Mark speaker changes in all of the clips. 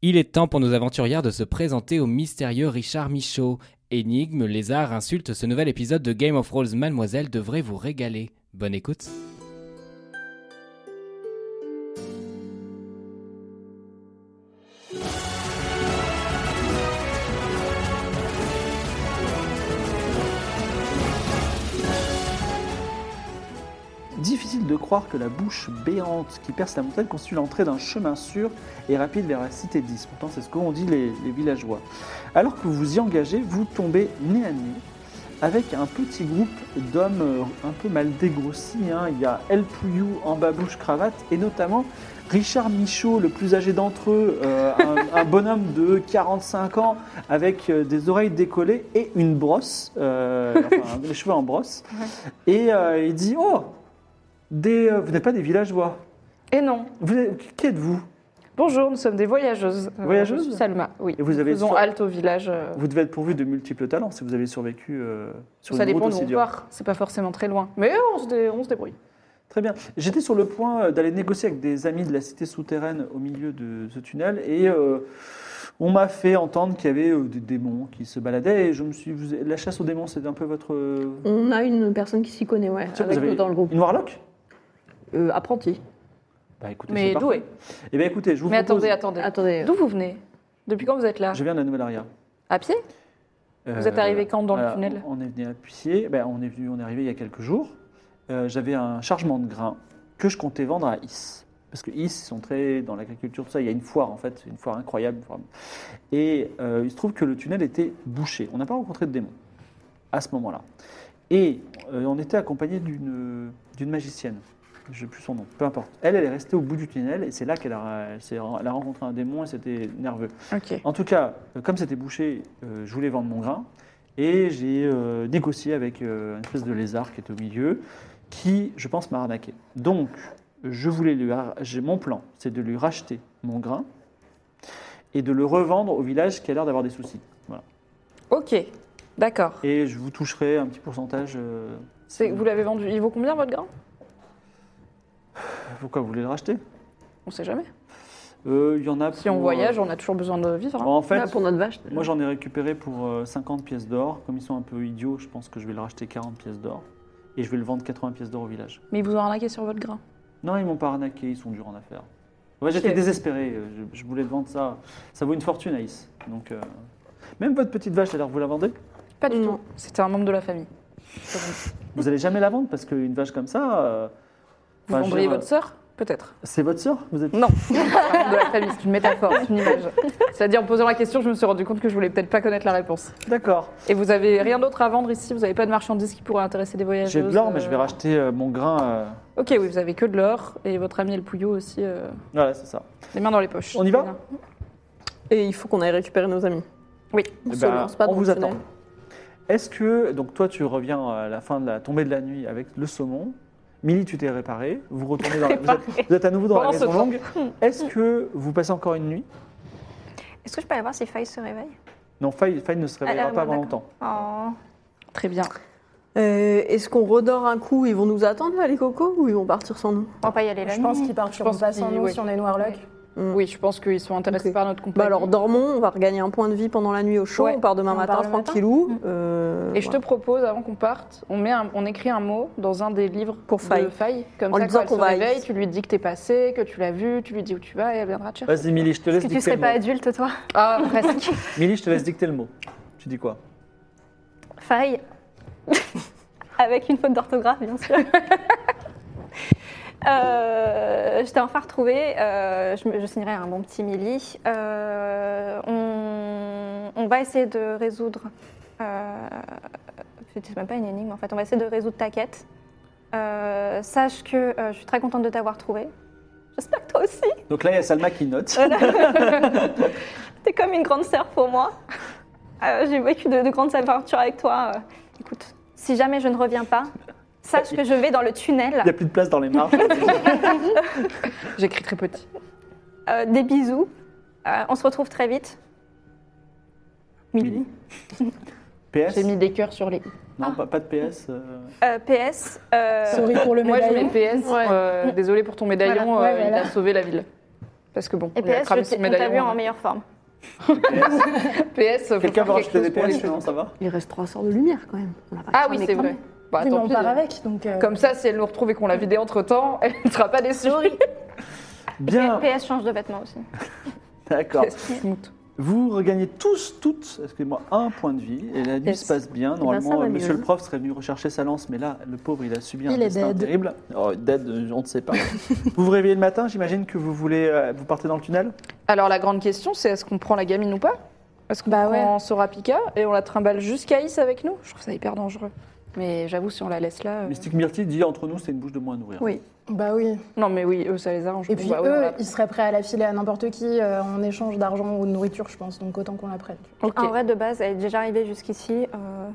Speaker 1: Il est temps pour nos aventurières de se présenter au mystérieux Richard Michaud. Énigmes, lézards, insultes, ce nouvel épisode de Game of Rolls Mademoiselle devrait vous régaler. Bonne écoute.
Speaker 2: Difficile de croire que la bouche béante qui perce la montagne constitue l'entrée d'un chemin sûr et rapide vers la cité 10. Pourtant, c'est ce qu'ont dit les, les villageois. Alors que vous vous y engagez, vous tombez nez à nez avec un petit groupe d'hommes euh, un peu mal dégrossis. hein. Il y a El Pouillou en babouche cravate et notamment Richard Michaud, le plus âgé d'entre eux, euh, un, un bonhomme de 45 ans avec euh, des oreilles décollées et une brosse, euh, enfin, les cheveux en brosse. Et euh, il dit Oh des, euh, vous n'êtes pas des villageois.
Speaker 3: Et non.
Speaker 2: Vous êtes- qui êtes-vous
Speaker 3: Bonjour, nous sommes des voyageuses. Euh,
Speaker 2: Voyageuses
Speaker 3: je suis Salma, oui.
Speaker 2: Et vous avez
Speaker 3: Faisons
Speaker 2: sur-
Speaker 3: halte au village. euh,
Speaker 2: Vous devez être pourvu de multiples talents si vous avez survécu euh, sur
Speaker 3: ça
Speaker 2: une route
Speaker 3: dépend d'où
Speaker 2: aussi
Speaker 3: on
Speaker 2: dure.
Speaker 3: part. C'est pas forcément très loin. Mais euh, on se, dé- on se débrouille.
Speaker 2: Très bien. J'étais sur le point euh, d'aller négocier avec des amis de la cité souterraine au milieu de ce tunnel et euh, on m'a fait entendre qu'il y avait euh, des démons qui se baladaient et je me suis vous- la chasse aux démons c'était un peu votre euh,
Speaker 4: On a une personne qui s'y connaît, ouais,
Speaker 2: Tiens,
Speaker 4: avec
Speaker 2: vous avez
Speaker 4: nous dans le groupe.
Speaker 2: une warlock
Speaker 4: Euh, apprenti.
Speaker 2: Bah écoutez,
Speaker 3: Mais
Speaker 2: c'est
Speaker 3: doué.
Speaker 2: parfait. Eh bien écoutez, je vous
Speaker 3: Mais
Speaker 2: propose-
Speaker 3: attendez, attendez.
Speaker 4: Attendez.
Speaker 3: D'où vous venez Depuis quand vous êtes là
Speaker 2: Je viens de la Nouvelle-Aria.
Speaker 3: À pied Vous
Speaker 2: Euh,
Speaker 3: êtes arrivé quand dans le tunnel
Speaker 2: On est venu à pied. Ben, on est venu, on est arrivé il y a quelques jours. Euh, J'avais un chargement de grains que je comptais vendre à Is. Parce que Is, ils sont très dans l'agriculture, tout ça. Il y a une foire en fait, une foire incroyable. vraiment. Et euh, il se trouve que le tunnel était bouché. On n'a pas rencontré de démon à ce moment-là. Et euh, on était accompagné d'une d'une magicienne. Je n'ai plus son nom, peu importe. Elle, elle est restée au bout du tunnel et c'est là qu'elle a, elle s'est- elle a rencontré un démon et c'était nerveux.
Speaker 3: Ok.
Speaker 2: En tout cas, euh, comme c'était bouché, euh, je voulais vendre mon grain et j'ai euh, négocié avec euh, une espèce de lézard qui est au milieu, qui, je pense, m'a arnaqué. Donc, je voulais lui, ar- j'ai mon plan, c'est de lui racheter mon grain et de le revendre au village qui a l'air d'avoir des soucis. Voilà.
Speaker 3: Ok. D'accord.
Speaker 2: Et je vous toucherai un petit pourcentage. euh,
Speaker 3: C'est- Vous l'avez vendu. Il vaut combien votre grain
Speaker 2: pourquoi vous voulez le racheter
Speaker 3: On sait jamais.
Speaker 2: Euh, Il y en a.
Speaker 3: Si on
Speaker 2: pour,
Speaker 3: voyage,
Speaker 2: euh,
Speaker 3: on a toujours besoin de vivre. hein.
Speaker 2: en
Speaker 4: Là,
Speaker 2: fait,
Speaker 4: pour notre vache.
Speaker 2: moi j'en ai récupéré pour euh, 50 pièces d'or. Comme ils sont un peu idiots, je pense que je vais le racheter 40 pièces d'or et je vais le vendre 80 pièces d'or au village.
Speaker 3: Mais ils vous ont arnaqué sur votre grain.
Speaker 2: Non, ils m'ont pas arnaqué, ils sont durs en affaires. Ouais, J'étais
Speaker 3: Ok.
Speaker 2: désespéré, euh, je, je voulais te vendre ça. Ça vaut une fortune, Aïs. Donc, euh, Même votre petite vache, alors vous la vendez
Speaker 3: Pas du
Speaker 4: Non.
Speaker 3: tout. C'était un membre de la famille.
Speaker 2: Vous allez jamais la vendre parce qu'une vache comme ça, euh,
Speaker 3: Vous
Speaker 2: Enfin, je veux
Speaker 3: vendriez
Speaker 2: dire,
Speaker 3: votre sœur Mmh. Peut-être.
Speaker 2: c'est votre sœur Vous êtes
Speaker 3: Non, c'est un membre de la famille, c'est une métaphore, c'est une image. C'est-à-dire, en posant la question, je me suis rendu compte que je voulais peut-être pas connaître la réponse.
Speaker 2: d'accord.
Speaker 3: Et vous avez rien d'autre à vendre ici Vous n'avez pas de marchandises qui pourraient intéresser des voyageurs
Speaker 2: J'ai de l'or, mais je vais racheter euh, mon grain. euh,
Speaker 3: Ok, oui, vous avez que de l'or et votre ami El Pouillot aussi, euh,
Speaker 2: Voilà, c'est ça.
Speaker 3: les mains dans les poches.
Speaker 2: On y va
Speaker 3: Bien.
Speaker 4: Et il faut qu'on aille récupérer nos amis.
Speaker 3: Oui.
Speaker 4: On
Speaker 2: Eh
Speaker 4: se
Speaker 2: ben,
Speaker 4: lance pas
Speaker 2: on
Speaker 4: dans le
Speaker 2: vous attend.
Speaker 4: tunnel.
Speaker 2: Est-ce que, donc toi, tu reviens à la fin de la tombée de la nuit avec le saumon Milly, tu t'es réparé. Vous retournez dans la... vous, êtes, vous êtes à nouveau dans
Speaker 3: Pendant
Speaker 2: la
Speaker 3: ce
Speaker 2: maison
Speaker 3: temps.
Speaker 2: longue. Est-ce que vous passez encore une nuit
Speaker 5: Est-ce que je peux aller voir si Faye se réveille
Speaker 2: Non, Faye, Faye ne se réveillera
Speaker 5: Elle
Speaker 2: pas
Speaker 5: arrive,
Speaker 2: avant
Speaker 5: d'accord.
Speaker 2: longtemps.
Speaker 5: Oh.
Speaker 3: Très bien.
Speaker 4: Euh, Est-ce qu'on redort un coup Ils vont nous attendre, là, les cocos, ou ils vont partir sans nous
Speaker 5: On va pas y aller là.
Speaker 6: Je pense qu'ils partiront
Speaker 3: pense
Speaker 6: pas sans
Speaker 3: qu'ils-
Speaker 6: nous
Speaker 3: oui.
Speaker 6: si on est Noirlock.
Speaker 4: Mm.
Speaker 3: Oui, je pense qu'ils sont intéressés
Speaker 4: Ok.
Speaker 3: par notre compagnie.
Speaker 4: Bah alors, dormons, on va regagner un point de vie pendant la nuit au chaud,
Speaker 3: Ouais.
Speaker 4: on part demain
Speaker 6: On
Speaker 4: matin
Speaker 6: part le matin.
Speaker 4: tranquillou.
Speaker 6: Mm.
Speaker 4: euh,
Speaker 3: et je te
Speaker 4: voilà.
Speaker 3: propose, avant qu'on parte, on, met un- on écrit un mot dans un des livres
Speaker 4: Pour
Speaker 3: de
Speaker 4: Faye.
Speaker 3: Faye. Comme
Speaker 4: En
Speaker 3: ça,
Speaker 4: lui disant
Speaker 3: quand elle
Speaker 4: qu'on
Speaker 3: se
Speaker 4: va-
Speaker 3: réveille, tu lui dis que t'es passé, que tu l'as vu, tu lui dis où tu vas et elle viendra te chercher.
Speaker 2: Vas-y, Milly, je te laisse
Speaker 5: Est-ce que
Speaker 2: dicter
Speaker 5: tu serais
Speaker 2: le
Speaker 5: pas
Speaker 2: mot.
Speaker 5: adulte, toi
Speaker 3: Ah, presque.
Speaker 2: Milly, je te laisse dicter le mot. Tu dis quoi
Speaker 5: Faille. Avec une faute d'orthographe, bien sûr. Euh, je t'ai enfin retrouvé. euh, je, me- je signerai un bon petit Milly. Euh, on, on va essayer de résoudre. euh, c'est même pas une énigme en fait. On va essayer de résoudre ta quête. Euh, sache que euh, je suis très contente de t'avoir trouvé. J'espère que toi aussi.
Speaker 2: Donc là, il y a Salma qui note.
Speaker 5: T'es comme une grande sœur pour moi. Euh, J'ai vécu de, de grandes aventures avec toi. Euh, écoute, si jamais je ne reviens pas, sache que je vais dans le tunnel.
Speaker 2: Il n'y a plus de place dans les marges.
Speaker 3: J'écris très petit.
Speaker 5: Euh, des bisous. Euh, on se retrouve très vite. Milly.
Speaker 2: PS
Speaker 3: J'ai mis des cœurs sur les.
Speaker 2: Non, pas, pas de PS. euh,
Speaker 5: Euh, PS. euh,
Speaker 6: Sorry pour le
Speaker 3: Moi, je mets
Speaker 6: médaillon.
Speaker 3: PS. euh, désolé pour ton médaillon,
Speaker 6: Voilà.
Speaker 3: euh,
Speaker 6: Ouais, voilà.
Speaker 3: il a sauvé la ville. Parce que bon,
Speaker 5: et
Speaker 3: on a
Speaker 5: PS, je
Speaker 3: cramé
Speaker 5: t'ai-
Speaker 3: son
Speaker 5: on t'a
Speaker 3: médaillon.
Speaker 5: vu en meilleure forme.
Speaker 2: PS.
Speaker 3: PS, faut
Speaker 2: Quelqu'un
Speaker 3: faire
Speaker 2: veut
Speaker 3: quelque
Speaker 2: rajouter
Speaker 3: chose
Speaker 2: des
Speaker 3: pour les
Speaker 2: PS
Speaker 3: gens.
Speaker 2: Sinon, ça va
Speaker 4: Il reste trois sorts de lumière quand même. On l'a pas
Speaker 3: Ah oui,
Speaker 4: cramé
Speaker 3: c'est
Speaker 4: quand
Speaker 3: vrai.
Speaker 4: même.
Speaker 3: Bah,
Speaker 6: Oui, mais
Speaker 3: tant
Speaker 6: on
Speaker 3: pis.
Speaker 6: part avec, donc. euh,
Speaker 3: Comme ça, si elle nous retrouve et qu'on l'a vidée entre temps, elle ne sera pas déçue.
Speaker 2: Bien,
Speaker 5: PS change de vêtements aussi.
Speaker 2: d'accord.
Speaker 3: Smooth.
Speaker 2: Vous regagnez tous, toutes, excusez-moi, un point de vie et la nuit
Speaker 6: Yes.
Speaker 2: se passe bien.
Speaker 4: ben,
Speaker 2: Normalement,
Speaker 4: ça va
Speaker 2: euh,
Speaker 4: mieux.
Speaker 2: monsieur le prof serait venu rechercher sa lance, mais là, le pauvre, il a subi un
Speaker 6: Il est
Speaker 2: destin
Speaker 6: dead.
Speaker 2: terrible. Oh, dead, euh, on ne sait pas. vous vous réveillez le matin, j'imagine que vous voulez, euh, vous partez dans le tunnel
Speaker 3: Alors, la grande question, c'est est-ce qu'on prend la gamine ou pas Est-ce qu'on
Speaker 6: Bah ouais.
Speaker 3: prend Sorapika et on la trimballe jusqu'à Is avec nous Je trouve ça hyper dangereux. Mais j'avoue, si on la laisse là. euh,
Speaker 2: Mystique Myrtille dit entre nous, c'est une bouche de moins à nourrir.
Speaker 4: Oui.
Speaker 6: Bah oui.
Speaker 3: Non, mais oui, eux, ça les arrange.
Speaker 6: Et
Speaker 3: Bon,
Speaker 6: puis
Speaker 3: bah oui, on
Speaker 6: eux,
Speaker 3: la-
Speaker 6: ils seraient prêts à la filer à n'importe qui euh, en échange d'argent ou de nourriture, je pense. Donc autant qu'on la prenne.
Speaker 3: Ok.
Speaker 5: En vrai, de base, elle est déjà arrivée jusqu'ici. euh,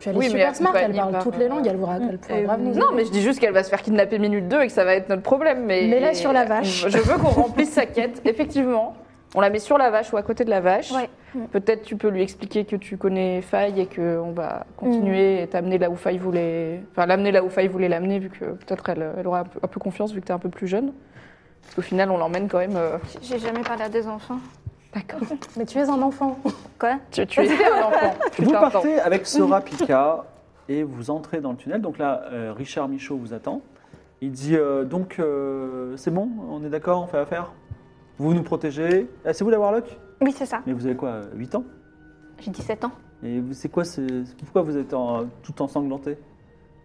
Speaker 6: Puis elle est
Speaker 3: Oui, mais
Speaker 6: super
Speaker 3: elle peut
Speaker 6: smart,
Speaker 3: pas
Speaker 6: elle
Speaker 3: venir
Speaker 6: parle
Speaker 3: par-
Speaker 6: toutes les langues, elle vous rappelle.
Speaker 5: Et-
Speaker 6: grave nous
Speaker 3: Mm. Non,
Speaker 6: aider.
Speaker 3: mais je dis juste qu'elle va se faire kidnapper minute 2 et que ça va être notre problème. Mais,
Speaker 6: Mais là, sur la vache.
Speaker 3: Je veux qu'on remplisse sa quête, effectivement. On la met sur la vache ou à côté de la vache.
Speaker 5: Ouais.
Speaker 3: Peut-être tu peux lui expliquer que tu connais Faille et qu'on va
Speaker 6: Mm.
Speaker 3: continuer et t'amener là où Faille voulait. Enfin, l'amener là où Faille voulait l'amener, vu que peut-être elle, elle aura un peu, un peu confiance vu que t'es un peu plus jeune. Parce qu'au final, on l'emmène quand même. euh,
Speaker 5: j- J'ai jamais parlé à des enfants.
Speaker 3: D'accord.
Speaker 6: Mais tu es un enfant.
Speaker 5: Quoi
Speaker 3: Tu, tu étais un enfant. Tu
Speaker 2: Vous
Speaker 3: étais un enfant.
Speaker 2: partez avec Sora Pika et vous entrez dans le tunnel. Donc là, euh, Richard Michaud vous attend. Il dit euh, donc euh, c'est bon, on est d'accord, on fait affaire. Vous nous protégez. Ah, c'est vous la Warlock
Speaker 5: Oui, c'est ça.
Speaker 2: Mais vous avez quoi, euh, 8 ans
Speaker 5: J'ai 17 ans.
Speaker 2: Et vous- c'est quoi ce- Pourquoi vous êtes en- tout ensanglanté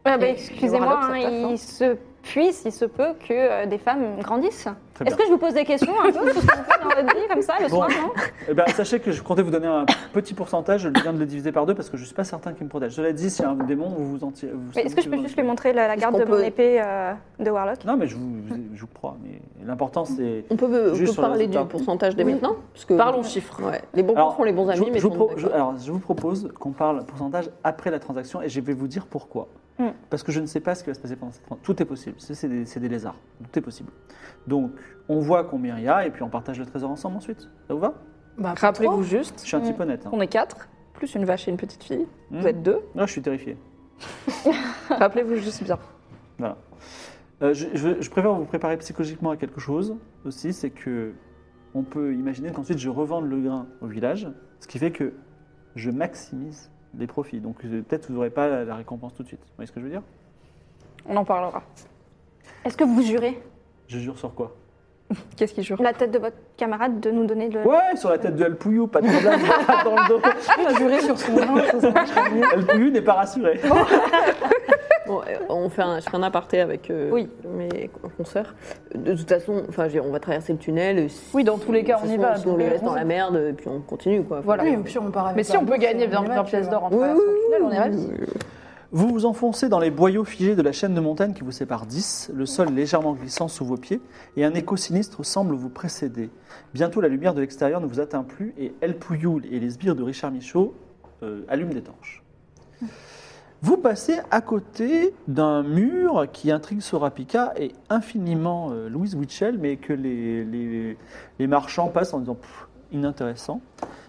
Speaker 5: Ah bah,
Speaker 3: Et-
Speaker 5: Excusez-moi,
Speaker 3: Warlock, ça
Speaker 5: hein,
Speaker 3: passe, hein.
Speaker 5: il se puisse, il se peut que euh, des femmes grandissent.
Speaker 2: Très
Speaker 5: Est-ce que je vous pose des questions un peu sur ce qu'on fait dans votre vie comme ça le
Speaker 2: Bon.
Speaker 5: soir non
Speaker 2: Eh ben, sachez que je comptais vous donner un petit pourcentage, je viens de le diviser par deux parce que je ne suis pas certain qu'il me protège. Cela dit, s'il y a un démon, vous vous en tirez. vous-
Speaker 5: Mais Est-ce que je peux
Speaker 2: vous-
Speaker 5: juste lui montrer la, la garde
Speaker 4: qu'on
Speaker 5: de mon
Speaker 4: peut-
Speaker 5: épée euh, de Warlock
Speaker 2: Non, mais je vous, je vous crois. Mais l'important, c'est.
Speaker 4: On peut, on
Speaker 2: Juste
Speaker 4: peut
Speaker 2: sur le
Speaker 4: parler du
Speaker 2: résultat.
Speaker 4: pourcentage dès maintenant parce que,
Speaker 3: Parlons chiffres.
Speaker 4: Ouais. Les bons
Speaker 2: Alors,
Speaker 4: potes font les bons
Speaker 2: Je,
Speaker 4: amis, mais
Speaker 2: je vous
Speaker 4: tout le
Speaker 2: pro-
Speaker 4: monde est
Speaker 2: je-
Speaker 4: d'accord.
Speaker 2: alors, je vous propose qu'on parle pourcentage après la transaction et je vais vous dire pourquoi.
Speaker 5: Mm.
Speaker 4: Hmm.
Speaker 2: Parce que je ne sais pas ce qui va se passer pendant cette transaction. Tout est possible. C'est c'est des, c'est des lézards. Tout est possible. Donc, on voit combien il y a et puis on partage le trésor ensemble ensuite. Ça vous va
Speaker 6: Bah, pas
Speaker 3: Rappelez-vous
Speaker 6: trop.
Speaker 2: Je
Speaker 3: juste, Mm.
Speaker 2: suis un
Speaker 4: Hmm.
Speaker 2: petit peu honnête. hein.
Speaker 3: on est quatre, plus une vache et une petite fille.
Speaker 2: Mm.
Speaker 3: Vous êtes deux.
Speaker 2: Non, je suis terrifié.
Speaker 3: Rappelez-vous juste bien.
Speaker 2: Voilà. Euh, je, je- je préfère vous préparer psychologiquement à quelque chose aussi, c'est que on peut imaginer qu'ensuite je revende le grain au village, ce qui fait que je maximise les profits. Donc euh, peut-être vous n'aurez pas la, la récompense tout de suite. Vous voyez ce que je veux dire
Speaker 3: On en parlera.
Speaker 5: Est-ce que vous jurez
Speaker 2: Je jure sur quoi
Speaker 3: Qu'est-ce qui jure
Speaker 5: la tête de votre camarade de nous donner le...
Speaker 2: Ouais, sur la tête de El Pouillou, pas de problème, pas dans le dos.
Speaker 6: Il a juré sur son bras, Ah, ça, ça marche mieux.
Speaker 2: El Pouillou n'est pas rassuré.
Speaker 4: Bon, euh, on fait un, je fais un aparté avec euh,
Speaker 3: Oui.
Speaker 4: mes co- consoeurs. De toute façon, enfin, je veux dire, on va traverser le tunnel. euh, si-
Speaker 3: Oui, dans tous les cas,
Speaker 4: de toute
Speaker 3: on y
Speaker 4: façon,
Speaker 3: va,
Speaker 4: Si on
Speaker 3: donc,
Speaker 4: les
Speaker 3: euh,
Speaker 4: laisse
Speaker 3: on
Speaker 4: dans
Speaker 3: y
Speaker 4: la
Speaker 3: va.
Speaker 4: merde, et puis on continue quoi. Enfin,
Speaker 3: Voilà.
Speaker 6: Oui, puis on part avec
Speaker 3: Mais si
Speaker 6: la
Speaker 3: on peut
Speaker 6: bouffe,
Speaker 3: gagner
Speaker 6: on y
Speaker 3: 20
Speaker 6: va,
Speaker 3: 20
Speaker 6: tu
Speaker 5: euh,
Speaker 3: pièces
Speaker 6: vois.
Speaker 3: d'or hein. en
Speaker 4: Oui,
Speaker 3: traversant
Speaker 4: oui,
Speaker 3: le tunnel, on est
Speaker 4: oui,
Speaker 3: ravis.
Speaker 4: oui, oui.
Speaker 2: Vous vous enfoncez dans les boyaux figés de la chaîne de montagne qui vous sépare 10, le sol légèrement glissant sous vos pieds, et un écho sinistre semble vous précéder. Bientôt, la lumière de l'extérieur ne vous atteint plus, et El Pouyoul et les sbires de Richard Michaud euh, allument des torches. Vous passez à côté d'un mur qui intrigue Sorapika et infiniment euh, Louise Witchell, mais que les, les, les marchands passent en disant Pff, inintéressant.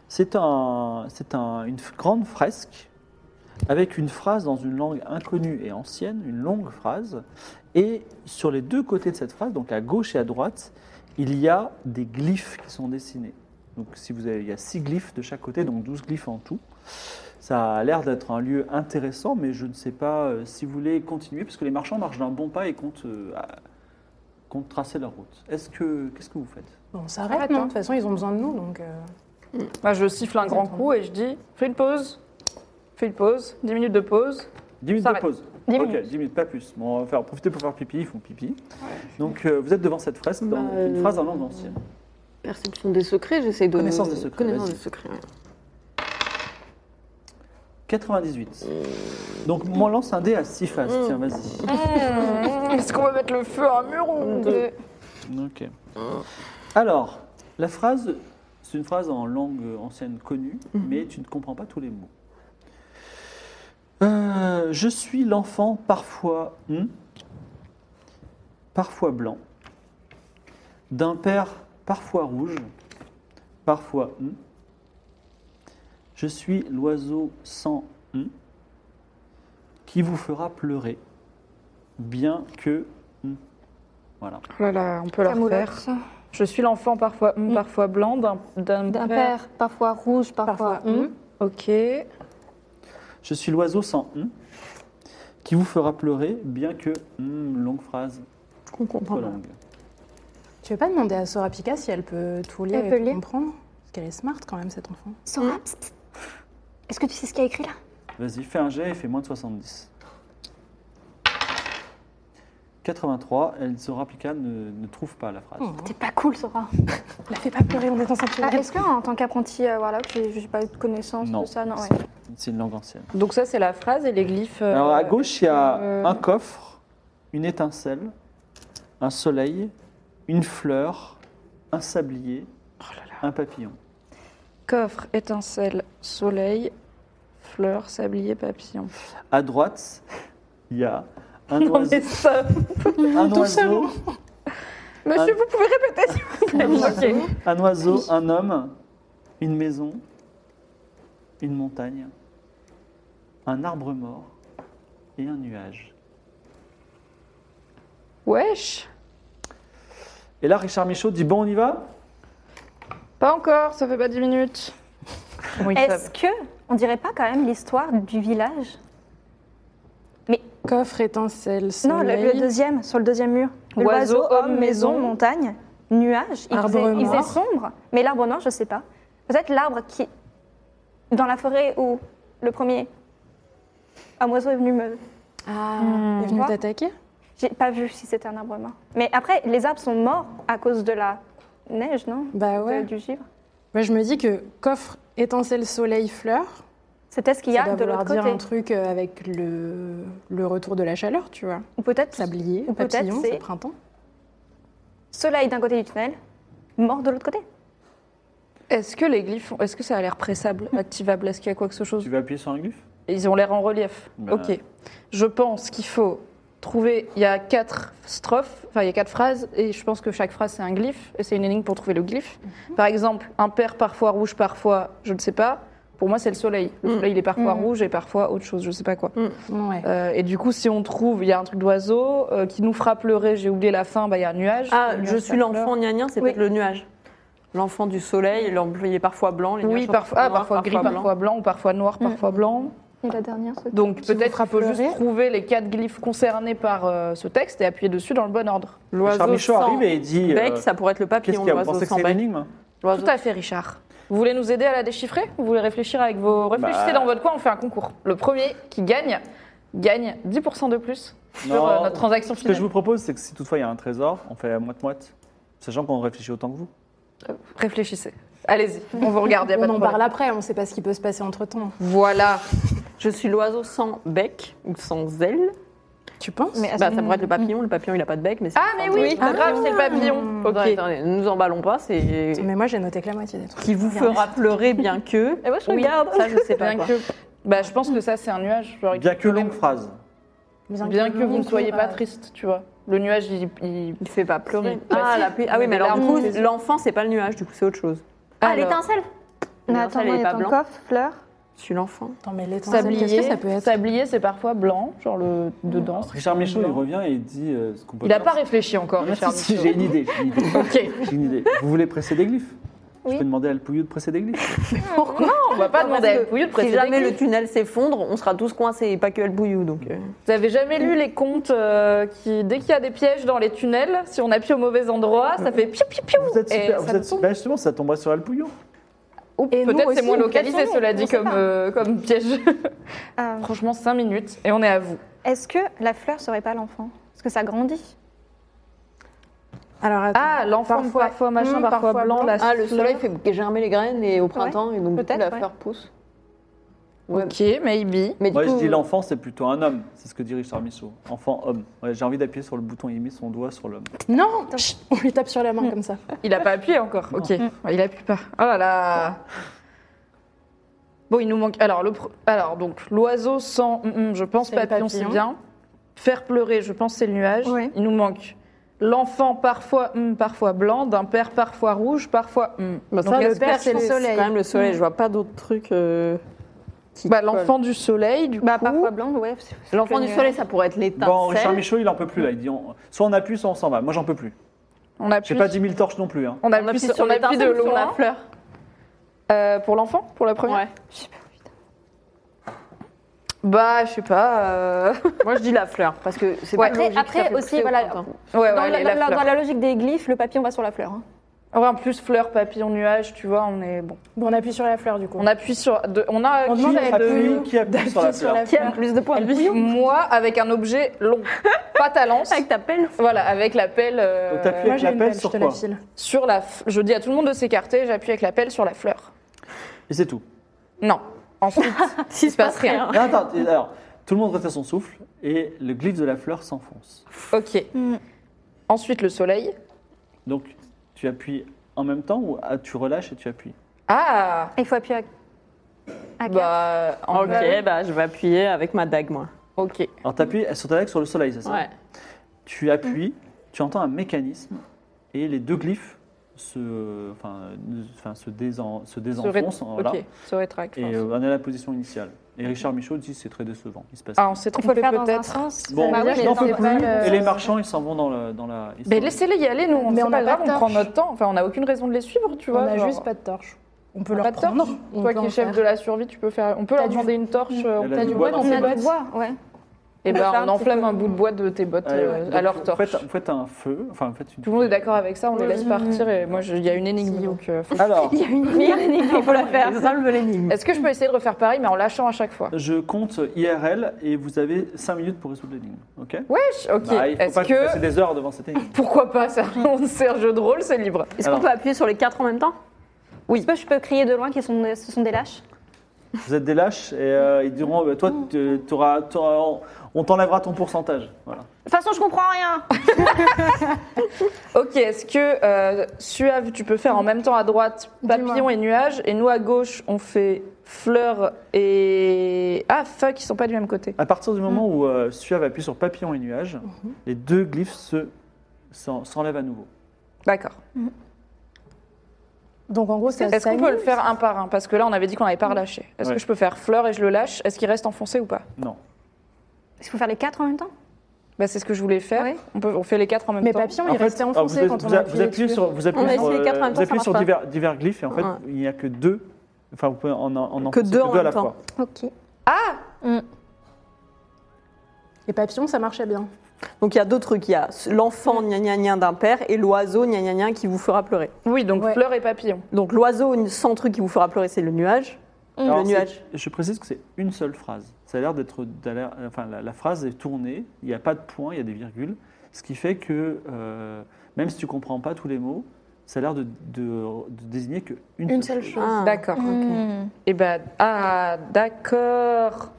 Speaker 2: C'est un, c'est un- une f- grande fresque avec une phrase dans une langue inconnue et ancienne, une longue phrase. Et sur les deux côtés de cette phrase, donc à gauche et à droite, il y a des glyphes qui sont dessinés. Donc si vous avez, il y a six glyphes de chaque côté, donc 12 glyphes en tout. Ça a l'air d'être un lieu intéressant, mais je ne sais pas euh, si vous voulez continuer, parce que les marchands marchent d'un bon pas et comptent, euh, à- comptent tracer leur route. Est-ce que qu'est-ce que vous faites
Speaker 6: Bon, ça arrête,
Speaker 3: hein.
Speaker 6: non De toute façon, ils ont besoin de nous, donc. euh,
Speaker 3: Moi, je siffle un grand coup et je dis fais une pause, fais une pause, 10 minutes de pause.
Speaker 2: 10 minutes de
Speaker 3: S'arrête.
Speaker 2: pause.
Speaker 3: Dix
Speaker 2: ok,
Speaker 3: minutes.
Speaker 2: 10 minutes, pas plus. Bon, on va faire profiter pour faire pipi, ils font pipi. Donc euh, vous êtes devant cette fresque, dans
Speaker 4: Bah,
Speaker 2: une
Speaker 4: euh,
Speaker 2: phrase en langue ancienne.
Speaker 4: Perception des secrets, j'essaie de.
Speaker 2: Connaissance des secrets,
Speaker 4: Connaissance
Speaker 2: vas-y.
Speaker 4: des secrets. ouais.
Speaker 2: 98.
Speaker 3: euh,
Speaker 2: Donc moi lance un dé à 6 faces, tiens vas-y.
Speaker 3: Est-ce qu'on va mettre le feu à un mur ou
Speaker 4: Deux.
Speaker 2: Ok. Alors, la phrase, c'est une phrase en langue ancienne connue, mais tu ne comprends pas tous les mots. Euh, je suis l'enfant parfois hum, parfois blanc, d'un père parfois rouge, parfois hum. Je suis l'oiseau sans hum, qui vous fera pleurer, bien que hum. Voilà.
Speaker 3: Oh là là, on peut la
Speaker 5: Camelot.
Speaker 3: refaire. Je suis l'enfant parfois, hum, parfois blanc d'un-
Speaker 5: Mm. D'un père, parfois rouge, parfois.
Speaker 3: Parfois hum. Ok.
Speaker 2: Je suis l'oiseau sans hum, qui vous fera pleurer, bien que hum, longue phrase,
Speaker 4: On
Speaker 2: trop
Speaker 4: comprend pas.
Speaker 2: longue.
Speaker 6: Tu veux pas demander à Sorapika si elle peut tout lire
Speaker 5: Elle
Speaker 6: et
Speaker 5: peut
Speaker 6: tout
Speaker 5: lire.
Speaker 6: comprendre Parce qu'elle est smart quand même, cet enfant.
Speaker 5: Sora, psst, psst. est-ce que tu sais ce qu'il y a écrit là
Speaker 2: Vas-y, fais un jet et fais moins de 70. 83, elle sera applicable, ne, ne trouve pas la phrase.
Speaker 5: T'es pas cool, Sora.
Speaker 6: La fais pas pleurer, on est dans un
Speaker 5: Ah,
Speaker 6: sanctuaire.
Speaker 5: est-ce qu'en tant qu'apprenti euh, Warlock, j'ai j'ai pas eu de connaissance
Speaker 2: Non.
Speaker 5: de ça Non, ouais.
Speaker 2: C'est une langue ancienne.
Speaker 3: Donc ça, c'est la phrase et les glyphes. euh,
Speaker 2: Alors à gauche, il y a
Speaker 3: euh,
Speaker 2: un coffre, une étincelle, un soleil, une fleur, un sablier,
Speaker 5: Oh
Speaker 2: un papillon.
Speaker 3: Coffre, étincelle, soleil, fleur, sablier, papillon.
Speaker 2: À droite, il y a un
Speaker 3: Non
Speaker 2: oiseau.
Speaker 3: mais ça...
Speaker 2: Un oiseau,
Speaker 3: seulement. Monsieur,
Speaker 2: Un-
Speaker 3: vous pouvez répéter s'il vous plaît Ok.
Speaker 2: un oiseau, un homme, une maison, une montagne, un arbre mort et un nuage.
Speaker 3: Wesh
Speaker 2: Et là, Richard Michaud dit Bon, on y va
Speaker 3: Pas encore, ça fait pas 10 minutes. Oui, ça-
Speaker 5: Est-ce que on dirait pas quand même l'histoire du village
Speaker 6: Coffre, étincelle,
Speaker 5: Ah. Non, le,
Speaker 6: soleil.
Speaker 5: le deuxième, sur le deuxième mur. De
Speaker 3: Oiseau,
Speaker 5: L'oiseau, homme, maison, montagne, nuage. Il,
Speaker 6: Arbre
Speaker 5: faisait, il faisait
Speaker 6: noir.
Speaker 5: sombre, mais l'arbre noir, je sais pas. Peut-être l'arbre qui, dans la forêt où le premier un oiseau est venu me.
Speaker 6: Ah, il est venu
Speaker 5: Quoi
Speaker 6: t'attaquer
Speaker 5: J'ai pas vu si c'était un arbre mort. Mais après, les arbres sont morts à cause de la neige, non
Speaker 6: Bah
Speaker 5: De-
Speaker 6: ouais.
Speaker 5: Du givre.
Speaker 6: Moi, je me dis que coffre, étincelle, soleil, fleur,
Speaker 5: C'était ce qu'il y
Speaker 6: ça
Speaker 5: a
Speaker 6: doit
Speaker 5: de
Speaker 6: vouloir
Speaker 5: l'autre
Speaker 6: dire
Speaker 5: côté.
Speaker 6: un truc euh, avec le, le retour de la chaleur, tu vois.
Speaker 5: Ou peut-être
Speaker 6: Sablier,
Speaker 5: Ou peut-être
Speaker 6: papillon,
Speaker 5: c'est-
Speaker 6: c'est printemps.
Speaker 5: soleil d'un côté du tunnel, mort de l'autre côté.
Speaker 3: Est-ce que les glyphes, ont- est-ce que ça a l'air pressable, activable Est-ce qu'il y a quoi que ce chose
Speaker 2: Tu veux appuyer sur un glyphe
Speaker 3: Ils ont l'air en relief.
Speaker 2: Bah.
Speaker 3: Ok. Je pense qu'il faut trouver. Il y a quatre strophes, enfin il y a quatre phrases, et je pense que chaque phrase c'est un glyphe, et c'est une énigme pour trouver le glyphe. Par exemple, un père parfois rouge, parfois je ne sais pas. Pour moi, c'est le soleil. Le soleil, il est parfois rouge et parfois autre chose, je ne sais pas quoi.
Speaker 6: Ouais.
Speaker 3: Euh, et du coup, si on trouve, il y a un truc d'oiseau euh, qui nous fera pleurer. J'ai oublié la fin. Bah, il y a un nuage. Le
Speaker 4: Ah,
Speaker 3: nuage,
Speaker 4: je
Speaker 3: ça
Speaker 4: suis l'enfant
Speaker 3: pleure.
Speaker 4: gna gna, c'est
Speaker 3: Oui.
Speaker 4: peut-être le nuage. L'enfant du soleil, l'employé parfois blanc, les
Speaker 3: Oui,
Speaker 4: nuages
Speaker 3: parfois, ah,
Speaker 4: noirs,
Speaker 3: parfois gris,
Speaker 4: blanc.
Speaker 3: parfois blanc, ou parfois noir, parfois blanc.
Speaker 5: Et la dernière, c'est
Speaker 3: Donc
Speaker 6: Qui
Speaker 3: peut-être
Speaker 6: vous
Speaker 3: qu'il faut
Speaker 6: fera
Speaker 3: juste
Speaker 6: pleurer.
Speaker 3: trouver les quatre glyphes concernés par euh, ce texte et appuyer dessus dans le bon ordre.
Speaker 2: Richard
Speaker 4: L'oiseau
Speaker 2: Michaud
Speaker 4: sans
Speaker 2: arrive et il dit
Speaker 4: bec,
Speaker 2: euh,
Speaker 4: ça pourrait être le
Speaker 2: Qu'est-ce
Speaker 4: papillon,
Speaker 2: qu'il y a Vous
Speaker 4: l'oiseau
Speaker 2: pensez que
Speaker 4: sans
Speaker 2: c'est une
Speaker 4: bec.
Speaker 2: énigme
Speaker 4: L'oiseau-
Speaker 3: Tout à fait, Richard. Vous voulez nous aider à la déchiffrer Vous voulez réfléchir avec vos... Réfléchissez
Speaker 2: Bah.
Speaker 3: dans votre coin, on fait un concours. Le premier qui gagne, gagne 10% de plus sur
Speaker 2: Non.
Speaker 3: euh, notre transaction
Speaker 2: Ce que
Speaker 3: finale.
Speaker 2: je vous propose, c'est que si toutefois il y a un trésor, on fait moite-moite. Sachant qu'on réfléchit autant que vous.
Speaker 3: Réfléchissez. Allez-y, on vous regarde, y a pas
Speaker 6: On
Speaker 3: de
Speaker 6: en
Speaker 3: problème.
Speaker 6: parle après, on sait pas ce qui peut se passer entre temps.
Speaker 3: Voilà.
Speaker 4: Je suis l'oiseau sans bec ou sans aile.
Speaker 6: Tu penses
Speaker 4: Bah, ça pourrait être le papillon, le papillon il a pas de bec, mais c'est
Speaker 3: Ah mais oui,
Speaker 4: Ah,
Speaker 3: grave, c'est le papillon.
Speaker 6: Mmh.
Speaker 3: Ok.
Speaker 4: attendez, attendez, ne nous emballons pas, c'est
Speaker 6: Mais moi, j'ai noté que la moitié des trucs.
Speaker 4: qui vous fera pleurer bien que.
Speaker 5: Eh
Speaker 3: Et moi, je
Speaker 4: Oui,
Speaker 3: regarde.
Speaker 4: Ça je sais pas.
Speaker 3: Bien
Speaker 4: quoi.
Speaker 3: que... Bah, je pense que ça, c'est un nuage. genre, il-
Speaker 2: Bien que longue phrase.
Speaker 3: Bien que vous ne soyez pas
Speaker 6: triste.
Speaker 3: triste, tu vois. Le nuage, il... il-
Speaker 4: Il fait pas pleurer.
Speaker 3: Si. Bah,
Speaker 4: Ah,
Speaker 3: si.
Speaker 4: la pluie- ah oui, mais alors du
Speaker 3: Larmes
Speaker 4: coup,
Speaker 3: aux yeux.
Speaker 4: l'enfant c'est pas le nuage, du coup c'est autre chose.
Speaker 5: Ah,
Speaker 3: Alors,
Speaker 5: l'étincelle Mais
Speaker 4: L'étincelle,
Speaker 5: attends,
Speaker 4: elle est
Speaker 5: il est
Speaker 4: pas
Speaker 5: en
Speaker 4: blanc.
Speaker 5: coffre, fleur.
Speaker 4: Je suis l'enfant.
Speaker 6: Attends, mais l'étincelle, qu'est-ce
Speaker 3: Sablier,
Speaker 6: que ça peut être
Speaker 3: sablier, c'est parfois blanc, genre le dedans. c'est
Speaker 2: Richard Michaud, il
Speaker 3: blanc.
Speaker 2: revient et il dit euh, ce qu'on peut
Speaker 3: Il n'a
Speaker 2: faire.
Speaker 3: pas réfléchi encore,
Speaker 2: Ah, si,
Speaker 3: Richard.
Speaker 2: si,
Speaker 3: Michaud.
Speaker 2: j'ai une idée. J'ai une idée.
Speaker 3: Ok,
Speaker 2: j'ai une idée. Vous voulez presser des glyphes Je
Speaker 5: Oui.
Speaker 2: peux demander à le Pouillou de presser des glyphes.
Speaker 3: on va pas
Speaker 4: Non,
Speaker 3: demander à
Speaker 4: parce
Speaker 3: El
Speaker 4: que
Speaker 3: Pouillou de
Speaker 4: Si
Speaker 3: préciser.
Speaker 4: jamais
Speaker 3: qui.
Speaker 4: le tunnel s'effondre, on sera tous coincés et pas que El Bouillou. Donc, euh,
Speaker 3: Vous avez jamais lu les contes euh, qui, dès qu'il y a des pièges dans les tunnels, si on appuie au mauvais endroit, ça fait piou piou piou
Speaker 2: Vous êtes
Speaker 3: Et
Speaker 2: super.
Speaker 3: ça
Speaker 2: Vous êtes,
Speaker 3: tombe.
Speaker 2: bah justement, ça tomberait sur le Pouillou.
Speaker 3: Ou
Speaker 5: Et nous
Speaker 3: Peut-être c'est
Speaker 5: aussi,
Speaker 3: moins
Speaker 5: nous
Speaker 3: localisé,
Speaker 5: cachons,
Speaker 3: cela
Speaker 5: on
Speaker 3: dit,
Speaker 5: sait
Speaker 3: comme,
Speaker 5: pas.
Speaker 3: euh, comme piège.
Speaker 5: Euh,
Speaker 3: Franchement, 5 minutes et on est à vous.
Speaker 5: Est-ce que la fleur serait pas l'enfant Parce que ça grandit.
Speaker 6: Alors, attends.
Speaker 3: Ah, l'enfant,
Speaker 6: Parfois-
Speaker 3: parfois, machin,
Speaker 6: Mmh,
Speaker 3: parfois,
Speaker 6: parfois
Speaker 3: blanc,
Speaker 6: blanc.
Speaker 3: la
Speaker 4: Ah, le
Speaker 3: fleur.
Speaker 4: soleil fait germer les graines et au printemps, et donc du coup,
Speaker 5: peut-être,
Speaker 4: la
Speaker 5: ouais.
Speaker 4: fleur pousse. Ouais.
Speaker 3: Ok, maybe.
Speaker 4: Mais du
Speaker 2: Moi,
Speaker 4: coup, euh,
Speaker 2: je dis l'enfant, c'est plutôt un homme. C'est ce que dit Richard Michaud. Enfant, homme. Ouais, J'ai envie d'appuyer sur le bouton. Il met son doigt sur l'homme.
Speaker 6: Non Chut, On lui tape sur la
Speaker 3: Hmm.
Speaker 6: main comme ça.
Speaker 3: Il a pas appuyé encore. Ok, il appuie pas. Oh là là. Bon, il nous manque. Alors, le pr- Alors donc, l'oiseau sans. hum, hum, je pense
Speaker 6: C'est le
Speaker 3: papillon, c'est
Speaker 6: papillon.
Speaker 3: bien. Faire pleurer, je pense c'est le nuage.
Speaker 5: Ouais.
Speaker 3: Il nous manque l'enfant parfois hum, parfois blanc, d'un père parfois rouge, parfois hum.
Speaker 4: bah,
Speaker 3: Donc,
Speaker 4: ça,
Speaker 3: est-ce
Speaker 4: le
Speaker 3: que
Speaker 4: père,
Speaker 3: c'est
Speaker 4: c'est
Speaker 3: le
Speaker 4: c'est quand même le soleil. Je vois pas d'autres trucs. euh, qui
Speaker 3: Bah,
Speaker 4: collent.
Speaker 3: l'enfant du soleil, du
Speaker 5: Bah,
Speaker 3: coup.
Speaker 5: parfois blanc, ouais. c'est- c'est
Speaker 4: L'enfant
Speaker 5: que
Speaker 4: du
Speaker 5: le
Speaker 4: soleil,
Speaker 5: nuage.
Speaker 4: ça pourrait être l'étincelle.
Speaker 2: Bon, Richard Michaud, il en peut plus là. Il dit on- soit on appuie, soit on s'en va. Moi, j'en peux plus.
Speaker 3: On a
Speaker 2: J'ai pas 10 000 torches non plus. hein.
Speaker 3: On
Speaker 4: on
Speaker 3: appuie,
Speaker 4: appuie sur
Speaker 3: on appuie de
Speaker 4: l'étincelle ou sur la
Speaker 3: loin.
Speaker 4: fleur.
Speaker 3: Euh, pour l'enfant Pour la première
Speaker 4: Ouais.
Speaker 3: Bah, je sais pas. euh,
Speaker 4: Moi, je dis la fleur parce que c'est
Speaker 3: Ouais.
Speaker 4: pas
Speaker 5: Après,
Speaker 4: logique, ça
Speaker 5: après
Speaker 4: fait
Speaker 5: aussi,
Speaker 4: plus
Speaker 5: voilà.
Speaker 4: autant.
Speaker 3: Ouais, ouais,
Speaker 5: dans, la,
Speaker 3: allez,
Speaker 5: dans
Speaker 3: la
Speaker 5: la-
Speaker 3: fleur.
Speaker 5: dans la logique des glyphes, le papier, on va sur la fleur. hein.
Speaker 3: Ouais, en plus, fleur, papillon, nuage, tu vois, on est bon.
Speaker 6: Bon, on appuie sur la fleur du coup.
Speaker 3: On appuie sur. de- on a.
Speaker 6: On
Speaker 3: Euh, qui
Speaker 6: demande
Speaker 3: a
Speaker 6: à
Speaker 3: de-
Speaker 2: Appuie, qui appuie sur la
Speaker 6: d'appuyer
Speaker 2: fleur
Speaker 6: sur la
Speaker 4: Qui a
Speaker 6: fleur.
Speaker 4: le plus de points
Speaker 3: Moi, avec un objet long, pas ta lance.
Speaker 4: Avec ta pelle.
Speaker 3: Voilà, avec la pelle. euh,
Speaker 2: Donc, t'appuies
Speaker 6: Moi
Speaker 2: avec
Speaker 6: j'ai
Speaker 2: la
Speaker 6: une
Speaker 2: pelle
Speaker 6: pelle, je
Speaker 2: sur
Speaker 6: te la
Speaker 2: quoi
Speaker 6: file.
Speaker 3: sur la. f- Je dis à tout le monde de s'écarter, j'appuie avec la pelle sur la fleur.
Speaker 2: Et c'est tout.
Speaker 3: Non. Ensuite,
Speaker 4: S'il
Speaker 3: se passe rien.
Speaker 2: Non, attends, et alors, tout le monde retient son souffle et le glyphe de la fleur s'enfonce.
Speaker 3: ok. Ensuite, le soleil.
Speaker 2: Donc, tu appuies en même temps ou ah, tu relâches et tu appuies
Speaker 3: Ah
Speaker 5: Il faut appuyer à. à quatre.
Speaker 3: Bah. en-
Speaker 4: Ok, bah je vais appuyer avec ma dague moi.
Speaker 3: Ok.
Speaker 2: Alors, tu appuies sur ta dague sur le soleil, c'est ça
Speaker 4: Ouais.
Speaker 2: Tu appuies, tu entends un mécanisme et les deux glyphes se, enfin, euh, enfin, se, désen- se
Speaker 3: Se ré-
Speaker 2: désenfoncent. voilà.
Speaker 3: Ok, se rétracte.
Speaker 2: Et euh, on est à la position initiale. Et Richard Michaud dit c'est très décevant. Il se passe.
Speaker 3: Ah, Bah
Speaker 2: rien.
Speaker 3: on s'est
Speaker 5: Il faut
Speaker 3: trompé
Speaker 5: le faire dans un
Speaker 3: peut-être.
Speaker 5: sens. Bah
Speaker 2: Bon,
Speaker 5: Ça marche,
Speaker 2: je
Speaker 5: les
Speaker 2: n'en
Speaker 5: temps
Speaker 2: peux
Speaker 5: de balle,
Speaker 2: plus.
Speaker 5: euh,
Speaker 2: Et les marchands, ils s'en vont dans la. Dans la ils
Speaker 3: Mais
Speaker 2: sont-
Speaker 3: Ben, laissez-les y aller, nous, on
Speaker 6: Mais
Speaker 3: c'est
Speaker 6: on
Speaker 3: pas
Speaker 6: n'a pas
Speaker 3: grave,
Speaker 6: de
Speaker 3: on prend
Speaker 6: torche.
Speaker 3: notre temps. Enfin, on n'a aucune raison de les suivre, tu vois.
Speaker 6: on a
Speaker 3: genre.
Speaker 6: juste pas de torche. On
Speaker 3: On
Speaker 6: peut
Speaker 3: a
Speaker 6: leur
Speaker 3: pas de
Speaker 6: prendre.
Speaker 3: torche.
Speaker 6: On
Speaker 3: Toi
Speaker 6: peut
Speaker 3: qui
Speaker 6: en
Speaker 3: es chef
Speaker 6: faire.
Speaker 3: de la survie, tu peux faire. On peut
Speaker 6: T'as
Speaker 3: leur
Speaker 6: du-
Speaker 3: demander une torche. euh,
Speaker 2: Elle a
Speaker 6: T'as
Speaker 2: du
Speaker 6: du
Speaker 2: bois
Speaker 6: bois
Speaker 2: dans
Speaker 6: dans
Speaker 5: On
Speaker 2: ses
Speaker 6: tes
Speaker 5: a du
Speaker 6: bottes
Speaker 5: bois, ouais.
Speaker 3: Eh ben,
Speaker 6: Ah
Speaker 5: faire un
Speaker 3: on
Speaker 5: petit
Speaker 3: enflamme
Speaker 5: peu.
Speaker 3: un bout de bois de tes bottes
Speaker 2: Ah Ouais,
Speaker 3: euh,
Speaker 2: ouais.
Speaker 3: à
Speaker 2: Donc,
Speaker 3: leur torche.
Speaker 2: Faites, faites un feu. Enfin, faites une-
Speaker 3: Tout le monde est d'accord avec ça, on les
Speaker 6: Oui,
Speaker 3: laisse
Speaker 6: oui.
Speaker 3: partir et moi, je- il y a une énigme. Donc, euh, faut-
Speaker 2: Alors,
Speaker 5: Il y a une meilleure énigme, il faut la faire.
Speaker 4: Résolve l'énigme.
Speaker 3: Est-ce que je peux essayer de refaire pareil, mais en lâchant à chaque fois
Speaker 2: je compte IRL et vous avez 5 minutes pour résoudre l'énigme. Ok
Speaker 3: Wesh Ok,
Speaker 2: Bah, il faut
Speaker 3: est-ce
Speaker 2: pas que vous
Speaker 3: que.
Speaker 2: passiez des heures devant cette énigme.
Speaker 3: Pourquoi pas ça On sait un jeu de rôle, c'est libre.
Speaker 4: Est-ce qu'on
Speaker 2: Alors.
Speaker 4: peut appuyer sur les quatre en même temps
Speaker 5: Oui. Je, sais pas, je peux crier de loin qu'ils sont, des- ce sont des lâches.
Speaker 2: Vous êtes des lâches et euh, ils diront euh,
Speaker 4: Mm.
Speaker 2: toi, tu- t'auras- t'auras- on- on t'enlèvera ton pourcentage. Voilà.
Speaker 5: De toute façon, je comprends rien.
Speaker 3: Ok, est-ce que euh, Suave, tu peux faire en même temps à droite papillon
Speaker 6: Dis-moi.
Speaker 3: et nuage et nous à gauche, on fait fleurs et. Ah fuck, ils sont pas du même côté.
Speaker 2: À partir du moment
Speaker 4: Mm.
Speaker 2: où euh, Suave appuie sur papillon et nuage,
Speaker 4: Mm-hmm.
Speaker 2: les deux glyphes se- s'en- s'enlèvent à nouveau.
Speaker 3: D'accord.
Speaker 6: Donc en gros, Bah, ça
Speaker 3: Est-ce qu'on peut le
Speaker 6: s'annule.
Speaker 3: faire un par un Parce que là, on avait dit qu'on n'avait pas relâché. Est-ce
Speaker 2: Ouais.
Speaker 3: que je peux faire fleur et je le lâche Est-ce qu'il reste enfoncé ou pas
Speaker 2: Non.
Speaker 5: Est-ce qu'il faut faire les quatre en même temps
Speaker 3: bah, C'est ce que je voulais faire.
Speaker 5: Ouais.
Speaker 3: On, peut, on fait les quatre en même
Speaker 6: Mais
Speaker 3: temps.
Speaker 6: papillon,
Speaker 2: En
Speaker 6: il
Speaker 2: fait,
Speaker 6: restait
Speaker 2: alors,
Speaker 6: enfoncé
Speaker 2: vous,
Speaker 6: quand on
Speaker 2: vous,
Speaker 6: l'a
Speaker 2: vous appuyez sur, vous appuyez
Speaker 4: On a
Speaker 2: sur, euh,
Speaker 4: essayé quatre en même
Speaker 2: vous
Speaker 4: temps, ça
Speaker 2: appuyez
Speaker 4: marche
Speaker 2: sur
Speaker 4: pas.
Speaker 2: divers, divers glyphes et en fait,
Speaker 4: Ouais.
Speaker 2: il n'y a que deux. Enfin, vous pouvez en, en, en
Speaker 4: Que
Speaker 2: enfoncer
Speaker 4: deux en
Speaker 2: à
Speaker 4: même
Speaker 2: la
Speaker 4: temps.
Speaker 2: fois.
Speaker 5: Ok.
Speaker 6: Ah
Speaker 3: Hmm.
Speaker 6: Les papillons, ça marchait bien.
Speaker 4: Donc il y a deux trucs. Il y a l'enfant gna gna gna d'un père et l'oiseau gna gna gna qui vous fera pleurer.
Speaker 3: Oui, donc
Speaker 6: Ouais.
Speaker 3: fleur et papillon.
Speaker 4: Donc l'oiseau sans truc qui vous fera pleurer, c'est le nuage.
Speaker 2: Alors,
Speaker 4: Le
Speaker 2: c'est-
Speaker 4: nuage.
Speaker 2: Je précise que c'est une seule phrase. Ça a l'air d'être. d'a l'air- Enfin, la, la phrase est tournée, il n'y a pas de point, il y a des virgules. Ce qui fait que, euh, même si tu ne comprends pas tous les mots, ça a l'air de, de- de désigner qu'une
Speaker 6: Une seule chose.
Speaker 4: Ah.
Speaker 3: D'accord.
Speaker 5: Hmm.
Speaker 3: Et bah, ah, d'accord.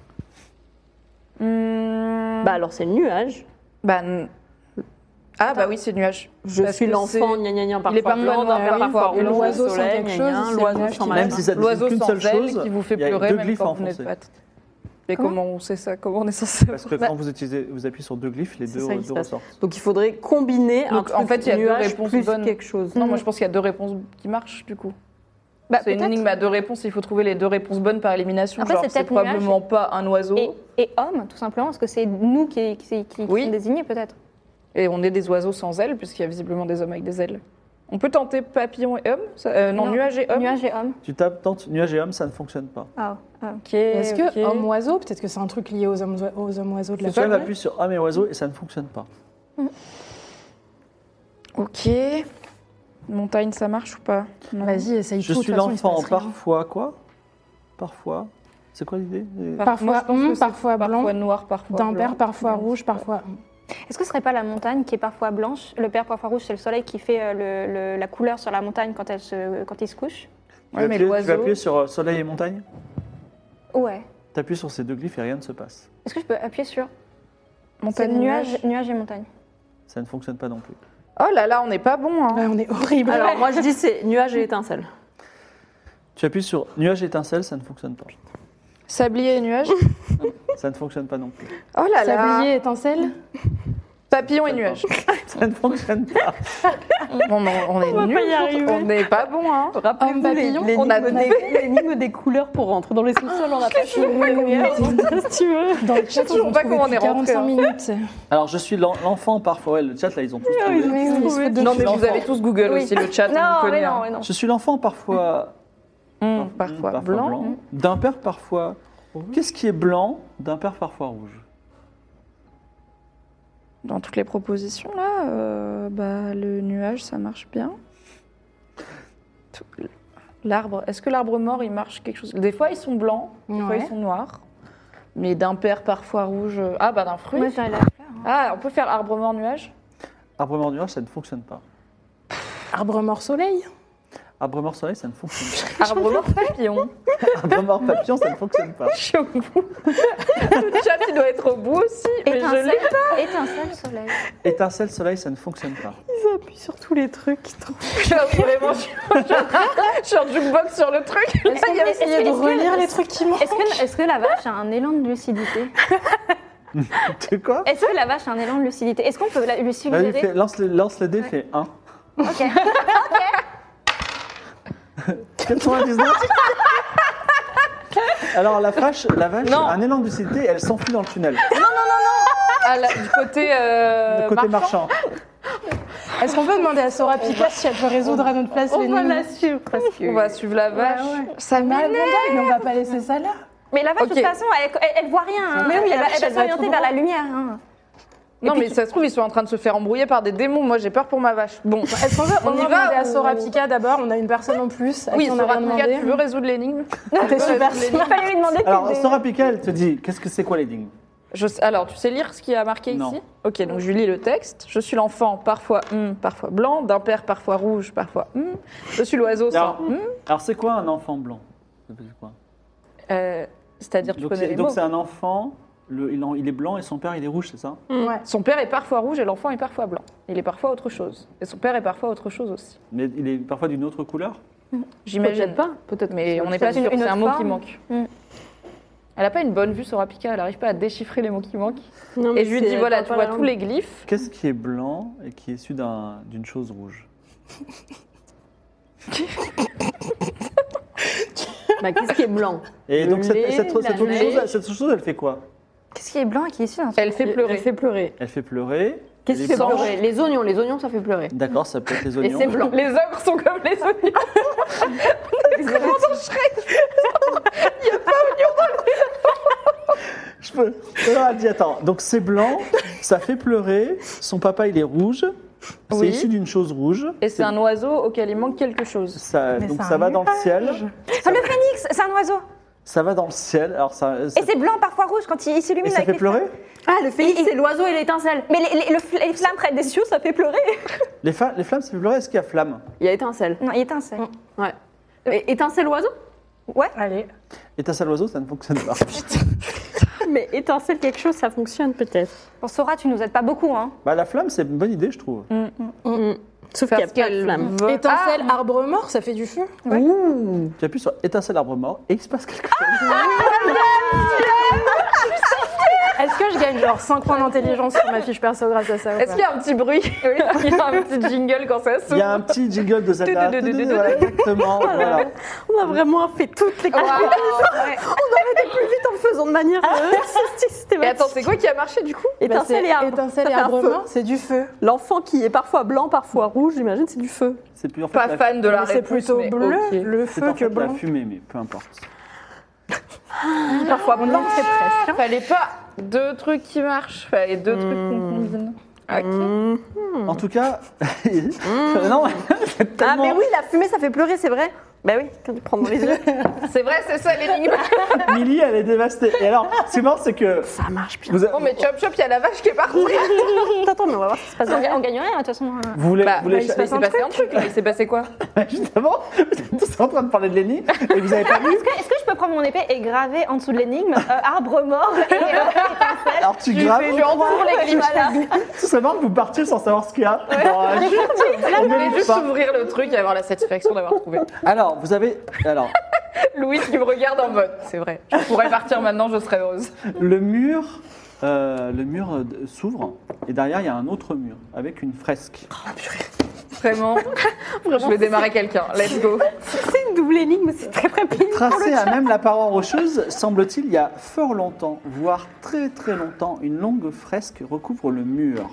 Speaker 3: Hmm,
Speaker 4: Bah alors c'est le nuage.
Speaker 3: bah, n- Ah, bah oui, c'est nuage.
Speaker 4: Je
Speaker 3: Parce
Speaker 4: suis
Speaker 3: que
Speaker 4: l'enfant
Speaker 3: c'est-
Speaker 4: gna gna gna parfois
Speaker 3: Il est pas
Speaker 4: blanc,
Speaker 3: noir,
Speaker 4: d'un père
Speaker 3: oui,
Speaker 4: parfois
Speaker 3: oui.
Speaker 4: rouge,
Speaker 6: L'oiseau
Speaker 4: le
Speaker 6: sans
Speaker 4: soleil,
Speaker 6: quelque
Speaker 4: gna gna,
Speaker 6: chose, c'est le
Speaker 4: l'oiseau
Speaker 6: nuage
Speaker 4: sans
Speaker 6: qui
Speaker 4: machin.
Speaker 2: Même si ça désigne
Speaker 3: L'oiseau
Speaker 2: qu'une
Speaker 3: sans
Speaker 2: seule
Speaker 3: ailes
Speaker 2: chose,
Speaker 3: qui vous fait
Speaker 2: il y a
Speaker 3: pleurer
Speaker 2: deux
Speaker 3: même
Speaker 2: glyphes
Speaker 3: quand vous n'êtes
Speaker 2: enfoncés.
Speaker 3: pas. Mais comment on sait ça Comment on est censé
Speaker 2: Parce que quand vous, utilisez, vous appuyez sur deux glyphes, les
Speaker 4: C'est
Speaker 2: deux,
Speaker 4: ça qui
Speaker 2: deux
Speaker 4: se passe.
Speaker 2: ressortent.
Speaker 4: Donc il faudrait combiner un
Speaker 3: Donc,
Speaker 4: truc
Speaker 3: en fait, il y a deux
Speaker 4: nuage
Speaker 3: réponses
Speaker 4: plus
Speaker 3: bonnes.
Speaker 4: quelque chose.
Speaker 3: Non, moi je pense qu'il y a deux réponses qui marchent du coup.
Speaker 5: Bah,
Speaker 3: c'est une
Speaker 5: peut-être.
Speaker 3: énigme à deux réponses, il faut trouver les deux réponses bonnes par élimination.
Speaker 5: Après,
Speaker 3: Genre,
Speaker 5: c'est
Speaker 3: c'est
Speaker 5: peut-être nuage.
Speaker 3: probablement pas un oiseau
Speaker 5: Et, et homme, tout simplement, parce que c'est nous qui, qui, qui- qui
Speaker 3: Oui.
Speaker 5: sommes désignés, peut-être.
Speaker 3: et... on est des oiseaux sans ailes puisqu'il y a visiblement des hommes avec des ailes. On peut tenter papillon et homme ça- euh, non,
Speaker 5: Non,
Speaker 3: nuage et homme.
Speaker 5: Nuage et homme.
Speaker 2: Tu tapes, tente, nuage et homme, ça ne fonctionne pas.
Speaker 5: Ah, ah.
Speaker 3: Ok,
Speaker 6: Est-ce
Speaker 3: ok.
Speaker 6: que homme-oiseau, peut-être que c'est un truc lié aux hommes, aux hommes oiseaux de la
Speaker 2: Tu
Speaker 6: forêt.
Speaker 2: appuies sur homme et oiseau et ça ne fonctionne pas.
Speaker 3: Ok. Montagne, ça marche ou pas Non.
Speaker 6: Vas-y, essaye
Speaker 2: Je
Speaker 6: tout. de
Speaker 2: suis
Speaker 6: toute façon, il se
Speaker 2: l'enfant
Speaker 6: passe rien.
Speaker 2: parfois quoi Parfois. C'est quoi l'idée
Speaker 3: Moi,
Speaker 6: Parfois
Speaker 3: je pense que
Speaker 6: on,
Speaker 3: c'est
Speaker 6: parfois
Speaker 3: Parfois
Speaker 6: blanc,
Speaker 3: noir, parfois.
Speaker 6: d'un
Speaker 3: blanc.
Speaker 6: père, parfois rouge, parfois.
Speaker 5: Est-ce que ce serait pas la montagne qui est parfois blanche Le père parfois rouge, c'est le soleil qui fait euh, le- le- la couleur sur la montagne quand, elle se, quand il se couche
Speaker 2: Tu
Speaker 3: Ouais,
Speaker 2: vas
Speaker 3: mais
Speaker 2: appuyer- Tu vas
Speaker 3: l'oiseau.
Speaker 2: appuyer sur euh, soleil et montagne
Speaker 5: Ouais.
Speaker 2: T'appuies sur ces deux glyphes et rien ne se passe.
Speaker 5: Est-ce que je peux appuyer sur
Speaker 3: Montagne
Speaker 5: C'est
Speaker 3: nuage.
Speaker 5: nuage, nuage et montagne
Speaker 2: Ça ne fonctionne pas non plus.
Speaker 3: Oh là là, on n'est pas bon. hein.
Speaker 6: Ouais, on est horrible.
Speaker 4: Alors moi je dis c'est nuage et étincelle.
Speaker 2: Tu appuies sur nuage étincelle, ça ne fonctionne pas.
Speaker 3: Sablier et nuage.
Speaker 2: Ça ne fonctionne pas non plus.
Speaker 3: Oh là là.
Speaker 6: Sablier, étincelle.
Speaker 3: Papillon et nuage.
Speaker 2: Ça ne fonctionne pas.
Speaker 3: on, on est
Speaker 4: va
Speaker 3: nuls.
Speaker 4: pas y arriver.
Speaker 3: On n'est pas bon. Hein.
Speaker 4: Rappelez-vous
Speaker 6: Un
Speaker 4: les-
Speaker 6: papillon,
Speaker 4: l'énigme
Speaker 3: on a
Speaker 4: des- l'énigme des couleurs pour rentrer dans les sous-sols. On a pas si tu veux.
Speaker 6: Dans le chat,
Speaker 3: Je sais
Speaker 6: on
Speaker 3: pas comment on est rentré,
Speaker 6: 45
Speaker 3: hein.
Speaker 6: minutes.
Speaker 2: Alors je suis l'en- l'enfant parfois. Ouais, le chat là, ils ont tous trouvé.
Speaker 6: Oui, oui, ils se foutent de
Speaker 3: Non,
Speaker 6: nous.
Speaker 3: Ah mais vous avez tous Google
Speaker 5: Oui.
Speaker 3: aussi, le chat. on
Speaker 5: Non,
Speaker 3: connaît,
Speaker 5: mais non,
Speaker 3: hein.
Speaker 5: mais non.
Speaker 2: Je suis l'enfant parfois, Mmh,
Speaker 3: Hum, parfois, blanc.
Speaker 2: d'un père parfois. Qu'est-ce qui est blanc d'un père parfois rouge
Speaker 3: Dans toutes les propositions, là, euh, bah, le nuage, ça marche bien. Tout- L'arbre, est-ce que l'arbre mort, il marche quelque chose Des fois, ils sont blancs, des fois,
Speaker 6: Ouais.
Speaker 3: ils sont noirs. Mais d'un père parfois rouge. euh, Ah, bah d'un fruit.
Speaker 5: Moi, j'aurais la fleur. hein.
Speaker 3: Ah, on peut faire arbre mort nuage
Speaker 2: Arbre mort nuage, ça ne fonctionne pas.
Speaker 6: Arbre mort soleil.
Speaker 2: Arbre mort soleil, ça ne fonctionne pas.
Speaker 3: Arbre mort papillon.
Speaker 2: Arbre mort papillon, ça ne fonctionne pas.
Speaker 3: Je suis au bout. le chat, il doit être au bout aussi. Mais je l'ai.
Speaker 5: Étincelle, étincelle, soleil.
Speaker 2: Étincelle soleil, ça ne fonctionne pas.
Speaker 4: Ils appuient sur tous les trucs. qu'ils trouvent.
Speaker 3: Genre, vraiment, je suis je suis en jukebox sur le truc.
Speaker 5: Est-ce que-
Speaker 4: Il a
Speaker 5: est-ce que-
Speaker 4: essayé de
Speaker 5: est-ce que-
Speaker 4: relire les trucs qui manquent.
Speaker 5: Est-ce que, est-ce que la vache a un élan de lucidité
Speaker 2: C'est quoi
Speaker 5: Est-ce que la vache a un élan de lucidité Est-ce qu'on peut la- lui
Speaker 2: Vas-y,
Speaker 5: suggérer
Speaker 2: fais- lance, le, lance le dé, fais 1.
Speaker 5: Ok.
Speaker 2: 99 Alors la vache, la vache
Speaker 3: Non.
Speaker 2: un élan de lucidité, elle s'enfuit dans le tunnel,
Speaker 3: Ah, là, du côté, euh,
Speaker 2: du côté
Speaker 3: marchand.
Speaker 2: marchand.
Speaker 6: Est-ce qu'on peut demander à Sora Pika si elle peut résoudre à notre place
Speaker 4: On va
Speaker 6: l'énigme
Speaker 4: la suivre parce que.
Speaker 3: On va suivre la vache.
Speaker 6: Ça m'a Oh, mais on va pas laisser ça là.
Speaker 5: Mais la vache,
Speaker 3: Ok.
Speaker 5: de toute façon, elle, elle, elle voit rien. hein.
Speaker 4: Mais oui,
Speaker 5: elle,
Speaker 4: la
Speaker 5: va-
Speaker 4: vache,
Speaker 5: elle va
Speaker 4: elle doit être
Speaker 5: s'orienter
Speaker 4: au
Speaker 5: vers
Speaker 4: courant.
Speaker 5: la lumière. hein.
Speaker 3: Non, mais ça se trouve, ils sont en train de se faire embrouiller par des démons. Moi, j'ai peur pour ma vache. Bon,
Speaker 6: Est-ce qu'on veut
Speaker 3: On
Speaker 6: on
Speaker 3: y va
Speaker 6: va demander à
Speaker 3: ou-
Speaker 6: Sora Pika d'abord On a une personne en plus à
Speaker 3: oui,
Speaker 6: qui on a
Speaker 3: Sora
Speaker 6: rien
Speaker 3: Pika,
Speaker 6: demandé. Ah,
Speaker 3: tu veux résoudre l'énigme
Speaker 6: T'es
Speaker 3: Tu veux résoudre
Speaker 6: super sûre.
Speaker 5: Il
Speaker 3: l'énigme
Speaker 5: fallait lui demander que
Speaker 2: Alors
Speaker 5: Ah, des-
Speaker 2: Sora Pika, elle te dit, qu'est-ce que c'est quoi l'énigme
Speaker 3: Je sais- Alors, tu sais lire ce qui a marqué
Speaker 2: Non.
Speaker 3: ici Ok, donc je lis le texte. Je suis l'enfant, parfois hum, parfois blanc, d'un père, parfois rouge, parfois hum. Je suis l'oiseau sans
Speaker 2: Alors,
Speaker 3: hum.
Speaker 2: Alors c'est quoi un enfant blanc Ça veut dire quoi
Speaker 3: Euh, C'est-à-dire, tu
Speaker 2: Donc
Speaker 3: connais
Speaker 2: c'est
Speaker 3: les
Speaker 2: donc
Speaker 3: mots.
Speaker 2: c'est un enfant, le- il en- il est blanc et son père il est rouge, c'est ça
Speaker 6: Ouais.
Speaker 3: Son père est parfois rouge et l'enfant est parfois blanc. Il est parfois autre chose. Et son père est parfois autre chose aussi.
Speaker 2: Mais il est parfois d'une autre couleur
Speaker 3: J'imagine.
Speaker 4: pas. Peut-être.
Speaker 3: Mais on n'est pas
Speaker 5: Peut-être
Speaker 3: sûr,
Speaker 5: une
Speaker 3: c'est un
Speaker 5: autre
Speaker 3: mot qui
Speaker 5: forme.
Speaker 3: manque.
Speaker 5: Mm.
Speaker 3: Elle n'a pas une bonne vue, Sora Pika, elle n'arrive pas à déchiffrer les mots qui manquent.
Speaker 4: Non, mais
Speaker 3: Et je lui
Speaker 4: c'est-
Speaker 3: dis, voilà,
Speaker 4: elle
Speaker 3: tu
Speaker 4: parle
Speaker 3: vois
Speaker 4: pas la
Speaker 3: tous les glyphes.
Speaker 2: Qu'est-ce qui est blanc et qui est issu d'un- d'une chose rouge
Speaker 4: langue. Bah, Qu'est-ce qui est blanc
Speaker 2: Et
Speaker 4: Le
Speaker 2: donc cette,
Speaker 4: lait,
Speaker 2: cette-
Speaker 4: la
Speaker 2: cette autre
Speaker 4: neige.
Speaker 2: chose, cette autre chose, elle fait quoi
Speaker 5: Qu'est-ce qui est blanc et qui est issu d'un
Speaker 3: Elle fait
Speaker 4: Elle
Speaker 3: pleurer.
Speaker 4: fait pleurer.
Speaker 2: Elle fait pleurer.
Speaker 4: Qu'est-ce
Speaker 2: elle
Speaker 4: qui
Speaker 2: est
Speaker 4: fait
Speaker 2: blanche.
Speaker 4: pleurer Les oignons, les oignons, ça fait pleurer.
Speaker 2: D'accord, ça peut être les
Speaker 3: Et
Speaker 2: oignons.
Speaker 3: c'est blanc. Les ogres sont comme les oignons.
Speaker 2: Je peux. Alors, elle dit attends. Donc c'est blanc, ça fait pleurer. Son papa il est rouge. C'est
Speaker 3: Oui.
Speaker 2: issu d'une chose rouge.
Speaker 3: Et c'est un oiseau auquel il manque quelque chose.
Speaker 2: Ça,
Speaker 6: Mais
Speaker 2: donc
Speaker 6: c'est
Speaker 2: ça
Speaker 6: un
Speaker 2: va dans le ciel.
Speaker 5: Ah, le phénix, c'est un oiseau.
Speaker 2: Ça va dans le ciel. Alors ça. ça-
Speaker 5: Et c'est blanc, parfois rouge, quand il, il
Speaker 2: et
Speaker 5: s'illumine
Speaker 2: ça
Speaker 5: avec
Speaker 2: fait
Speaker 5: les
Speaker 2: pleurer
Speaker 5: flammes.
Speaker 4: Ah, le phénix, c'est l'oiseau et l'étincelle.
Speaker 5: Mais les, les- le fl- les flammes près des yeux, ça fait pleurer.
Speaker 2: les, fa- les flammes, ça fait pleurer. Est-ce qu'il y a flamme
Speaker 4: Il y a étincelle.
Speaker 5: Non, il étincelle.
Speaker 4: Ouais. Et- Euh, étincelle oiseau
Speaker 6: Allez.
Speaker 2: Étincelle oiseau, ça ne fonctionne pas.
Speaker 4: Mais étincelle quelque chose, ça fonctionne peut-être.
Speaker 5: Bon, Sora, tu nous aides pas beaucoup, hein.
Speaker 2: bah la flamme, c'est une bonne idée, je trouve.
Speaker 4: Mm. Sauf qu'il n'y a pas de flamme.
Speaker 6: Étincelle, arbre mort, ça fait du feu.
Speaker 4: Ouh.
Speaker 2: Tu appuies sur étincelle arbre mort et il se passe quelque chose.
Speaker 6: Est-ce que je gagne genre 5 points d'intelligence sur ma fiche perso grâce à ça ou
Speaker 3: Est-ce
Speaker 6: pas
Speaker 3: qu'il y a un petit bruit Il y a un petit jingle quand ça
Speaker 2: Il y a un
Speaker 3: s'ouvre.
Speaker 2: petit jingle de Zelda.
Speaker 3: Tout, tout, tout, tout, tout.
Speaker 2: Voilà, exactement. Voilà.
Speaker 4: On a vraiment fait toutes les
Speaker 3: Waouh.
Speaker 4: cartes. plus vite en le faisant de manière euh,
Speaker 3: Ah. Et attends,
Speaker 4: systématique.
Speaker 3: c'est quoi qui a marché du coup
Speaker 6: Bah, c'est
Speaker 4: Étincelle et arbre.
Speaker 6: étincelle et
Speaker 4: Ça fait un
Speaker 6: arbre
Speaker 4: feu.
Speaker 6: mort, c'est du feu.
Speaker 4: L'enfant qui est parfois blanc, parfois rouge, j'imagine, c'est du feu.
Speaker 2: C'est plus en fait,
Speaker 3: Pas
Speaker 2: la-
Speaker 3: fan de la
Speaker 6: Mais C'est
Speaker 3: réponse.
Speaker 6: plutôt
Speaker 3: mais
Speaker 6: bleu,
Speaker 3: ok.
Speaker 6: le
Speaker 2: C'est
Speaker 6: feu
Speaker 2: en
Speaker 6: que
Speaker 2: fait la
Speaker 6: blanc.
Speaker 2: fumée, mais peu importe.
Speaker 4: Parfois blanc, c'est presque. hein.
Speaker 3: Fallait pas deux trucs qui marchent. Fallait deux trucs qu'on combine. Ok.
Speaker 4: Mm.
Speaker 2: En tout cas, non, c'est
Speaker 4: Hmm. Ah, mais
Speaker 2: tellement
Speaker 4: oui, la fumée, ça fait pleurer, c'est vrai. Bah oui, quand tu prends dans les yeux.
Speaker 3: C'est vrai, c'est ça l'énigme.
Speaker 2: Millie, elle est dévastée. Et alors, ce qui est marrant, c'est que
Speaker 4: ça marche bien.
Speaker 2: vous,
Speaker 3: Bon, mais chop chop, il y a la vache qui est partie.
Speaker 4: Attends, mais on va voir ce qui se passe.
Speaker 5: On, ga- on gagne rien, de toute façon. hein.
Speaker 2: vous voulez,
Speaker 3: Bah,
Speaker 2: vous voulez-
Speaker 3: il s'est passé, un truc là. Il s'est passé quoi
Speaker 2: justement, vous êtes tous en train de parler de Lenny et vous avez pas vu.
Speaker 5: Est-ce que je peux peux prendre mon épée et graver en dessous de l'énigme euh, arbre mort et euh, étincelle.
Speaker 2: Alors tu
Speaker 5: Je
Speaker 2: graves.
Speaker 5: fais genre pour les Himalayas.
Speaker 2: Ce serait marrant que vous partiez sans savoir ce qu'il y a. Bon, juste, on
Speaker 3: Je voulais
Speaker 2: n'élit
Speaker 3: juste
Speaker 2: pas.
Speaker 3: ouvrir le truc et avoir la satisfaction d'avoir trouvé.
Speaker 2: Alors, vous avez. Alors,
Speaker 3: Louis qui me regarde en mode, c'est vrai, je pourrais partir maintenant, je serais heureuse.
Speaker 2: le mur, euh, le mur euh, d- s'ouvre et derrière il y a un autre mur avec une fresque.
Speaker 3: Vraiment, je vais démarrer quelqu'un, let's go.
Speaker 4: C'est une double énigme, c'est très très pénible.
Speaker 2: Tracé à même la paroi rocheuse, semble-t-il, il y a fort longtemps, voire très très longtemps, une longue fresque recouvre le mur.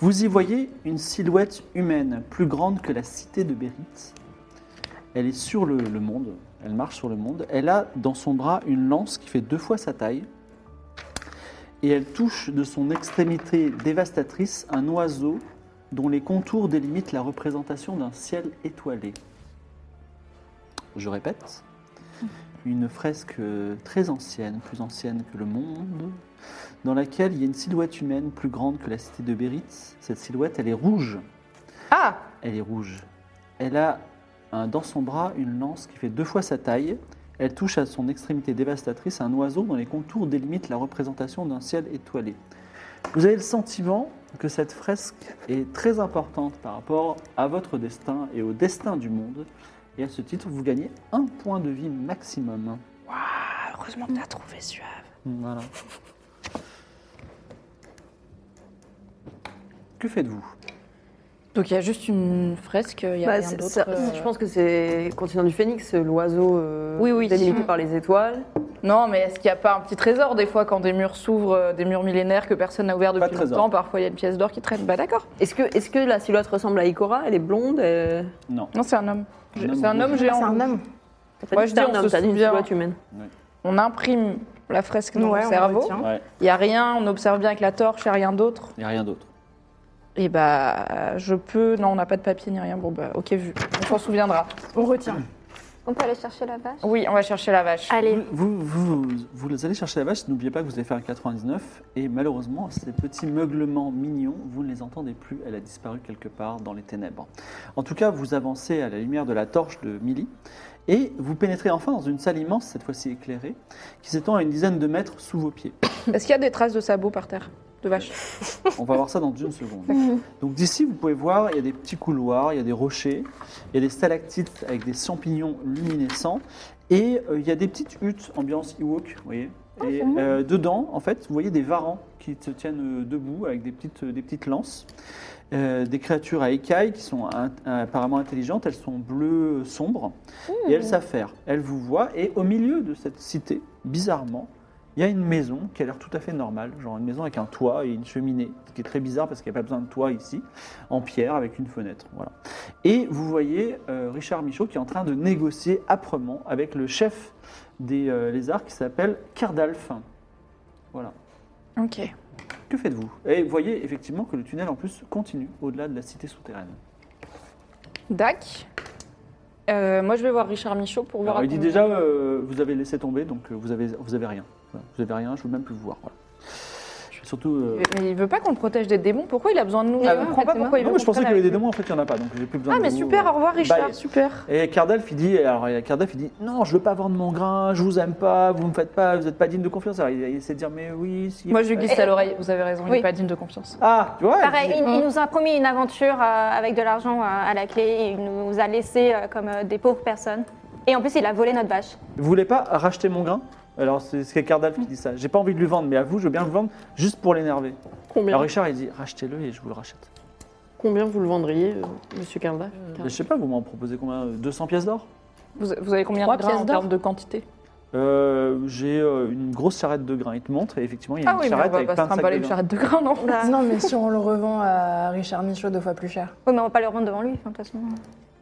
Speaker 2: Vous y voyez une silhouette humaine, plus grande que la cité de Bérite. Elle est sur le, le monde, elle marche sur le monde. Elle a dans son bras une lance qui fait deux fois sa taille. Et elle touche de son extrémité dévastatrice un oiseau dont les contours délimitent la représentation d'un ciel étoilé. Je répète, une fresque euh, très ancienne, plus ancienne que le monde, dans laquelle il y a une silhouette humaine plus grande que la cité de Béritz. Cette silhouette, elle est rouge.
Speaker 3: Ah
Speaker 2: Elle est rouge. Elle a un- dans son bras une lance qui fait deux fois sa taille. Elle touche à son extrémité dévastatrice un oiseau dont les contours délimitent la représentation d'un ciel étoilé. Vous avez le sentiment que cette fresque est très importante par rapport à votre destin et au destin du monde. Et à ce titre, vous gagnez un point de vie maximum.
Speaker 3: Heureusement que t'as trouvé celui-là.
Speaker 2: Voilà. Que faites-vous
Speaker 3: Donc il y a juste une fresque, il y a
Speaker 4: Bah,
Speaker 3: rien
Speaker 4: c'est-
Speaker 3: d'autre.
Speaker 4: ça-
Speaker 3: euh,
Speaker 4: Je pense que c'est continent du phénix, l'oiseau euh,
Speaker 3: Oui, oui.
Speaker 4: délimité par les étoiles.
Speaker 3: Non, mais est-ce qu'il n'y a pas un petit trésor des fois quand des murs s'ouvrent, euh, des murs millénaires que personne n'a ouvert
Speaker 2: Pas de
Speaker 3: depuis
Speaker 2: trésor.
Speaker 3: longtemps Parfois il y a une pièce d'or qui traîne. Bah d'accord.
Speaker 4: Est-ce que, est que la silhouette ressemble à Ikora Elle est blonde elle-
Speaker 2: Non.
Speaker 3: Non, c'est un homme.
Speaker 2: Un homme
Speaker 3: C'est un
Speaker 2: rouge.
Speaker 3: homme
Speaker 6: C'est
Speaker 3: géant.
Speaker 6: un homme.
Speaker 4: T'as pas
Speaker 3: Moi,
Speaker 4: dit
Speaker 3: je
Speaker 4: que
Speaker 3: dis,
Speaker 4: t'es un
Speaker 3: on
Speaker 4: homme,
Speaker 3: se
Speaker 4: t'as dit une
Speaker 3: souvient.
Speaker 4: silhouette humaine.
Speaker 3: On imprime la fresque dans
Speaker 6: Ouais,
Speaker 3: le
Speaker 6: on
Speaker 3: cerveau.
Speaker 6: retient.
Speaker 2: Ouais,
Speaker 3: Il n'y a rien, on observe bien avec la torche, il n'y a rien d'autre.
Speaker 2: il n'y a rien d'autre.
Speaker 3: Et bah je peux. Non, on n'a pas de papier ni rien. Bon bah ok, vu. On s'en souviendra.
Speaker 6: On retient.
Speaker 5: On peut aller chercher la vache
Speaker 3: Oui, on va chercher la vache.
Speaker 5: Allez.
Speaker 2: Vous, vous, vous, vous allez chercher la vache, n'oubliez pas que vous allez faire un 99, et malheureusement, ces petits meuglements mignons, vous ne les entendez plus, elle a disparu quelque part dans les ténèbres. En tout cas, vous avancez à la lumière de la torche de Millie, et vous pénétrez enfin dans une salle immense, cette fois-ci éclairée, qui s'étend à une dizaine de mètres sous vos pieds.
Speaker 3: Est-ce qu'il y a des traces de sabots par terre De vache
Speaker 2: On va voir ça dans une seconde. Donc d'ici, vous pouvez voir, il y a des petits couloirs, il y a des rochers, il y a des stalactites avec des champignons luminescents, et euh, il y a des petites huttes ambiance Ewok, vous voyez. Et euh, dedans, en fait, vous voyez des varans qui se tiennent euh, debout avec des petites, euh, des petites lances. Euh, des créatures à écailles qui sont in- apparemment intelligentes, elles sont bleues euh, sombres et elles savent faire. Elles vous voient et au milieu de cette cité, bizarrement, il y a une maison qui a l'air tout à fait normale, genre une maison avec un toit et une cheminée, ce qui est très bizarre parce qu'il n'y a pas besoin de toit ici, en pierre avec une fenêtre. Voilà. Et vous voyez euh, Richard Michaud qui est en train de négocier âprement avec le chef des euh, lézards qui s'appelle Kerdalf. Voilà.
Speaker 3: Ok.
Speaker 2: Que faites-vous Et vous voyez effectivement que le tunnel en plus continue au-delà de la cité souterraine.
Speaker 3: Dac. Euh, moi, je vais voir Richard Michaud pour voir.
Speaker 2: Alors,
Speaker 3: à
Speaker 2: il dit
Speaker 3: combien-
Speaker 2: déjà, euh, vous avez laissé tomber, donc euh, vous avez, vous avez rien. Voilà. Vous avez rien, je veux même plus vous voir. Voilà. Surtout. euh,
Speaker 3: Mais il veut pas qu'on le protège des démons. Pourquoi il a besoin de nous
Speaker 5: Ah
Speaker 3: Je
Speaker 5: ouais,
Speaker 3: comprends
Speaker 5: en fait,
Speaker 3: pas
Speaker 5: c'est
Speaker 3: pourquoi il
Speaker 2: Non,
Speaker 3: veut
Speaker 2: mais je
Speaker 3: qu'on
Speaker 2: pensais qu'il y
Speaker 3: prenne
Speaker 2: avait des
Speaker 3: avec
Speaker 2: démons, en fait, il n'y en a pas, donc j'ai plus
Speaker 3: nous.
Speaker 2: besoin
Speaker 3: Ah,
Speaker 2: de Bah,
Speaker 3: mais
Speaker 2: vous.
Speaker 3: super, au revoir Richard,
Speaker 2: Bye.
Speaker 3: super.
Speaker 2: Et Cardalf, il dit, alors euh, Cardalf, il dit, non, je veux pas vendre mon grain, je vous aime pas, vous me faites pas, vous n'êtes pas digne de confiance. Alors il, il essaie de dire, mais oui, si.
Speaker 3: Moi, je lui glisse à l'oreille, vous avez raison, il
Speaker 5: Oui.
Speaker 3: est pas digne de confiance.
Speaker 2: Ah, tu vois.
Speaker 5: Pareil,
Speaker 2: il dit-
Speaker 5: il, il nous a promis une aventure euh, avec de l'argent euh, à la clé. Il nous a laissés euh, comme euh, des pauvres personnes. Et en plus, il a volé notre vache.
Speaker 2: Vous voulez pas racheter mon grain Alors c'est c'est Cardalf qui dit ça. J'ai pas envie de lui vendre, mais à vous, je veux bien le vendre, juste pour l'énerver.
Speaker 4: Combien,
Speaker 2: Alors Richard, il dit, rachetez-le et je vous le rachète.
Speaker 3: Ah
Speaker 4: combien vous le vendriez, euh, monsieur Carla
Speaker 2: Je sais pas, vous m'en proposez combien 200 pièces d'or
Speaker 3: Vous, vous avez combien
Speaker 4: Trois
Speaker 3: de grains
Speaker 4: pièces
Speaker 3: en
Speaker 4: d'or
Speaker 3: termes de quantité
Speaker 2: Euh, J'ai euh, une grosse charrette de grain. Il te montre et effectivement, il y a
Speaker 3: Ah
Speaker 2: une
Speaker 3: oui, mais on
Speaker 2: charrette
Speaker 3: va
Speaker 2: avec
Speaker 3: pas
Speaker 2: plein
Speaker 3: se
Speaker 2: de sacs
Speaker 3: trimballer
Speaker 2: de
Speaker 3: une
Speaker 2: grains.
Speaker 3: charrette de grains, non
Speaker 6: Non, mais si on le revend à Richard Michaud deux fois plus cher.
Speaker 5: Oui, mais on va pas le rendre devant lui, enfin, de toute façon.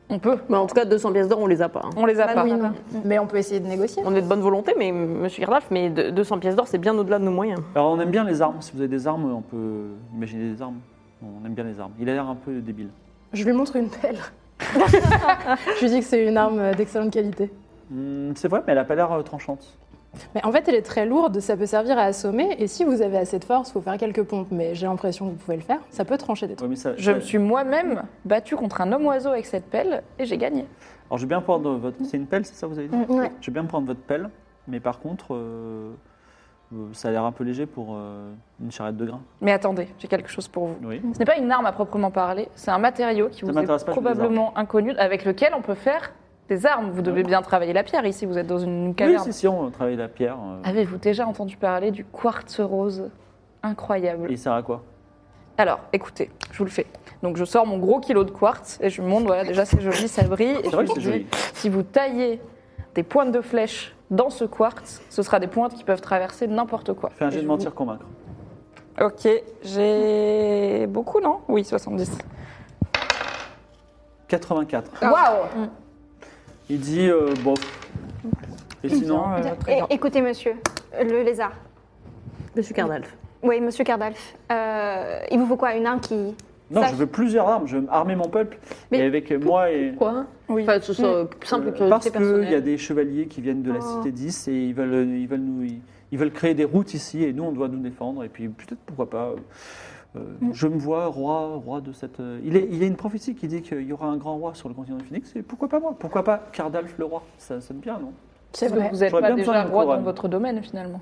Speaker 3: On peut.
Speaker 4: Bah, en tout cas, 200 pièces d'or, on les a pas. hein.
Speaker 3: On les a
Speaker 5: Bah
Speaker 3: pas.
Speaker 5: oui,
Speaker 6: non. Mm. Mais on peut essayer de négocier.
Speaker 4: On est de bonne volonté, mais monsieur Carlaf, mais de- 200 pièces d'or, c'est bien au-delà de nos moyens.
Speaker 2: Alors on aime bien les armes. Si vous avez des armes, on peut imaginer des armes. On aime bien les armes. Il a l'air un peu débile.
Speaker 6: Je lui montre une pelle. je lui dis que c'est une arme d'excellente qualité.
Speaker 2: Mm, Hmm, c'est vrai, mais elle a pas l'air euh, tranchante.
Speaker 6: Mais en fait, elle est très lourde, ça peut servir à assommer. Et si vous avez assez de force, faut faire quelques pompes. Mais j'ai l'impression que vous pouvez le faire. Ça peut trancher des trucs.
Speaker 2: Ouais, mais ça-
Speaker 3: Je
Speaker 2: ça-
Speaker 3: me suis moi-même battue contre un homme oiseau avec cette pelle et j'ai gagné.
Speaker 2: Alors, je vais bien prendre votre. C'est une pelle, c'est ça, vous avez dit
Speaker 6: Mm. Ouais.
Speaker 2: Je vais bien prendre votre pelle, mais par contre, euh, euh, ça a l'air un peu léger pour euh, une charrette de grains.
Speaker 3: Mais attendez, j'ai quelque chose pour vous.
Speaker 2: Oui.
Speaker 3: Ce n'est pas une arme à proprement parler, c'est un matériau qui
Speaker 2: Ça
Speaker 3: vous
Speaker 2: m'intéresse
Speaker 3: est
Speaker 2: pas, je veux des
Speaker 3: probablement inconnu, avec lequel on peut faire des armes. Vous devez bien travailler la pierre ici, vous êtes dans une
Speaker 2: Oui,
Speaker 3: caverne. Ah,
Speaker 2: si, si, on travaille la pierre. euh,
Speaker 3: Avez-vous déjà entendu parler du quartz rose Incroyable.
Speaker 2: Et ça sert à quoi
Speaker 3: Alors, écoutez, je vous le fais. Donc, je sors mon gros kilo de quartz et je lui montre, voilà, déjà c'est joli, ça brille. Et
Speaker 2: C'est vrai
Speaker 3: je
Speaker 2: que c'est
Speaker 3: lui
Speaker 2: joli.
Speaker 3: dis, Si vous taillez des pointes de flèche dans ce quartz, ce sera des pointes qui peuvent traverser n'importe quoi.
Speaker 2: Fais un
Speaker 3: Et
Speaker 2: jet de
Speaker 3: je
Speaker 2: mentir convaincre.
Speaker 3: vous- Ok, j'ai beaucoup, non Oui, 70.
Speaker 2: 84.
Speaker 3: Waouh
Speaker 2: Il dit, euh, bon. Et sinon,
Speaker 3: Bien, euh, très bien.
Speaker 5: Eh, écoutez, monsieur, le lézard.
Speaker 4: Monsieur Cardalf.
Speaker 5: Oui, monsieur Cardalf. euh, il vous faut quoi Une arme qui.
Speaker 2: non,
Speaker 5: ça-
Speaker 2: je veux plusieurs armes, je veux armer mon peuple.
Speaker 7: Mais
Speaker 2: et avec moi et.
Speaker 7: Quoi
Speaker 3: Oui.
Speaker 7: Enfin, que ce soit simple
Speaker 2: Euh,
Speaker 7: curiosité
Speaker 2: parce qu'il
Speaker 7: personnelle.
Speaker 2: y a des chevaliers qui viennent de la
Speaker 5: Oh.
Speaker 2: cité 10 et ils veulent, ils veulent nous, ils, ils veulent créer des routes ici et nous on doit nous défendre et puis peut-être pourquoi pas. euh, euh, Je me vois roi, roi de cette. euh, il, est, il y a une prophétie qui dit qu'il y aura un grand roi sur le continent du Phoenix et pourquoi pas moi Pourquoi pas Cardalf le roi Ça sonne bien, non
Speaker 3: C'est
Speaker 6: vrai.
Speaker 3: vrai. Vous n'êtes
Speaker 2: J'aurais
Speaker 3: pas
Speaker 2: bien besoin
Speaker 3: déjà
Speaker 2: d'une
Speaker 3: roi dans
Speaker 2: couronne.
Speaker 3: votre domaine finalement.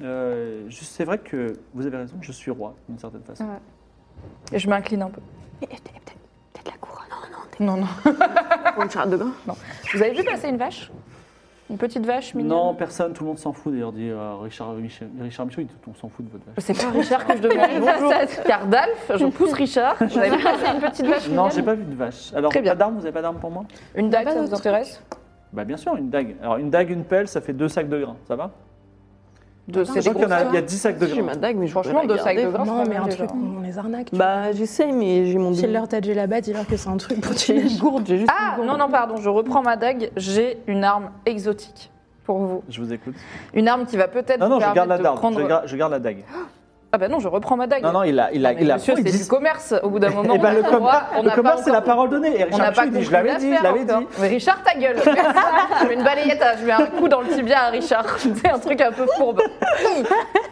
Speaker 2: Euh, je- C'est vrai que vous avez raison, je suis roi d'une certaine façon.
Speaker 3: Et je m'incline un peu.
Speaker 5: Peut-être la couronne.
Speaker 3: Non, non.
Speaker 7: Pour une charrette de bain.
Speaker 3: Vous avez vu passer une vache Une petite vache mignonne
Speaker 2: Non, personne, tout le monde s'en fout d'ailleurs, dit euh, Richard, Michel- Richard Michaud, il dit, on s'en fout de votre vache.
Speaker 3: C'est pas Richard que je demande. Bonjour. Cardalf, je pousse Richard. Vous avez vu passer une petite vache
Speaker 2: Non,
Speaker 3: mignonne
Speaker 2: j'ai pas vu de vache. Alors,
Speaker 3: Très bien.
Speaker 2: pas d'armes, vous avez pas d'armes pour moi
Speaker 3: Une dague, ça vous intéresse
Speaker 2: Bah bien sûr, une dague. Alors une dague, une pelle, ça fait deux sacs de grains, ça va
Speaker 3: De
Speaker 2: Je
Speaker 3: ces
Speaker 2: crois qu'il y en a, il y a
Speaker 3: grosses-
Speaker 2: 10 sacs de
Speaker 7: J'ai ma
Speaker 2: grains.
Speaker 7: dague, mais je
Speaker 3: Franchement,
Speaker 7: peux
Speaker 3: deux
Speaker 7: la
Speaker 3: sacs de
Speaker 7: garder.
Speaker 3: grain, c'est
Speaker 6: Non,
Speaker 3: pas
Speaker 6: mais
Speaker 3: mal
Speaker 6: un
Speaker 3: déjà.
Speaker 6: truc, on les arnaque.
Speaker 7: Bah, j'essaye, mais j'ai mon
Speaker 6: Si elle
Speaker 7: billet.
Speaker 6: leur t'a déjà la batte, dis-leur que c'est un truc pour
Speaker 7: J'ai une
Speaker 6: tuer.
Speaker 7: gourde, j'ai juste
Speaker 3: Ah,
Speaker 7: une gourde.
Speaker 3: non, non, pardon, je reprends ma dague. J'ai une arme exotique pour vous.
Speaker 2: Je vous écoute.
Speaker 3: Une arme qui va peut-être
Speaker 2: Non,
Speaker 3: vous
Speaker 2: non, je
Speaker 3: permettre
Speaker 2: garde la
Speaker 3: de
Speaker 2: dague.
Speaker 3: prendre...
Speaker 2: Je, garde, je garde la dague.
Speaker 3: Ah bah non, je reprends ma dague.
Speaker 2: Non, non, il a, il a,
Speaker 3: Mais
Speaker 2: il a.
Speaker 3: Monsieur,
Speaker 2: il
Speaker 3: c'est
Speaker 2: dit-
Speaker 3: du commerce. Au bout d'un moment,
Speaker 2: Eh ben,
Speaker 3: on
Speaker 2: le
Speaker 3: a droit,
Speaker 2: commerce,
Speaker 3: on
Speaker 2: le
Speaker 3: n'a pas
Speaker 2: commerce, c'est la
Speaker 3: encore-
Speaker 2: parole donnée. Et
Speaker 3: On n'a
Speaker 2: Richard Michaud, il
Speaker 3: pas
Speaker 2: dit,
Speaker 3: compris
Speaker 2: je l'avais dit, je l'avais
Speaker 3: l'affaire
Speaker 2: dit.
Speaker 3: encore. Mais Richard, ta gueule Je mets une balayette, à- je mets un coup dans le tibia à Richard. C'est un truc un peu fourbe.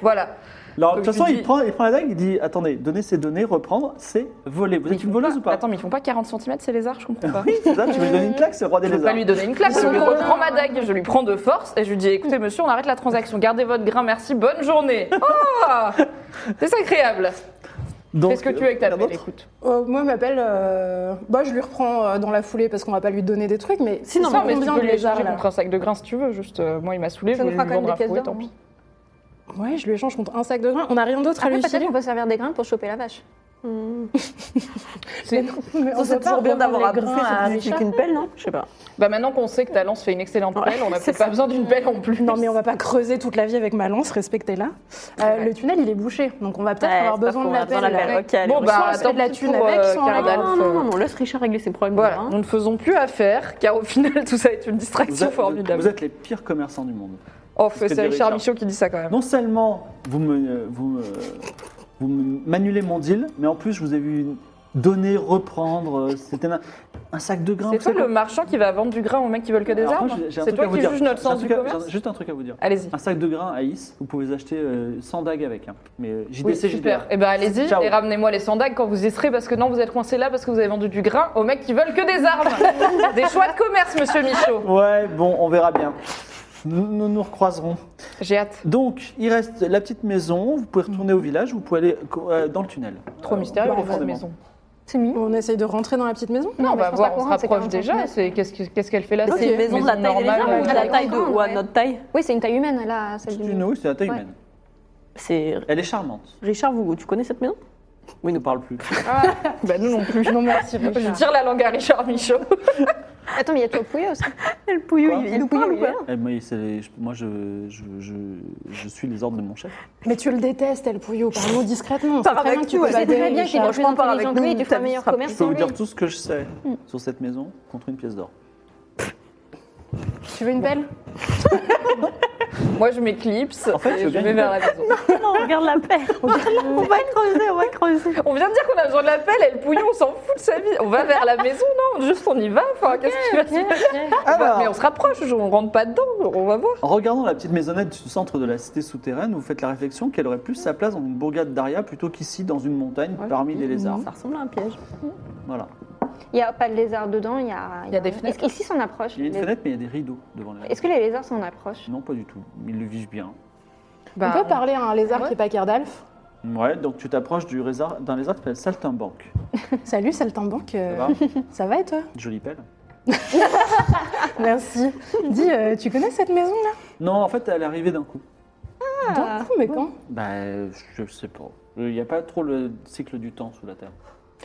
Speaker 3: voilà.
Speaker 2: Alors, de toute
Speaker 3: Donc,
Speaker 2: façon,
Speaker 3: je
Speaker 2: il
Speaker 3: dis-
Speaker 2: prend, il prend la dague, il dit, attendez, donner ces données, reprendre, c'est voler. Vous êtes une voleuse ou pas
Speaker 3: Ah, Attends, mais ils font pas 40 cm ces lézards, je comprends pas.
Speaker 2: Oui, c'est ça, tu veux lui donner une claque, c'est le roi des
Speaker 3: Je vais pas
Speaker 2: lézards.
Speaker 3: lui donner une claque, je lui reprends ma dague, je lui prends de force et je lui dis écoutez monsieur, on arrête la transaction, gardez votre grain, merci, bonne journée. Oh C'est agréable.
Speaker 2: Donc,
Speaker 3: Qu'est-ce que tu veux avec ta
Speaker 2: la
Speaker 3: pelle
Speaker 2: vôtre
Speaker 3: Écoute.
Speaker 6: Euh, moi, m'appelle. Euh... Bah, je lui reprends euh, dans la foulée parce qu'on va pas lui donner des trucs, mais
Speaker 3: Non,
Speaker 6: sinon,
Speaker 3: mais tu
Speaker 6: combien
Speaker 3: peux
Speaker 6: de
Speaker 3: lui
Speaker 6: lézards
Speaker 3: échanger
Speaker 6: là
Speaker 3: contre un sac de grains si tu veux, juste euh, moi il m'a saoulé, je
Speaker 7: Ça nous
Speaker 3: voulais
Speaker 7: fouet,
Speaker 3: lui vendre un fouet, tant
Speaker 7: hein.
Speaker 3: pis.
Speaker 6: Ouais, je lui échange contre un sac de grains. On a rien d'autre à
Speaker 5: Après,
Speaker 6: lui
Speaker 5: peut-être
Speaker 6: filer.
Speaker 5: qu'on peut servir des grains pour choper la vache.
Speaker 3: C'est-
Speaker 6: Mais
Speaker 7: Ça,
Speaker 6: on
Speaker 7: c'est
Speaker 6: peut pas
Speaker 7: toujours bien
Speaker 6: revendre
Speaker 7: d'avoir
Speaker 6: les
Speaker 7: à bouffer
Speaker 6: grains à
Speaker 7: cette visite
Speaker 6: Richard.
Speaker 7: avec une pelle, non Je sais pas.
Speaker 3: Bah maintenant qu'on sait que ta lance fait une excellente
Speaker 7: Ouais,
Speaker 3: pelle, on n'a
Speaker 7: c'est
Speaker 3: peut-être pas
Speaker 7: ça.
Speaker 3: besoin d'une pelle en plus.
Speaker 6: Non, mais on va pas creuser toute la vie avec ma lance, respectez-la. Euh,
Speaker 3: Ouais.
Speaker 6: Le tunnel, il est bouché, donc on va peut-être
Speaker 7: Ouais,
Speaker 6: avoir
Speaker 7: c'est pas
Speaker 6: besoin
Speaker 7: faux,
Speaker 6: de
Speaker 7: on a
Speaker 6: la
Speaker 7: besoin
Speaker 6: pelle.
Speaker 7: de la pelle.
Speaker 6: là.
Speaker 7: Ok, allez,
Speaker 3: Bon
Speaker 7: on
Speaker 6: soit
Speaker 3: bah
Speaker 6: on se fait
Speaker 3: attends,
Speaker 6: de la thune avec, soit on la
Speaker 7: Non,
Speaker 6: Cardalf,
Speaker 7: non, non, non, on laisse Richard régler ses problèmes.
Speaker 3: Voilà,
Speaker 7: hein.
Speaker 3: nous ne faisons plus affaire, car au final tout ça est une
Speaker 2: Vous
Speaker 3: distraction
Speaker 2: êtes-
Speaker 3: formidable.
Speaker 2: vous êtes les pires commerçants du monde.
Speaker 3: Oh,
Speaker 2: c'est ce que
Speaker 3: c'est
Speaker 2: dit
Speaker 3: Richard
Speaker 2: Richard.
Speaker 3: Michaud qui dit ça quand même.
Speaker 2: Non seulement vous me, vous me- vous me- m'annulez mon deal, mais en plus je vous ai vu donner, reprendre. euh, C'était un, un sac de grains.
Speaker 3: C'est
Speaker 2: vous
Speaker 3: toi
Speaker 2: savez
Speaker 3: le marchand qui va vendre du grain aux mecs qui veulent que des
Speaker 2: Alors,
Speaker 3: arbres
Speaker 2: moi, j'ai- j'ai un
Speaker 3: C'est
Speaker 2: truc
Speaker 3: toi
Speaker 2: à vous
Speaker 3: qui
Speaker 2: dire.
Speaker 3: juges notre
Speaker 2: J'ai
Speaker 3: sens
Speaker 2: un
Speaker 3: du
Speaker 2: truc à-
Speaker 3: commerce
Speaker 2: j'ai un- Juste un truc à vous dire.
Speaker 3: Allez-y.
Speaker 2: Un sac de grains à Is, vous pouvez les acheter euh, sans dague avec. hein. Mais euh, JDC,
Speaker 3: Oui,
Speaker 2: JDR.
Speaker 3: super. Eh ben allez-y
Speaker 2: Ciao.
Speaker 3: et ramenez-moi les sandags quand vous y serez parce que non, vous êtes coincés là parce que vous avez vendu du grain aux mecs qui veulent que des arbres. des choix de commerce, monsieur Michaud.
Speaker 2: Ouais, bon, on verra bien. Nous nous, nous recroiserons.
Speaker 3: J'ai hâte.
Speaker 2: Donc, il reste la petite maison. Vous pouvez retourner au village. Vous pouvez aller euh, dans le tunnel.
Speaker 3: Trop
Speaker 2: Euh,
Speaker 3: mystérieux,
Speaker 2: plus
Speaker 3: les vraies
Speaker 2: profondément.
Speaker 3: maisons.
Speaker 5: C'est mignon.
Speaker 6: On essaye de rentrer dans la petite maison
Speaker 3: Non, on
Speaker 5: mais
Speaker 3: va
Speaker 5: je pense
Speaker 3: voir,
Speaker 5: pas
Speaker 3: on
Speaker 5: qu'on
Speaker 3: se
Speaker 5: rentre, c'est
Speaker 3: rapproche
Speaker 5: 40
Speaker 3: déjà.
Speaker 5: mètres.
Speaker 3: C'est Qu'est-ce que- qu'est-ce qu'elle fait là
Speaker 7: C'est une maison de la taille des
Speaker 3: normale,
Speaker 7: lézards,
Speaker 5: ouais,
Speaker 7: à la
Speaker 5: ouais.
Speaker 7: taille de. ou à
Speaker 5: Ouais.
Speaker 7: notre taille.
Speaker 5: Oui, c'est une taille humaine, là, celle
Speaker 2: C'est
Speaker 5: du
Speaker 2: une oui, c'est la taille
Speaker 5: Ouais.
Speaker 2: humaine.
Speaker 7: C'est.
Speaker 2: Elle est charmante.
Speaker 7: Richard, vous, tu connais cette maison
Speaker 2: Oui, ne parle plus.
Speaker 3: Bah, nous non plus.
Speaker 6: Non, merci.
Speaker 3: Je
Speaker 6: Richard.
Speaker 3: tire la langue à Richard Michaud.
Speaker 5: Attends, mais il y a toujours Pouillot aussi.
Speaker 7: Elle pouillou,
Speaker 2: Quoi
Speaker 7: il,
Speaker 5: Elle
Speaker 7: nous parle ou
Speaker 5: pouillou,
Speaker 7: quoi
Speaker 2: Eh, moi, c'est- je- moi, je, je, je, je suis les ordres de mon chef.
Speaker 6: Mais tu le détestes, El Pouillot, parle-nous discrètement.
Speaker 7: Par
Speaker 6: C'est très
Speaker 7: avec
Speaker 6: bien que tu
Speaker 7: nous,
Speaker 6: peux
Speaker 7: elle
Speaker 6: pas
Speaker 7: sait très
Speaker 6: aider
Speaker 7: bien
Speaker 6: Richard.
Speaker 7: qu'il est- Franchement, par avec
Speaker 5: intelligent que lui,
Speaker 7: nous,
Speaker 5: tu feras
Speaker 7: ta vie
Speaker 5: meilleur
Speaker 7: sera
Speaker 2: Je
Speaker 5: commerce
Speaker 2: peux vous
Speaker 5: que
Speaker 2: dire
Speaker 5: lui.
Speaker 2: tout ce que je sais sur cette maison contre une pièce d'or.
Speaker 6: Tu veux une pelle
Speaker 3: Moi, je m'éclipse
Speaker 2: En fait,
Speaker 3: et
Speaker 2: je
Speaker 3: je,
Speaker 2: gagne
Speaker 3: vais vers la maison.
Speaker 7: Non, regarde la paire. on va creuser, on va creuser.
Speaker 3: On vient de dire qu'on a besoin de l'appel, elle pouillon, on s'en fout de sa vie. On va vers la maison, non Juste on y va, enfin, qu'est-ce que tu vas
Speaker 2: Alors,
Speaker 3: Ah bah, Mais on se rapproche, on rentre pas dedans, on va voir.
Speaker 2: en regardant la petite maisonnette du centre de la cité souterraine, vous faites la réflexion qu'elle aurait plus sa place dans une bourgade d'Aria plutôt qu'ici dans une montagne parmi les lézards.
Speaker 4: Mm.
Speaker 7: Ça ressemble à un piège.
Speaker 2: Voilà.
Speaker 5: Il n'y a pas de lézard dedans, il y a.
Speaker 3: Il y a des fenêtres.
Speaker 5: Est-ce qu'ici s'en approche
Speaker 2: Il y a une fenêtre, mais il y a des rideaux devant les
Speaker 5: Est-ce que les lézards s'en approchent
Speaker 2: Non, pas du tout. Ils le vivent bien.
Speaker 3: Bah,
Speaker 6: On peut parler à un lézard
Speaker 3: ouais.
Speaker 6: qui est pas Kerdalf
Speaker 2: Ouais, donc tu t'approches du lézard- d'un lézard qui s'appelle Saltimbanque.
Speaker 6: Salut, saltimbanque.
Speaker 2: Ça
Speaker 6: euh,
Speaker 2: va
Speaker 6: Ça va et toi
Speaker 2: Jolie pelle.
Speaker 6: Merci. Dis, euh, tu connais cette maison là
Speaker 2: Non, en fait, elle est arrivée d'un coup.
Speaker 6: D'un coup, mais quand
Speaker 2: Bah, je sais pas. Il n'y a pas trop le cycle du temps sous la Terre.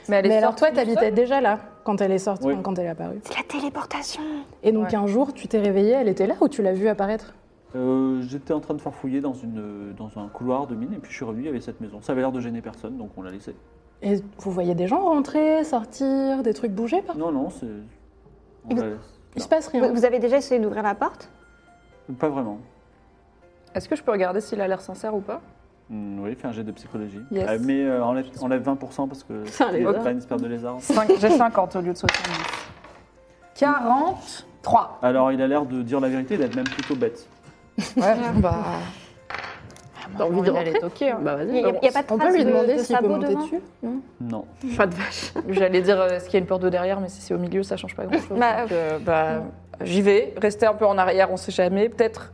Speaker 3: Mais, elle est
Speaker 6: Mais alors
Speaker 3: sortie
Speaker 6: toi,
Speaker 3: toute
Speaker 6: t'habitais déjà là quand elle est sortie,
Speaker 2: Oui.
Speaker 6: enfin, quand elle est apparue.
Speaker 5: C'est la téléportation
Speaker 6: Et donc
Speaker 3: Ouais.
Speaker 6: un jour, tu t'es réveillée, elle était là ou tu l'as vue apparaître
Speaker 2: Euh, J'étais en train de farfouiller dans, une, euh, dans un couloir de mine et puis je suis revenu, il y avait cette maison. Ça avait l'air de gêner personne, donc on l'a laissé.
Speaker 6: Et vous voyez des gens rentrer, sortir, des trucs bouger par
Speaker 2: Non, non, c'est. On la laisse.
Speaker 6: Il se passe rien.
Speaker 5: Vous vous avez déjà essayé d'ouvrir la porte
Speaker 2: Non, Pas vraiment.
Speaker 3: seule. Est-ce que je peux regarder s'il a l'air sincère ou pas
Speaker 2: Mm, oui, fais un jet de psychologie.
Speaker 3: Yes.
Speaker 2: Euh, mais euh, enlève, enlève 20% parce que.
Speaker 7: C'est un
Speaker 2: il y a
Speaker 7: lézard.
Speaker 2: pas une espèce de lézard.
Speaker 3: J'ai 50 au lieu de 70. 43.
Speaker 2: Alors, il a l'air de dire la vérité, d'être même plutôt bête.
Speaker 3: Ouais, bah.
Speaker 7: T'as envie de
Speaker 3: J'allais toquer. hein.
Speaker 7: Bah
Speaker 5: Il n'y
Speaker 7: vas-y.
Speaker 5: a, il y a pas de
Speaker 6: On
Speaker 5: trace
Speaker 6: peut lui
Speaker 5: de-
Speaker 6: demander
Speaker 5: de
Speaker 6: s'il peut
Speaker 5: sabots
Speaker 6: monter
Speaker 5: devant
Speaker 6: dessus.
Speaker 2: Non.
Speaker 7: Pas de vache.
Speaker 3: J'allais dire euh, est-ce qu'il y a une porte de derrière, mais si c'est au milieu, ça change pas grand-chose.
Speaker 5: Bah,
Speaker 3: Donc, euh, bah, j'y vais. Rester un peu en arrière, on sait jamais. Peut-être.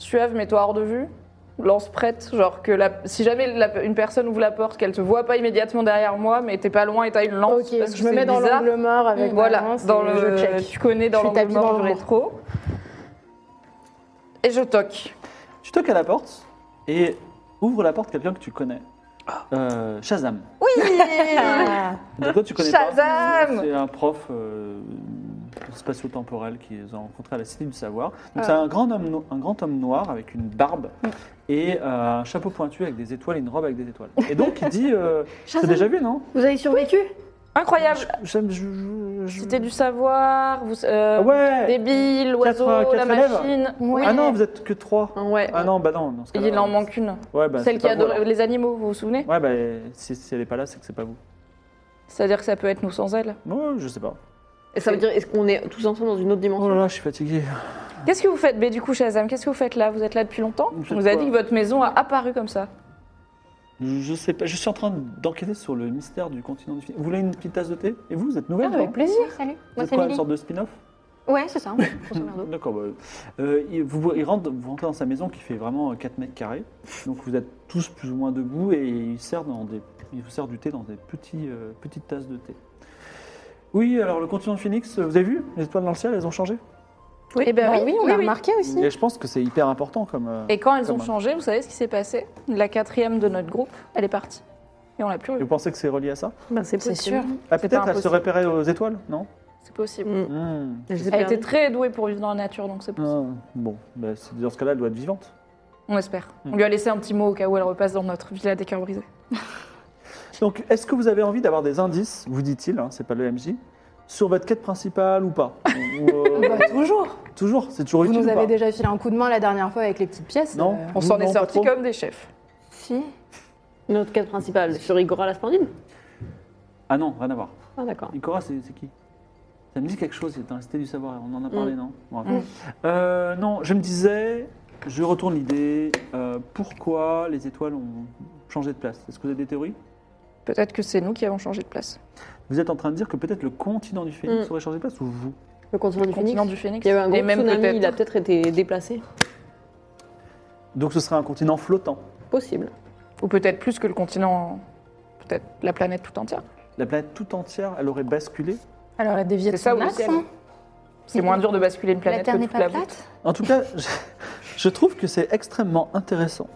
Speaker 3: Suave, mets-toi hors de vue. Lance prête, genre que la- si jamais la- une personne ouvre la porte, qu'elle te voit pas immédiatement derrière moi, mais t'es pas loin et t'as une lance.
Speaker 6: Ah, Ok,
Speaker 3: parce que
Speaker 6: je me
Speaker 3: c'est
Speaker 6: mets dans
Speaker 3: bizarre.
Speaker 6: l'angle mort avec
Speaker 3: voilà,
Speaker 6: ma lance
Speaker 3: dans
Speaker 6: et
Speaker 3: le,
Speaker 6: je check.
Speaker 3: tu connais dans
Speaker 6: Je suis
Speaker 3: l'angle
Speaker 6: tapis dans
Speaker 3: mort
Speaker 6: le
Speaker 3: du
Speaker 6: mur.
Speaker 3: rétro. Et je toque.
Speaker 2: Tu toques à la porte et ouvre la porte quelqu'un que tu connais. Euh, Shazam.
Speaker 6: Ah,
Speaker 2: De quoi Bah, tu connais pas
Speaker 3: Shazam
Speaker 2: C'est un prof euh, spatio-temporel qu'ils ont rencontré à la Cité du Savoir.
Speaker 3: Ah.
Speaker 2: Donc c'est un grand, homme no- un grand homme noir avec une barbe
Speaker 3: Mm.
Speaker 2: et euh, un chapeau pointu avec des étoiles et une robe avec des étoiles. Et donc il dit... Euh, T'as
Speaker 7: Shazam.
Speaker 2: déjà vu, non
Speaker 7: Vous avez survécu
Speaker 3: Incroyable.
Speaker 2: Je- je- je- je-
Speaker 3: C'était du savoir, vous, euh,
Speaker 2: Ah ouais
Speaker 3: débile, l'oiseau,
Speaker 2: Quatre-
Speaker 3: la
Speaker 2: quatre élèves.
Speaker 3: machine.
Speaker 2: Ah non, vous êtes que trois.
Speaker 3: Ouais.
Speaker 2: Ah non, bah non. dans ce
Speaker 3: Et
Speaker 2: cas-là,
Speaker 3: il en
Speaker 2: euh,
Speaker 3: manque une.
Speaker 2: Ouais, bah, c'est
Speaker 3: Celle qui
Speaker 2: pas vous,
Speaker 3: adore
Speaker 2: alors.
Speaker 3: les animaux, vous vous souvenez
Speaker 2: Ouais, bah si, si elle est pas là, c'est que c'est pas vous.
Speaker 3: C'est-à-dire que ça peut être nous sans elle.
Speaker 2: Moi, je sais pas.
Speaker 7: Et ça veut dire, est-ce qu'on est tous ensemble dans une autre
Speaker 2: Oh
Speaker 7: dimension
Speaker 2: là là, je suis fatigué.
Speaker 3: Qu'est-ce que vous faites Mais du coup, Shazam, qu'est-ce que vous faites là Vous êtes là depuis longtemps
Speaker 2: Vous faites
Speaker 3: On vous a
Speaker 2: quoi
Speaker 3: dit que votre maison a apparu comme ça.
Speaker 2: Je sais pas, je suis en train d'enquêter sur le mystère du continent du Vous voulez une petite tasse de thé Et vous, vous êtes nouvelle
Speaker 6: Ah, avec
Speaker 2: non
Speaker 6: plaisir.
Speaker 5: Salut,
Speaker 2: Vous
Speaker 5: moi
Speaker 2: êtes
Speaker 5: c'est
Speaker 2: quoi, une
Speaker 5: Lily.
Speaker 2: sorte de spin-off
Speaker 5: Ouais, c'est ça, grosso merdo.
Speaker 2: D'accord. bah, euh, il- vous, il rentre, vous rentrez dans sa maison qui fait vraiment euh, 4 mètres carrés. Donc vous êtes tous plus ou moins debout et il, sert dans des, il vous sert du thé dans des petits, euh, petites tasses de thé. Oui, alors le continent de Phoenix, euh, vous avez vu Les étoiles dans le ciel, elles ont changé.
Speaker 6: Oui, eh ben,
Speaker 3: Bah
Speaker 6: oui,
Speaker 3: oui,
Speaker 6: on
Speaker 3: oui,
Speaker 6: a
Speaker 3: oui.
Speaker 6: remarqué aussi.
Speaker 2: Et je pense que c'est hyper important comme. euh,
Speaker 3: Et quand elles
Speaker 2: comme
Speaker 3: ont
Speaker 2: un-
Speaker 3: changé, vous savez ce qui s'est passé La quatrième de notre groupe, elle est partie. Et on l'a
Speaker 2: Et
Speaker 3: plus revue.
Speaker 2: vous pensez que c'est relié à ça
Speaker 7: Bah, c'est
Speaker 6: C'est sûr.
Speaker 7: possible.
Speaker 2: Ah,
Speaker 3: C'est
Speaker 2: peut-être
Speaker 3: pas
Speaker 2: elle se
Speaker 3: impossible.
Speaker 2: repérait aux étoiles, non
Speaker 3: C'est possible.
Speaker 7: Mm.
Speaker 2: Hmm.
Speaker 7: Je sais
Speaker 3: Elle
Speaker 7: pas.
Speaker 3: était très douée pour vivre dans la nature, donc c'est possible.
Speaker 2: Ah, Bon, bah, c'est- dans ce cas-là, elle doit être vivante.
Speaker 3: On espère.
Speaker 2: Mm.
Speaker 3: On lui a laissé un petit mot au cas où elle repasse dans notre villa des cœurs brisés.
Speaker 2: Donc, est-ce que vous avez envie d'avoir des indices, vous dit-il, hein, c'est pas le MJ, sur votre quête principale ou pas Ou, euh,
Speaker 6: Bah, toujours.
Speaker 2: Toujours, c'est toujours
Speaker 6: Vous
Speaker 2: utile.
Speaker 6: nous
Speaker 2: ou pas
Speaker 6: avez déjà filé un coup de main la dernière fois avec les petites pièces.
Speaker 2: Non.
Speaker 6: euh,
Speaker 3: On
Speaker 2: Vous,
Speaker 3: s'en
Speaker 2: non,
Speaker 3: est
Speaker 2: pas
Speaker 3: sortis
Speaker 2: trop
Speaker 3: comme des chefs.
Speaker 5: Si.
Speaker 7: Notre quête principale, sur Igora la Splendide
Speaker 2: Ah non, rien à voir.
Speaker 7: Ah d'accord.
Speaker 2: Ikora, c'est c'est qui Ça me dit quelque chose, c'est dans la cité du savoir, on en a parlé,
Speaker 7: Mm.
Speaker 2: non Bon, bref. Euh, Non, je me disais, je retourne l'idée, euh, pourquoi les étoiles ont changé de place Est-ce que vous avez des théories
Speaker 3: Peut-être que c'est nous qui avons changé de place.
Speaker 2: Vous êtes en train de dire que peut-être le continent du Phénix
Speaker 7: Mm.
Speaker 2: aurait changé de place ou vous
Speaker 7: Le continent
Speaker 3: Le
Speaker 7: du Phoenix.
Speaker 3: continent du phénix.
Speaker 7: Il y avait un
Speaker 3: Et
Speaker 7: gros
Speaker 3: même
Speaker 7: tsunami, il a
Speaker 3: peut-être.
Speaker 7: peut-être été déplacé.
Speaker 2: Donc ce serait un continent flottant.
Speaker 7: Possible.
Speaker 3: Ou peut-être plus que le continent. Peut-être la planète tout entière.
Speaker 2: La planète tout entière, elle aurait basculé
Speaker 6: Alors, elle a dévié de
Speaker 3: C'est ça
Speaker 6: son
Speaker 3: ou le
Speaker 6: axe.
Speaker 3: ciel
Speaker 6: hein.
Speaker 3: C'est moins dur de basculer une
Speaker 7: Mm-hmm. La
Speaker 3: planète
Speaker 7: Terre
Speaker 3: que
Speaker 7: n'est
Speaker 3: toute la
Speaker 7: pas
Speaker 3: voûte.
Speaker 7: plate
Speaker 2: En tout cas, je, je trouve que c'est extrêmement intéressant.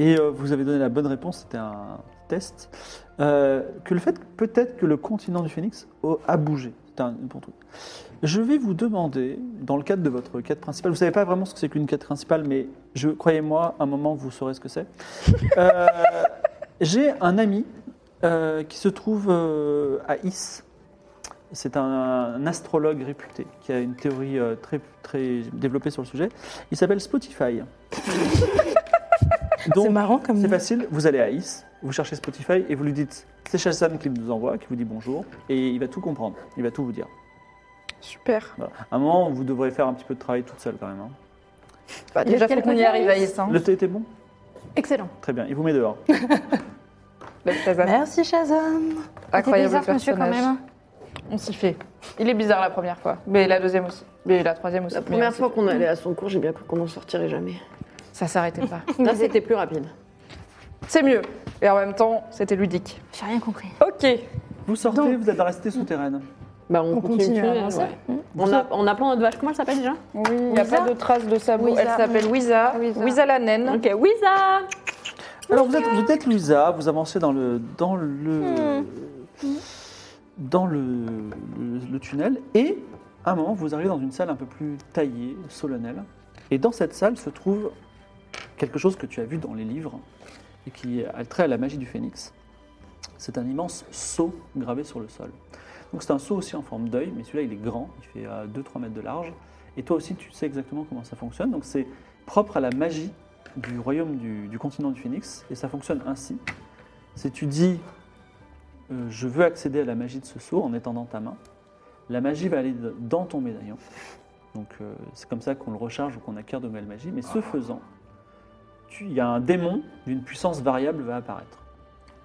Speaker 2: Et euh, vous avez donné la bonne réponse, c'était un test. Euh, que le fait, que- peut-être que le continent du phénix au- a bougé. C'est un bon truc. Je vais vous demander, dans le cadre de votre quête principale, vous savez pas vraiment ce que c'est qu'une quête principale, mais je croyez-moi, un moment vous saurez ce que c'est. Euh, J'ai un ami euh, qui se trouve euh, à Is. C'est un, un astrologue réputé qui a une théorie euh, très, très développée sur le sujet. Il s'appelle Spotify.
Speaker 6: C'est
Speaker 2: Donc,
Speaker 6: marrant comme.
Speaker 2: c'est facile, vous allez à Is, vous cherchez Spotify et vous lui dites c'est Shazam qui nous envoie, qui vous dit bonjour, et il va tout comprendre, il va tout vous dire.
Speaker 3: Super.
Speaker 2: Voilà. À un moment, vous devrez faire un petit peu de travail toute seule quand même. hein.
Speaker 3: Bah, déjà, faut qu'on y arrive à Yes. Hein.
Speaker 2: Le thé était bon
Speaker 6: Excellent.
Speaker 2: Très bien, il vous met dehors.
Speaker 3: La Shazam.
Speaker 6: Merci Shazam.
Speaker 7: C'était
Speaker 3: Incroyable
Speaker 7: bizarre, ce monsieur, quand
Speaker 3: personnage.
Speaker 7: même.
Speaker 6: hein.
Speaker 3: On s'y fait. Il est bizarre la première fois, mais la deuxième aussi, mais la troisième aussi.
Speaker 8: La
Speaker 3: mais on
Speaker 8: première
Speaker 3: s'y
Speaker 8: fois
Speaker 3: fait.
Speaker 8: qu'on allait à son cours, j'ai bien cru qu'on n'en sortirait jamais.
Speaker 3: ça s'arrêtait pas.
Speaker 8: Là, c'était plus rapide.
Speaker 3: C'est mieux. Et en même temps, c'était ludique.
Speaker 7: J'ai rien compris.
Speaker 3: Ok.
Speaker 2: Vous sortez, vous êtes dans la cité souterraine.
Speaker 8: Bah, on,
Speaker 6: On
Speaker 8: continue,
Speaker 6: continue à
Speaker 8: plus,
Speaker 6: avancer.
Speaker 8: ouais. En, a- en appelant notre vache, comment elle s'appelle déjà
Speaker 3: Oui, il n'y a pas de traces de sabot. Elle s'appelle Wiza.
Speaker 7: Wiza.
Speaker 3: Wiza la naine.
Speaker 8: Ok, Wiza
Speaker 2: Alors vous êtes, vous êtes Louisa, vous avancez dans le dans le dans le, le- le tunnel et à un moment vous arrivez dans une salle un peu plus taillée, solennelle. Et dans cette salle se trouve quelque chose que tu as vu dans les livres et qui a trait à la magie du phénix. C'est un immense seau gravé sur le sol. Donc c'est un seau aussi en forme d'œil, mais celui-là il est grand, il fait 2-3 mètres de large. Et toi aussi tu sais exactement comment ça fonctionne. Donc c'est propre à la magie du royaume du, du continent du phénix, et ça fonctionne ainsi. Si tu dis euh, je veux accéder à la magie de ce sceau en étendant ta main, la magie va aller de- dans ton médaillon. Donc euh, c'est comme ça qu'on le recharge ou qu'on acquiert de nouvelles magies, mais ce faisant, tu- il y a un démon d'une puissance variable va apparaître.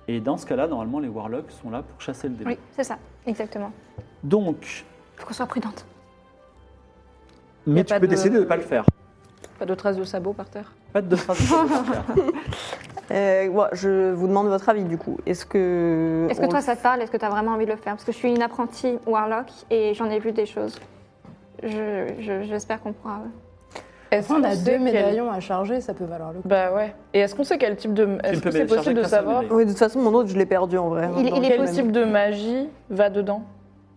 Speaker 2: Et dans ce cas-là, normalement, les warlocks sont là pour chasser le démon.
Speaker 5: Oui, c'est ça, exactement.
Speaker 2: Donc,
Speaker 7: Faut qu'on soit prudente.
Speaker 3: Y a
Speaker 2: mais tu
Speaker 3: pas
Speaker 2: peux
Speaker 3: de-
Speaker 2: décider de ne pas le faire.
Speaker 3: Pas de traces de sabots par terre.
Speaker 2: Pas de phrase. de faire.
Speaker 4: Euh, ouais, je vous demande votre avis du coup. Est-ce que.
Speaker 7: Est-ce que
Speaker 4: on-
Speaker 7: toi, ça te parle Est-ce que t'as vraiment envie de le faire Parce que je suis une apprentie warlock et j'en ai vu des choses. Je- je- J'espère qu'on pourra. euh,
Speaker 3: Est-ce
Speaker 6: On
Speaker 3: qu'on
Speaker 6: a
Speaker 3: sait
Speaker 6: deux
Speaker 3: quel-
Speaker 6: médaillons à charger, ça peut valoir le coup.
Speaker 3: Bah ouais. Et est-ce qu'on sait quel type de. Est-ce
Speaker 2: peux
Speaker 3: que c'est
Speaker 2: charger
Speaker 3: possible de
Speaker 2: qu'un seul
Speaker 3: savoir
Speaker 2: médaillon.
Speaker 4: Oui, de toute façon, mon autre, je l'ai perdu en vrai.
Speaker 7: Il-
Speaker 4: Dans
Speaker 7: il est
Speaker 4: lequel-
Speaker 3: quel type de magie va dedans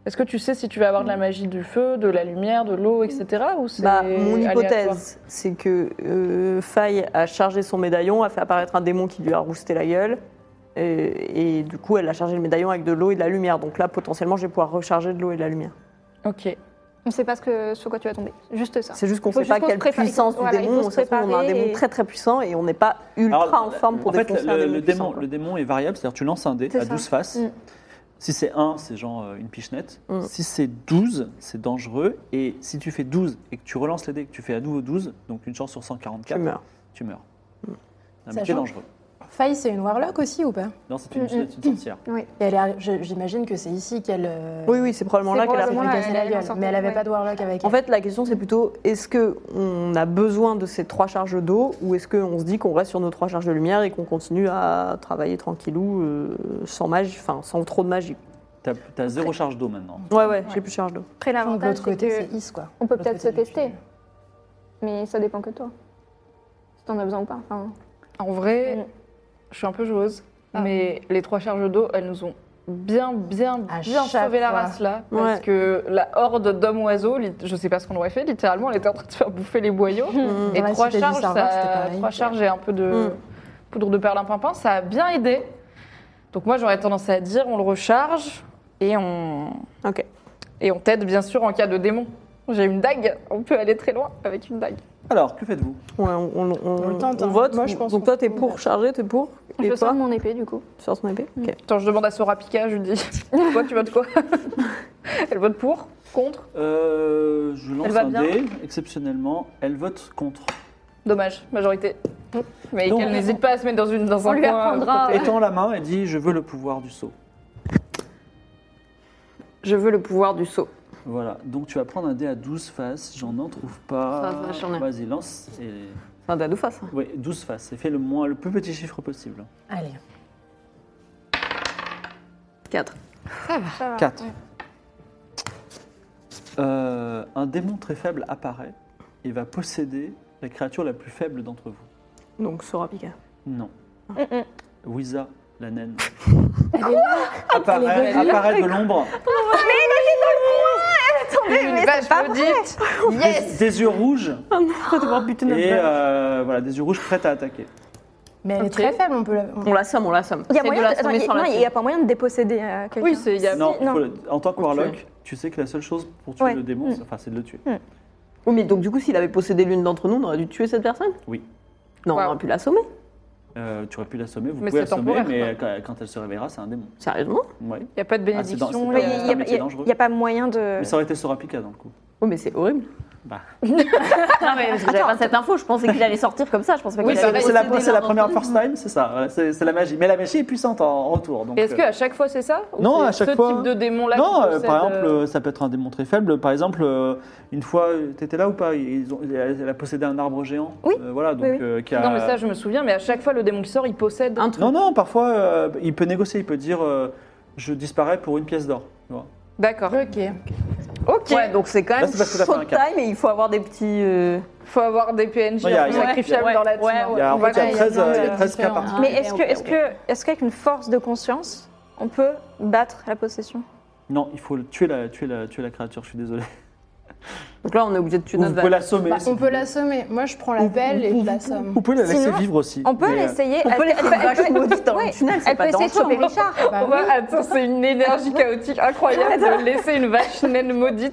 Speaker 3: Est-ce que tu sais si tu vas avoir de la magie du feu, de la lumière, de l'eau, etc. Ou c'est
Speaker 4: Bah, mon
Speaker 3: aléatoire
Speaker 4: hypothèse, c'est que euh, Faye a chargé son médaillon, a fait apparaître un démon qui lui a rousté la gueule. euh, Et, et du coup, elle a chargé le médaillon avec de l'eau et de la lumière. Donc là, potentiellement, je vais pouvoir recharger de l'eau et de la lumière.
Speaker 3: Ok.
Speaker 7: On ne sait pas ce que, sur quoi tu vas tomber. Juste ça.
Speaker 4: C'est juste qu'on
Speaker 7: Il faut
Speaker 4: sait pas
Speaker 7: juste qu'on se
Speaker 4: quelle
Speaker 7: prépare.
Speaker 4: puissance
Speaker 7: Voilà, il
Speaker 4: du
Speaker 7: faut se
Speaker 4: démon. Ça se trouve, on a un
Speaker 7: préparer
Speaker 4: démon
Speaker 7: et-
Speaker 4: très très puissant et on n'est pas ultra
Speaker 2: Alors,
Speaker 4: en forme pour
Speaker 2: en fait,
Speaker 4: défoncer un
Speaker 2: le,
Speaker 4: démon
Speaker 2: le
Speaker 4: puissant,
Speaker 2: démon,
Speaker 4: quoi.
Speaker 2: le démon est variable, c'est-à-dire tu lances un dé
Speaker 7: C'est
Speaker 2: à
Speaker 7: ça.
Speaker 2: 12 faces.
Speaker 7: Mm.
Speaker 2: Si c'est 1, c'est genre euh, une pichenette.
Speaker 4: Mm.
Speaker 2: Si c'est 12, c'est dangereux. Et si tu fais 12 et que tu relances les dés et que tu fais à nouveau 12, donc une chance sur
Speaker 4: Tu
Speaker 2: 144,
Speaker 4: meurs.
Speaker 2: tu meurs. C'est un
Speaker 6: Ça
Speaker 2: métier
Speaker 6: change.
Speaker 2: dangereux.
Speaker 6: Faye, c'est une warlock aussi ou pas
Speaker 2: Non, c'est une,
Speaker 7: Mm,
Speaker 2: c'est une sorcière.
Speaker 6: Et elle est arri- je- J'imagine que c'est ici qu'elle. euh,
Speaker 4: Oui, oui, c'est probablement
Speaker 7: C'est
Speaker 4: là qu'elle a
Speaker 7: probablement
Speaker 6: lui
Speaker 7: là,
Speaker 6: casser
Speaker 7: elle-
Speaker 6: la
Speaker 7: elle
Speaker 6: gueule.
Speaker 7: en sortait,
Speaker 6: Mais elle avait
Speaker 7: ouais.
Speaker 6: pas de warlock avec
Speaker 4: En
Speaker 6: elle.
Speaker 4: fait, la question, c'est plutôt est-ce qu'on a besoin de ces trois charges d'eau ou est-ce qu'on se dit qu'on reste sur nos trois charges de lumière et qu'on continue à travailler tranquillou euh, sans magie, enfin sans trop de magie
Speaker 2: T'as as zéro charge d'eau maintenant.
Speaker 4: Ouais, ouais, j'ai plus de charge d'eau.
Speaker 7: Après,
Speaker 6: de
Speaker 7: l'avantage,
Speaker 6: l'autre
Speaker 7: c'est
Speaker 6: côté, c'est
Speaker 7: que
Speaker 6: Is, quoi.
Speaker 7: on peut
Speaker 6: De l'autre
Speaker 7: peut-être se
Speaker 6: côté du
Speaker 7: tester.
Speaker 6: tunnel.
Speaker 7: Mais ça dépend que de toi. Si t'en as besoin ou pas. Enfin,
Speaker 3: En vrai,
Speaker 7: Mm.
Speaker 3: je suis un peu joueuse,
Speaker 6: Ah.
Speaker 3: mais les trois charges d'eau, elles nous ont bien, bien,
Speaker 6: À
Speaker 3: bien
Speaker 6: chaque
Speaker 3: sauvé la
Speaker 6: fois.
Speaker 3: race là.
Speaker 4: Ouais.
Speaker 3: Parce que la horde d'hommes-oiseaux, lit- je sais pas ce qu'on aurait fait, littéralement, elle était en train de se faire bouffer les boyaux.
Speaker 7: Hmm.
Speaker 3: Et
Speaker 6: Ouais,
Speaker 3: trois,
Speaker 6: si t'as dit
Speaker 3: charges,
Speaker 6: ça,
Speaker 3: ça-
Speaker 6: c'était pareil.
Speaker 3: trois charges et un peu de
Speaker 4: Mm.
Speaker 3: poudre de perlimpinpin, ça a bien aidé. Donc moi, j'aurais tendance à dire, on le recharge et on,
Speaker 4: Ok.
Speaker 3: et on t'aide, bien sûr, en cas de démon. J'ai une dague, on peut aller très loin avec une dague.
Speaker 2: Alors, que faites-vous
Speaker 4: Ouais, on, on- on-
Speaker 6: On le tente,
Speaker 4: on
Speaker 6: hein.
Speaker 4: vote.
Speaker 6: Moi, je pense
Speaker 4: donc
Speaker 6: qu'on-
Speaker 4: toi, t'es pour charger, t'es pour
Speaker 7: je
Speaker 4: Et
Speaker 7: Hmm.
Speaker 4: toi
Speaker 7: sors mon épée, du coup.
Speaker 4: Tu sors ton épée Ok.
Speaker 3: Attends, je demande à Sora Pika, je lui dis Toi, tu votes quoi Elle vote pour Contre
Speaker 2: Euh, Je lance
Speaker 3: Elle va
Speaker 2: un
Speaker 3: bien
Speaker 2: dé, exceptionnellement. Elle vote contre.
Speaker 3: Dommage, majorité. Mais
Speaker 2: Donc-
Speaker 3: qu'elle n'hésite pas à se mettre dans, une, dans un
Speaker 7: lui
Speaker 3: coin,
Speaker 7: apprendra.
Speaker 3: euh, protégé.
Speaker 2: Étend la main, elle dit Je veux le pouvoir du saut.
Speaker 4: Je veux le pouvoir du saut.
Speaker 2: Voilà, donc tu vas prendre un dé à 12 faces. J'en en trouve pas.
Speaker 8: Ça, ça, j'en ai.
Speaker 2: Vas-y, lance. Et...
Speaker 4: C'est un dado face. hein.
Speaker 2: Oui, 12 faces. Et fais le, moins, le plus petit chiffre possible.
Speaker 6: Allez.
Speaker 4: 4.
Speaker 5: Ah,
Speaker 2: Quatre. Euh, un démon très faible apparaît et va posséder la créature la plus faible d'entre vous.
Speaker 4: Donc Sorapika.
Speaker 2: Non.
Speaker 5: Mm, mm.
Speaker 2: Wiza, la naine,
Speaker 6: Elle est là.
Speaker 2: apparaît,
Speaker 6: Elle est
Speaker 2: apparaît de l'ombre,
Speaker 5: Attendez, mais c'est pas vrai.
Speaker 2: des, des yeux rouges
Speaker 4: Faut devoir buter notre
Speaker 2: et
Speaker 4: père.
Speaker 2: euh, voilà, des yeux rouges prêtes à attaquer.
Speaker 6: Mais elle est très faible, on peut la. on-
Speaker 4: On l'assomme, on l'assomme.
Speaker 5: Il y
Speaker 4: Essaye
Speaker 5: a
Speaker 4: de
Speaker 5: moyen de- attends,
Speaker 4: l'assommer
Speaker 5: il y a-
Speaker 4: sans
Speaker 5: non,
Speaker 4: la
Speaker 5: il n'y a pas moyen de déposséder euh, quelqu'un.
Speaker 3: Oui, c'est- il y a-
Speaker 5: Si,
Speaker 2: non,
Speaker 5: non.
Speaker 2: faut le- en tant que
Speaker 4: Faut le
Speaker 2: warlock, tu sais que la seule chose pour tuer
Speaker 5: Ouais.
Speaker 2: le démon,
Speaker 5: Mm.
Speaker 2: c'est- enfin, c'est de le tuer.
Speaker 4: Oui, mais donc du coup, s'il avait possédé l'une d'entre nous, on aurait dû tuer cette personne
Speaker 2: Oui.
Speaker 4: Non, on
Speaker 3: Waouh.
Speaker 4: aurait pu l'assommer.
Speaker 2: Euh, tu aurais pu l'assommer, vous
Speaker 3: Mais
Speaker 2: pouvez
Speaker 3: c'est
Speaker 2: l'assommer,
Speaker 3: temporaire,
Speaker 2: mais quand, quand elle se réveillera, c'est un démon.
Speaker 4: Sérieusement
Speaker 2: Ouais.
Speaker 3: Il n'y a pas de
Speaker 2: Ah, c'est dans- c'est
Speaker 3: bénédiction.
Speaker 2: pas-
Speaker 5: Oui,
Speaker 2: c'est
Speaker 5: il
Speaker 2: un
Speaker 5: n'y a,
Speaker 2: métier
Speaker 5: il y a-
Speaker 2: dangereux.
Speaker 5: il y a pas moyen de.
Speaker 2: Mais ça aurait été Sorapika dans le coup.
Speaker 4: Oui, mais c'est horrible.
Speaker 2: Bah.
Speaker 8: Non, mais parce que j'avais pas cette info, je pensais qu'il allait sortir comme ça, je pensais pas
Speaker 3: Oui,
Speaker 8: qu'il
Speaker 3: c'est
Speaker 8: allait
Speaker 3: vrai,
Speaker 2: C'est la,
Speaker 8: posséder
Speaker 2: c'est la
Speaker 8: l'un d'entre
Speaker 2: première
Speaker 8: nous.
Speaker 2: first time, c'est ça. Voilà, c'est c'est la magie. Mais la magie est puissante en, en retour. donc,
Speaker 3: Et Est-ce
Speaker 2: euh,
Speaker 3: qu'à chaque fois c'est ça Ou
Speaker 2: Non,
Speaker 3: c'est
Speaker 2: à chaque
Speaker 3: ce
Speaker 2: fois.
Speaker 3: type de démon-là
Speaker 2: Non,
Speaker 3: qui
Speaker 2: euh,
Speaker 3: possède,
Speaker 2: par exemple,
Speaker 3: euh,
Speaker 2: euh, ça peut être un démon très faible. Par exemple, euh, une fois, euh, t'étais là ou pas Ils ont, Elle elle a possédé un arbre géant.
Speaker 5: Oui.
Speaker 2: Euh, voilà, donc,
Speaker 5: Oui, oui.
Speaker 2: euh, qui a-
Speaker 3: Non, mais ça je me souviens, mais à chaque fois le démon qui sort il possède.
Speaker 8: Un truc.
Speaker 2: non, non, parfois, euh, il peut négocier. Il peut dire euh, Je disparais pour une pièce d'or. Tu vois.
Speaker 3: D'accord.
Speaker 6: Ok.
Speaker 4: Ok. Ouais, donc c'est quand
Speaker 2: Là,
Speaker 4: même
Speaker 2: c'est parce que t'as fait un
Speaker 4: showtime et il faut avoir des petits. euh,
Speaker 3: Faut avoir des PNJ
Speaker 2: Non, il y a- il y a-
Speaker 3: sacrifiables
Speaker 4: ouais,
Speaker 3: dans la team. hein.
Speaker 4: ouais,
Speaker 2: Il y a, en
Speaker 3: On va-
Speaker 2: fait, il y a
Speaker 6: ouais,
Speaker 2: 13,
Speaker 6: il y en a
Speaker 2: euh, il y a
Speaker 6: un
Speaker 2: 13 cas
Speaker 6: différent.
Speaker 2: par
Speaker 6: Ah,
Speaker 5: Mais
Speaker 6: ok,
Speaker 5: est-ce que,
Speaker 6: ok,
Speaker 5: est-ce
Speaker 6: ok.
Speaker 5: que, est-ce qu'avec une force de conscience, on peut battre la possession
Speaker 2: Non, il faut le- tuer la, tuer, la, tuer la créature, je suis désolé.
Speaker 4: Donc là, on est obligé de tuer
Speaker 2: Ou vous
Speaker 4: notre
Speaker 2: pouvez
Speaker 4: vache.
Speaker 2: l'assommer.
Speaker 6: Bah,
Speaker 2: si
Speaker 6: on
Speaker 2: vous
Speaker 6: peut
Speaker 2: voulez.
Speaker 6: l'assommer. Moi, je prends
Speaker 2: Ou-
Speaker 6: la pelle et
Speaker 2: ou-
Speaker 6: je
Speaker 2: ou-
Speaker 6: l'assomme.
Speaker 2: Vous pouvez la laisser
Speaker 5: Sinon,
Speaker 2: vivre aussi.
Speaker 5: On peut
Speaker 2: mais, euh,
Speaker 5: l'essayer.
Speaker 4: On peut
Speaker 5: elle-
Speaker 4: laisser
Speaker 5: elle-
Speaker 4: une vache
Speaker 5: elle-
Speaker 4: maudite dans
Speaker 5: ouais,
Speaker 4: le tunnel, c'est
Speaker 5: Elle
Speaker 4: pas
Speaker 5: peut essayer de
Speaker 4: dangereux. hein.
Speaker 5: choper Richard.
Speaker 6: Bah
Speaker 3: on va- Attends, c'est une énergie chaotique incroyable de laisser une vache naine maudite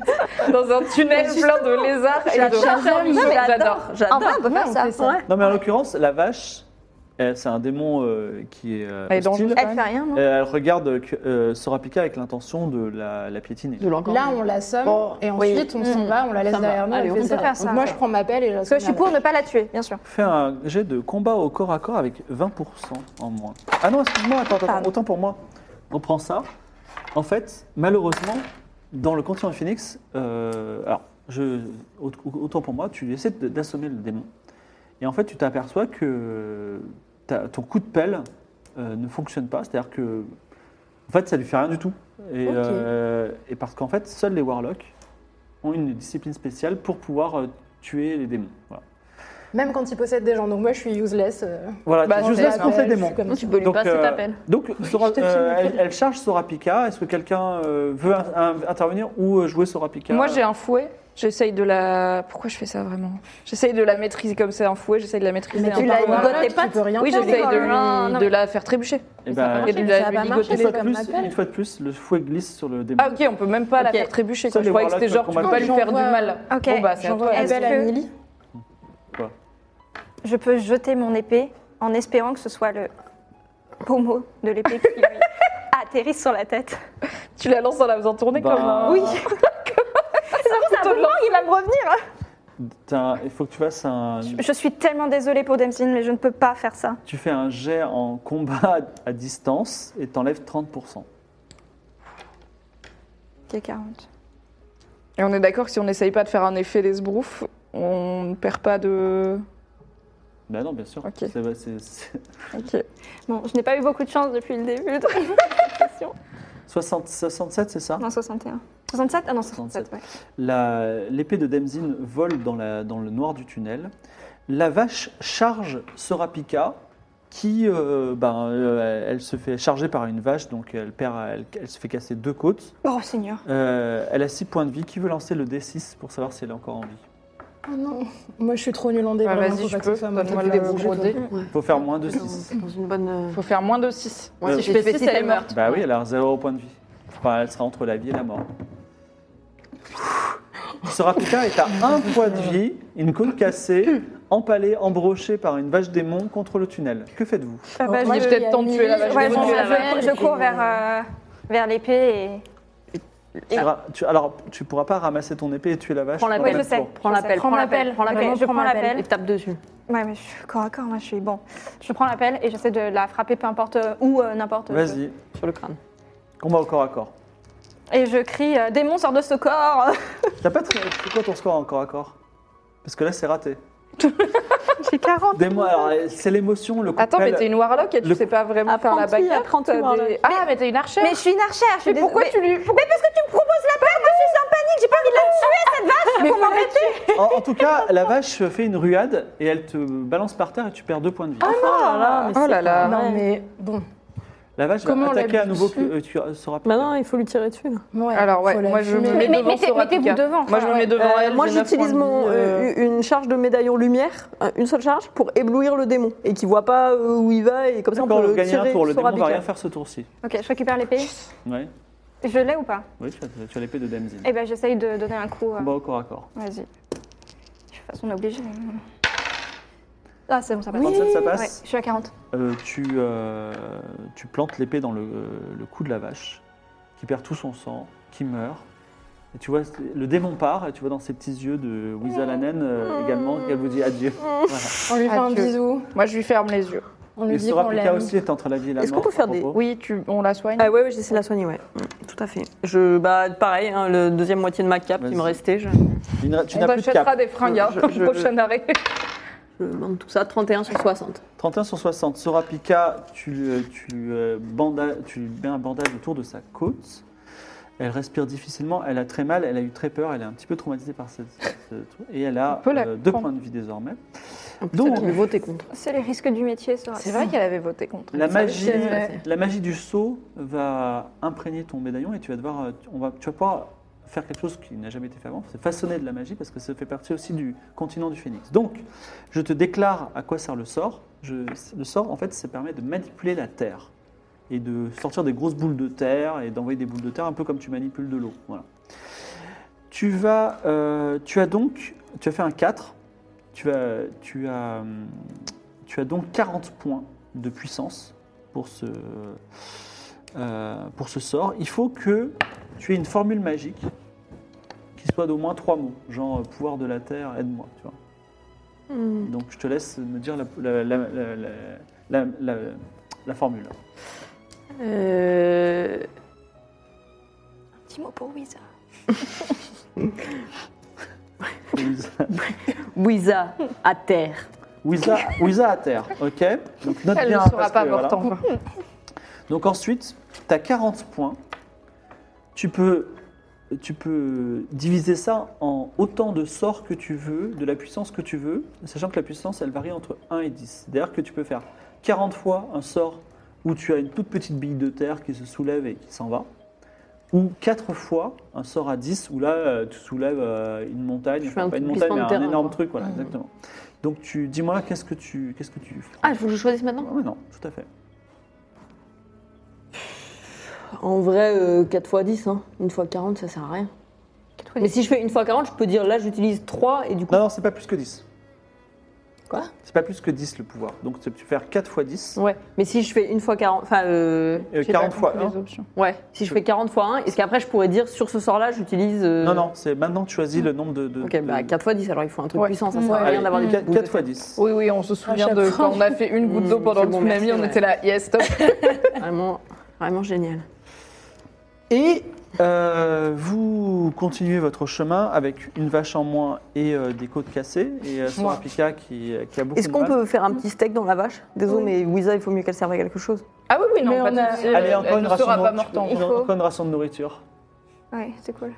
Speaker 3: dans un tunnel plein de lézards et de
Speaker 4: J'adore,
Speaker 3: J'adore. J'adore.
Speaker 4: j'adore,
Speaker 5: En vrai,
Speaker 4: j'adore.
Speaker 5: on peut faire
Speaker 6: on
Speaker 5: ça.
Speaker 6: fait ça.
Speaker 4: Ouais.
Speaker 2: Non, mais en l'occurrence, la vache, elle- c'est un démon euh, qui est euh,
Speaker 3: Elle est
Speaker 2: hostile.
Speaker 3: dangereuse.
Speaker 5: Elle fait rien, non
Speaker 2: Euh, elle regarde que- euh, Sorapika avec l'intention de la, la piétiner.
Speaker 8: De l'encore.
Speaker 6: Là, on l'assomme
Speaker 8: Bon,
Speaker 6: et
Speaker 8: oui.
Speaker 6: ensuite, on s'en va, on la laisse
Speaker 8: Ça va.
Speaker 6: derrière nous.
Speaker 8: Allez,
Speaker 6: on
Speaker 8: on
Speaker 6: fait
Speaker 8: peut
Speaker 6: ça.
Speaker 5: faire ça.
Speaker 6: Donc moi, je prends ma pelle et je
Speaker 5: Parce que je suis pour ne pas la tuer, bien sûr.
Speaker 2: Fais un jet de combat au corps à corps avec 20% en moins. Ah non, excuse-moi, attends, attends,
Speaker 5: Pardon.
Speaker 2: autant pour moi. On prend ça. En fait, malheureusement, dans le continent Phoenix, euh, alors, je, au- autant pour moi, tu essaies de- d'assommer le démon. Et en fait, tu t'aperçois que ta- ton coup de pelle euh, ne fonctionne pas. C'est-à-dire que, en fait, ça lui fait rien du tout. Et,
Speaker 6: Ok.
Speaker 2: euh, et parce qu'en fait, seuls les warlocks ont une discipline spéciale pour pouvoir euh, tuer les démons. Voilà.
Speaker 6: Même quand il possède des gens. Donc moi, je suis useless. euh,
Speaker 2: Voilà,
Speaker 3: Bah,
Speaker 2: tu
Speaker 3: c'est
Speaker 2: uses laisse
Speaker 3: normal,
Speaker 2: contre les
Speaker 6: je suis
Speaker 2: démons.
Speaker 6: comme ça.
Speaker 8: Tu peux lui passer
Speaker 2: euh,
Speaker 8: ta pelle.
Speaker 2: donc Sora-
Speaker 6: je te
Speaker 2: euh,
Speaker 6: filme.
Speaker 2: elle, elle charge Sorapika. Est-ce que quelqu'un euh, veut un- un- intervenir ou euh, jouer Sorapika
Speaker 3: Moi j'ai un fouet. J'essaye de la. Pourquoi je fais ça vraiment J'essaye de la maîtriser comme c'est un fouet. J'essaye de la maîtriser. un
Speaker 4: tu
Speaker 3: peu.
Speaker 4: l'as
Speaker 3: Voilà.
Speaker 4: ligoté.
Speaker 6: Tu peux rien
Speaker 3: Oui,
Speaker 6: faire.
Speaker 3: j'essaye de,
Speaker 5: Non,
Speaker 3: lui-
Speaker 5: non,
Speaker 3: de
Speaker 5: mais-
Speaker 3: la faire trébucher.
Speaker 2: Eh ben,
Speaker 3: Et de la
Speaker 6: Ça va
Speaker 3: lui
Speaker 2: une,
Speaker 3: ligoter
Speaker 6: marcher,
Speaker 3: les
Speaker 2: fois
Speaker 6: c'est
Speaker 2: de
Speaker 3: pattes.
Speaker 6: comme
Speaker 2: plus,
Speaker 6: ma pelle.
Speaker 2: une fois de plus, le fouet glisse sur le démon.
Speaker 3: Ah ok, on peut même pas
Speaker 8: Ok.
Speaker 3: la faire trébucher. Quoi.
Speaker 2: Seuls
Speaker 3: Je
Speaker 2: les
Speaker 3: croyais que c'était genre
Speaker 2: warlocks
Speaker 3: tu
Speaker 2: peuvent
Speaker 3: peux pas lui faire du
Speaker 6: combattre.
Speaker 3: mal.
Speaker 5: Ok.
Speaker 3: Bon bah c'est à
Speaker 5: J'envoie
Speaker 3: toi.
Speaker 5: la
Speaker 6: Ma
Speaker 5: Est-ce
Speaker 6: pelle à
Speaker 5: que-
Speaker 6: Milly.
Speaker 5: Je peux jeter mon épée en espérant que ce soit le pommeau de l'épée qui lui atterrisse sur la tête.
Speaker 3: Tu la lances en la faisant tourner
Speaker 2: Bah,
Speaker 3: comme un.
Speaker 2: Oui.
Speaker 5: C'est un peu long, il va me revenir.
Speaker 2: T'as- Il faut que tu fasses un.
Speaker 5: Je suis tellement désolée pour Dempsey, mais je ne peux pas faire ça.
Speaker 2: Tu fais un jet en combat à distance et t'enlèves 30%.
Speaker 5: Ok, 40.
Speaker 3: Et on est d'accord que si on n'essaye pas de faire un effet l'esbrouf, on ne perd pas de.
Speaker 2: Bah non, bien sûr.
Speaker 3: Ok.
Speaker 2: C'est- bah, c'est- c'est-
Speaker 3: Ok.
Speaker 5: Bon, je n'ai pas eu beaucoup de chance depuis le début de la session.
Speaker 2: 60 67, c'est ça
Speaker 5: Non, 61. 67 Ah non, 67, ouais.
Speaker 2: La- L'épée de Demzin vole dans, la- dans le noir du tunnel. La vache charge Sorapika, qui, euh, ben, euh, elle se fait charger par une vache, donc elle, perd, elle, elle se fait casser deux côtes.
Speaker 5: Oh, Seigneur.
Speaker 2: Euh, elle a six points de vie. Qui veut lancer le D6 pour savoir si elle est encore en vie
Speaker 6: Oh non. Moi, je suis trop nulle en dé.
Speaker 3: Ah,
Speaker 6: vraiment,
Speaker 3: vas-y,
Speaker 6: faut
Speaker 3: je
Speaker 6: pas que
Speaker 3: peux.
Speaker 6: ce soit moi qui
Speaker 3: Donne-moi
Speaker 6: fais
Speaker 3: le
Speaker 6: des
Speaker 3: gros dé.
Speaker 6: bouchées, toi.
Speaker 2: Il faut faire moins de 6.
Speaker 8: Dans une bonne. euh,
Speaker 3: Faut faire moins de 6.
Speaker 8: Moi,
Speaker 2: Euh,
Speaker 8: si je fais 6, elle est morte.
Speaker 2: Bah oui, elle a zéro point de vie. Enfin, elle sera entre la vie et la mort. Sorapika est à un point de vie, une côte cassée, empalée, embrochée par une vache démon contre le tunnel. Que faites-vous
Speaker 5: Ah, bah,
Speaker 3: moi,
Speaker 5: je-
Speaker 3: j'ai peut-être temps de tuer la vache.
Speaker 5: Ouais,
Speaker 3: vais
Speaker 5: je,
Speaker 3: tuer la
Speaker 5: je-
Speaker 3: vache.
Speaker 5: je cours vers, euh, vers l'épée
Speaker 2: Tu
Speaker 4: Ah.
Speaker 2: ra- tu- alors, tu pourras pas ramasser ton épée et tuer la vache.
Speaker 8: Prends la
Speaker 2: dans
Speaker 5: et. Oui,
Speaker 8: pelle,
Speaker 2: le
Speaker 5: je
Speaker 2: même
Speaker 5: sais.
Speaker 2: tour.
Speaker 8: Prends
Speaker 5: je
Speaker 8: la
Speaker 5: sais.
Speaker 8: pelle,
Speaker 5: Prends la pelle.
Speaker 8: prends la
Speaker 5: Ok,
Speaker 8: pelle,
Speaker 5: Je prends la
Speaker 8: Et
Speaker 5: pelle.
Speaker 8: tape dessus.
Speaker 5: Ouais, mais je suis corps à corps, moi, je suis bon. Je prends la pelle et j'essaie de la frapper peu importe où, euh, n'importe où.
Speaker 2: Vas-y,
Speaker 8: Sur le crâne.
Speaker 2: combat au corps à corps.
Speaker 5: Et je crie euh, Démon, sors de ce corps
Speaker 2: T'as pas très... C'est quoi ton score en corps à corps Parce que là, c'est raté.
Speaker 5: J'ai 40.
Speaker 2: Des mois, alors, euh, c'est l'émotion, le coup de
Speaker 3: Attends, mais
Speaker 2: pelle.
Speaker 3: t'es une warlock et tu
Speaker 2: Le-
Speaker 3: sais pas vraiment faire la
Speaker 4: Apprenti,
Speaker 3: bagarre.
Speaker 4: apprenti
Speaker 3: t'as des-
Speaker 4: warlock.
Speaker 3: Ah, mais t'es une archère.
Speaker 5: Mais je suis une archère, je suis
Speaker 3: Mais pourquoi
Speaker 5: désolée.
Speaker 3: tu lui.
Speaker 5: Mais parce que tu me proposes la pelle, moi je suis en panique, j'ai pas envie
Speaker 2: En, en tout cas, la vache fait une ruade et elle te balance par terre et tu perds deux points de vie.
Speaker 4: Ah,
Speaker 3: Oh là là.
Speaker 6: Non, mais bon.
Speaker 2: la vache
Speaker 6: comment
Speaker 2: va
Speaker 6: on l'a
Speaker 2: attaquer à
Speaker 6: vu
Speaker 2: nouveau.
Speaker 6: dessus
Speaker 2: euh, tu seras plus
Speaker 4: Maintenant, il faut lui tirer dessus. là.
Speaker 6: Ouais,
Speaker 3: Alors, ouais,
Speaker 6: faut la
Speaker 3: moi, je me
Speaker 6: fumer.
Speaker 3: mets
Speaker 7: Mais
Speaker 3: devant
Speaker 7: mettez-
Speaker 3: Soraka.
Speaker 7: mettez-vous devant.
Speaker 3: Moi, je me mets devant
Speaker 4: Euh,
Speaker 3: elle.
Speaker 4: moi,
Speaker 3: j'ai neuf
Speaker 4: j'utilise
Speaker 3: points de
Speaker 4: mon,
Speaker 3: vie, euh,
Speaker 4: euh, une charge de médaillon lumière, euh, une seule charge, pour éblouir le démon et qu'il voit pas euh, où il va et comme ça on
Speaker 2: D'accord,
Speaker 4: peut
Speaker 2: le
Speaker 4: le
Speaker 2: gagner
Speaker 4: tirer
Speaker 2: un tour. Le
Speaker 4: sur
Speaker 2: démon va
Speaker 4: Abika.
Speaker 2: rien faire ce tour-ci.
Speaker 7: Ok, je récupère l'épée.
Speaker 2: Ouais.
Speaker 7: Je l'ai ou pas
Speaker 2: Oui, tu as, tu as l'épée de Damzin.
Speaker 7: Eh ben, j'essaye de donner un coup. euh,
Speaker 2: Combat au corps à corps.
Speaker 7: Vas-y. De toute façon, on est obligé. Ah, c'est bon, ça passe.
Speaker 2: 37, ça
Speaker 7: Ouais,
Speaker 2: passe.
Speaker 7: je suis à 40.
Speaker 2: Euh, tu, euh, tu plantes l'épée dans le, euh, le cou de la vache, qui perd tout son sang, qui meurt. Et tu vois, le démon part, et tu vois dans ses petits yeux de Wizalanen également qu'elle vous dit adieu. Voilà.
Speaker 6: On lui fait un
Speaker 3: Adieu.
Speaker 6: bisou.
Speaker 3: euh, Moi, je lui ferme les yeux.
Speaker 6: On lui
Speaker 2: Et
Speaker 6: dit qu'on
Speaker 2: Sorapika
Speaker 6: l'aime.
Speaker 2: aussi est entre la vie et la mort.
Speaker 4: Est-ce qu'on peut faire
Speaker 2: à
Speaker 4: des-
Speaker 2: propos.
Speaker 3: Oui, tu, on la soigne.
Speaker 4: Ah ouais, ouais j'essaie de la soigner, ouais. Mm, Tout à fait. Je, bah, pareil, hein, le deuxième moitié de ma cape qui
Speaker 2: Vas-y.
Speaker 4: me restait, je,
Speaker 2: Tu n'as tu
Speaker 3: on
Speaker 2: n'as plus de
Speaker 3: t'achètera
Speaker 2: cap.
Speaker 3: des fringues hein,
Speaker 4: Je- je-
Speaker 3: au prochain arrêt.
Speaker 4: je demande tout ça, 31 sur 60.
Speaker 2: 31 sur 60. Sorapika, tu, euh, tu, euh, banda- tu lui mets un bandage autour de sa côte. Elle respire difficilement, elle a très mal, elle a eu très peur, elle est un petit peu traumatisée par ce, ce truc. Et elle a
Speaker 3: On peut la
Speaker 2: euh, deux
Speaker 3: prendre.
Speaker 2: points de vie désormais.
Speaker 4: Donc,
Speaker 2: Donc,
Speaker 4: j'ai voté contre.
Speaker 7: C'est les risques du métier,
Speaker 5: Ah,
Speaker 7: ça.
Speaker 3: C'est vrai qu'elle avait voté contre.
Speaker 2: La
Speaker 3: Ça,
Speaker 2: magie,
Speaker 3: c'est vrai.
Speaker 2: la magie du saut va imprégner ton médaillon et tu vas devoir, euh, on va, tu vas pouvoir faire quelque chose qui n'a jamais été fait avant, c'est façonner de la magie parce que ça fait partie aussi du continent du phénix. Donc, je te déclare à quoi sert le sort. Je- le sort, en fait, ça permet de manipuler la terre et de sortir des grosses boules de terre et d'envoyer des boules de terre un peu comme tu manipules de l'eau. Voilà. Tu vas, euh, tu as donc, tu as fait un 4, tu as, tu as, hum, tu as donc 40 points de puissance pour ce, euh, pour ce sort. Il faut que tu aies une formule magique qui soit d'au moins trois mots, genre euh, pouvoir de la terre, aide-moi. Tu vois. Donc je te laisse me dire la, la, la, la, la, la- la- la formule.
Speaker 4: Euh,
Speaker 7: Un petit mot pour Wiza.
Speaker 4: Wiza, à terre.
Speaker 2: Wiza, Wiza à terre, ok Donc note
Speaker 3: Elle ne
Speaker 2: bien.
Speaker 3: sera
Speaker 2: parce
Speaker 3: pas
Speaker 2: que, voilà.
Speaker 3: morte en vain.
Speaker 2: Donc ensuite, tu as 40 points. Tu peux, tu peux diviser ça en autant de sorts que tu veux, de la puissance que tu veux, sachant que la puissance, elle varie entre 1 et 10. C'est-à-dire que tu peux faire 40 fois un sort où tu as une toute petite bille de terre qui se soulève et qui s'en va, ou 4 fois un sort à 10 où là, euh, tu soulèves euh, une montagne,
Speaker 4: Je fais un
Speaker 2: pas une montagne,
Speaker 4: glissement de
Speaker 2: mais un
Speaker 4: terrain,
Speaker 2: énorme
Speaker 4: quoi.
Speaker 2: truc, voilà, exactement. Donc tu, dis-moi qu'est-ce que tu, qu'est-ce que tu feras
Speaker 8: Ah, il faut que je choisisse maintenant
Speaker 2: Ouais, non, tout à fait.
Speaker 4: En vrai, euh, 4 x 10, hein. une fois 40, ça sert à rien. Mais si je fais une fois 40, je peux dire là, j'utilise 3 et du coup.
Speaker 2: Non, non, c'est pas plus que 10.
Speaker 4: Quoi
Speaker 2: C'est pas plus que 10 le pouvoir. Donc tu peux faire 4 fois
Speaker 6: Ah.
Speaker 2: 10.
Speaker 4: Ouais, mais si je fais une fois 40, enfin,
Speaker 2: euh,
Speaker 4: euh, je sais
Speaker 2: 40
Speaker 4: pas.
Speaker 2: fois
Speaker 3: Les
Speaker 2: 1.
Speaker 3: options.
Speaker 4: Ouais, si je fais 40 fois 1, est-ce qu'après je pourrais dire sur ce sort-là, j'utilise. euh,
Speaker 2: Non, non, c'est maintenant que tu choisis le nombre de. de
Speaker 4: Ok, bah 4 fois 10, alors il faut un truc
Speaker 3: Ouais.
Speaker 4: puissant, ça sert à rien d'avoir des
Speaker 2: 4,
Speaker 4: boules de
Speaker 2: fois 10.
Speaker 3: Oui, oui, on se souvient
Speaker 6: chaque
Speaker 3: de
Speaker 6: fois.
Speaker 3: quand on a fait une goutte d'eau
Speaker 4: Mm,
Speaker 3: pendant
Speaker 4: c'est
Speaker 3: le
Speaker 4: bon,
Speaker 3: tsunami,
Speaker 4: merci,
Speaker 3: on
Speaker 4: ouais.
Speaker 3: était là, yes, stop.
Speaker 4: terre. Vraiment, vraiment génial.
Speaker 2: Et euh, vous continuez votre chemin avec une vache en moins et euh, des côtes cassées. Et euh, Sorapika qui, euh, qui a beaucoup
Speaker 4: Est-ce
Speaker 2: de
Speaker 4: qu'on
Speaker 2: mal.
Speaker 4: peut faire un petit steak dans la vache Désolé, mais Wiza, il faut mieux qu'elle serve à quelque chose.
Speaker 3: Ah oui, oui, non,
Speaker 6: Mais
Speaker 3: pas
Speaker 6: on a-
Speaker 3: de souci,
Speaker 2: Allez,
Speaker 3: elle-
Speaker 2: encore
Speaker 3: elle
Speaker 2: une,
Speaker 3: ne
Speaker 2: ration
Speaker 3: sera
Speaker 2: de-
Speaker 3: pas morte en
Speaker 2: tu-
Speaker 3: vain.
Speaker 2: encore une ration de nourriture.
Speaker 7: Ouais, c'est cool.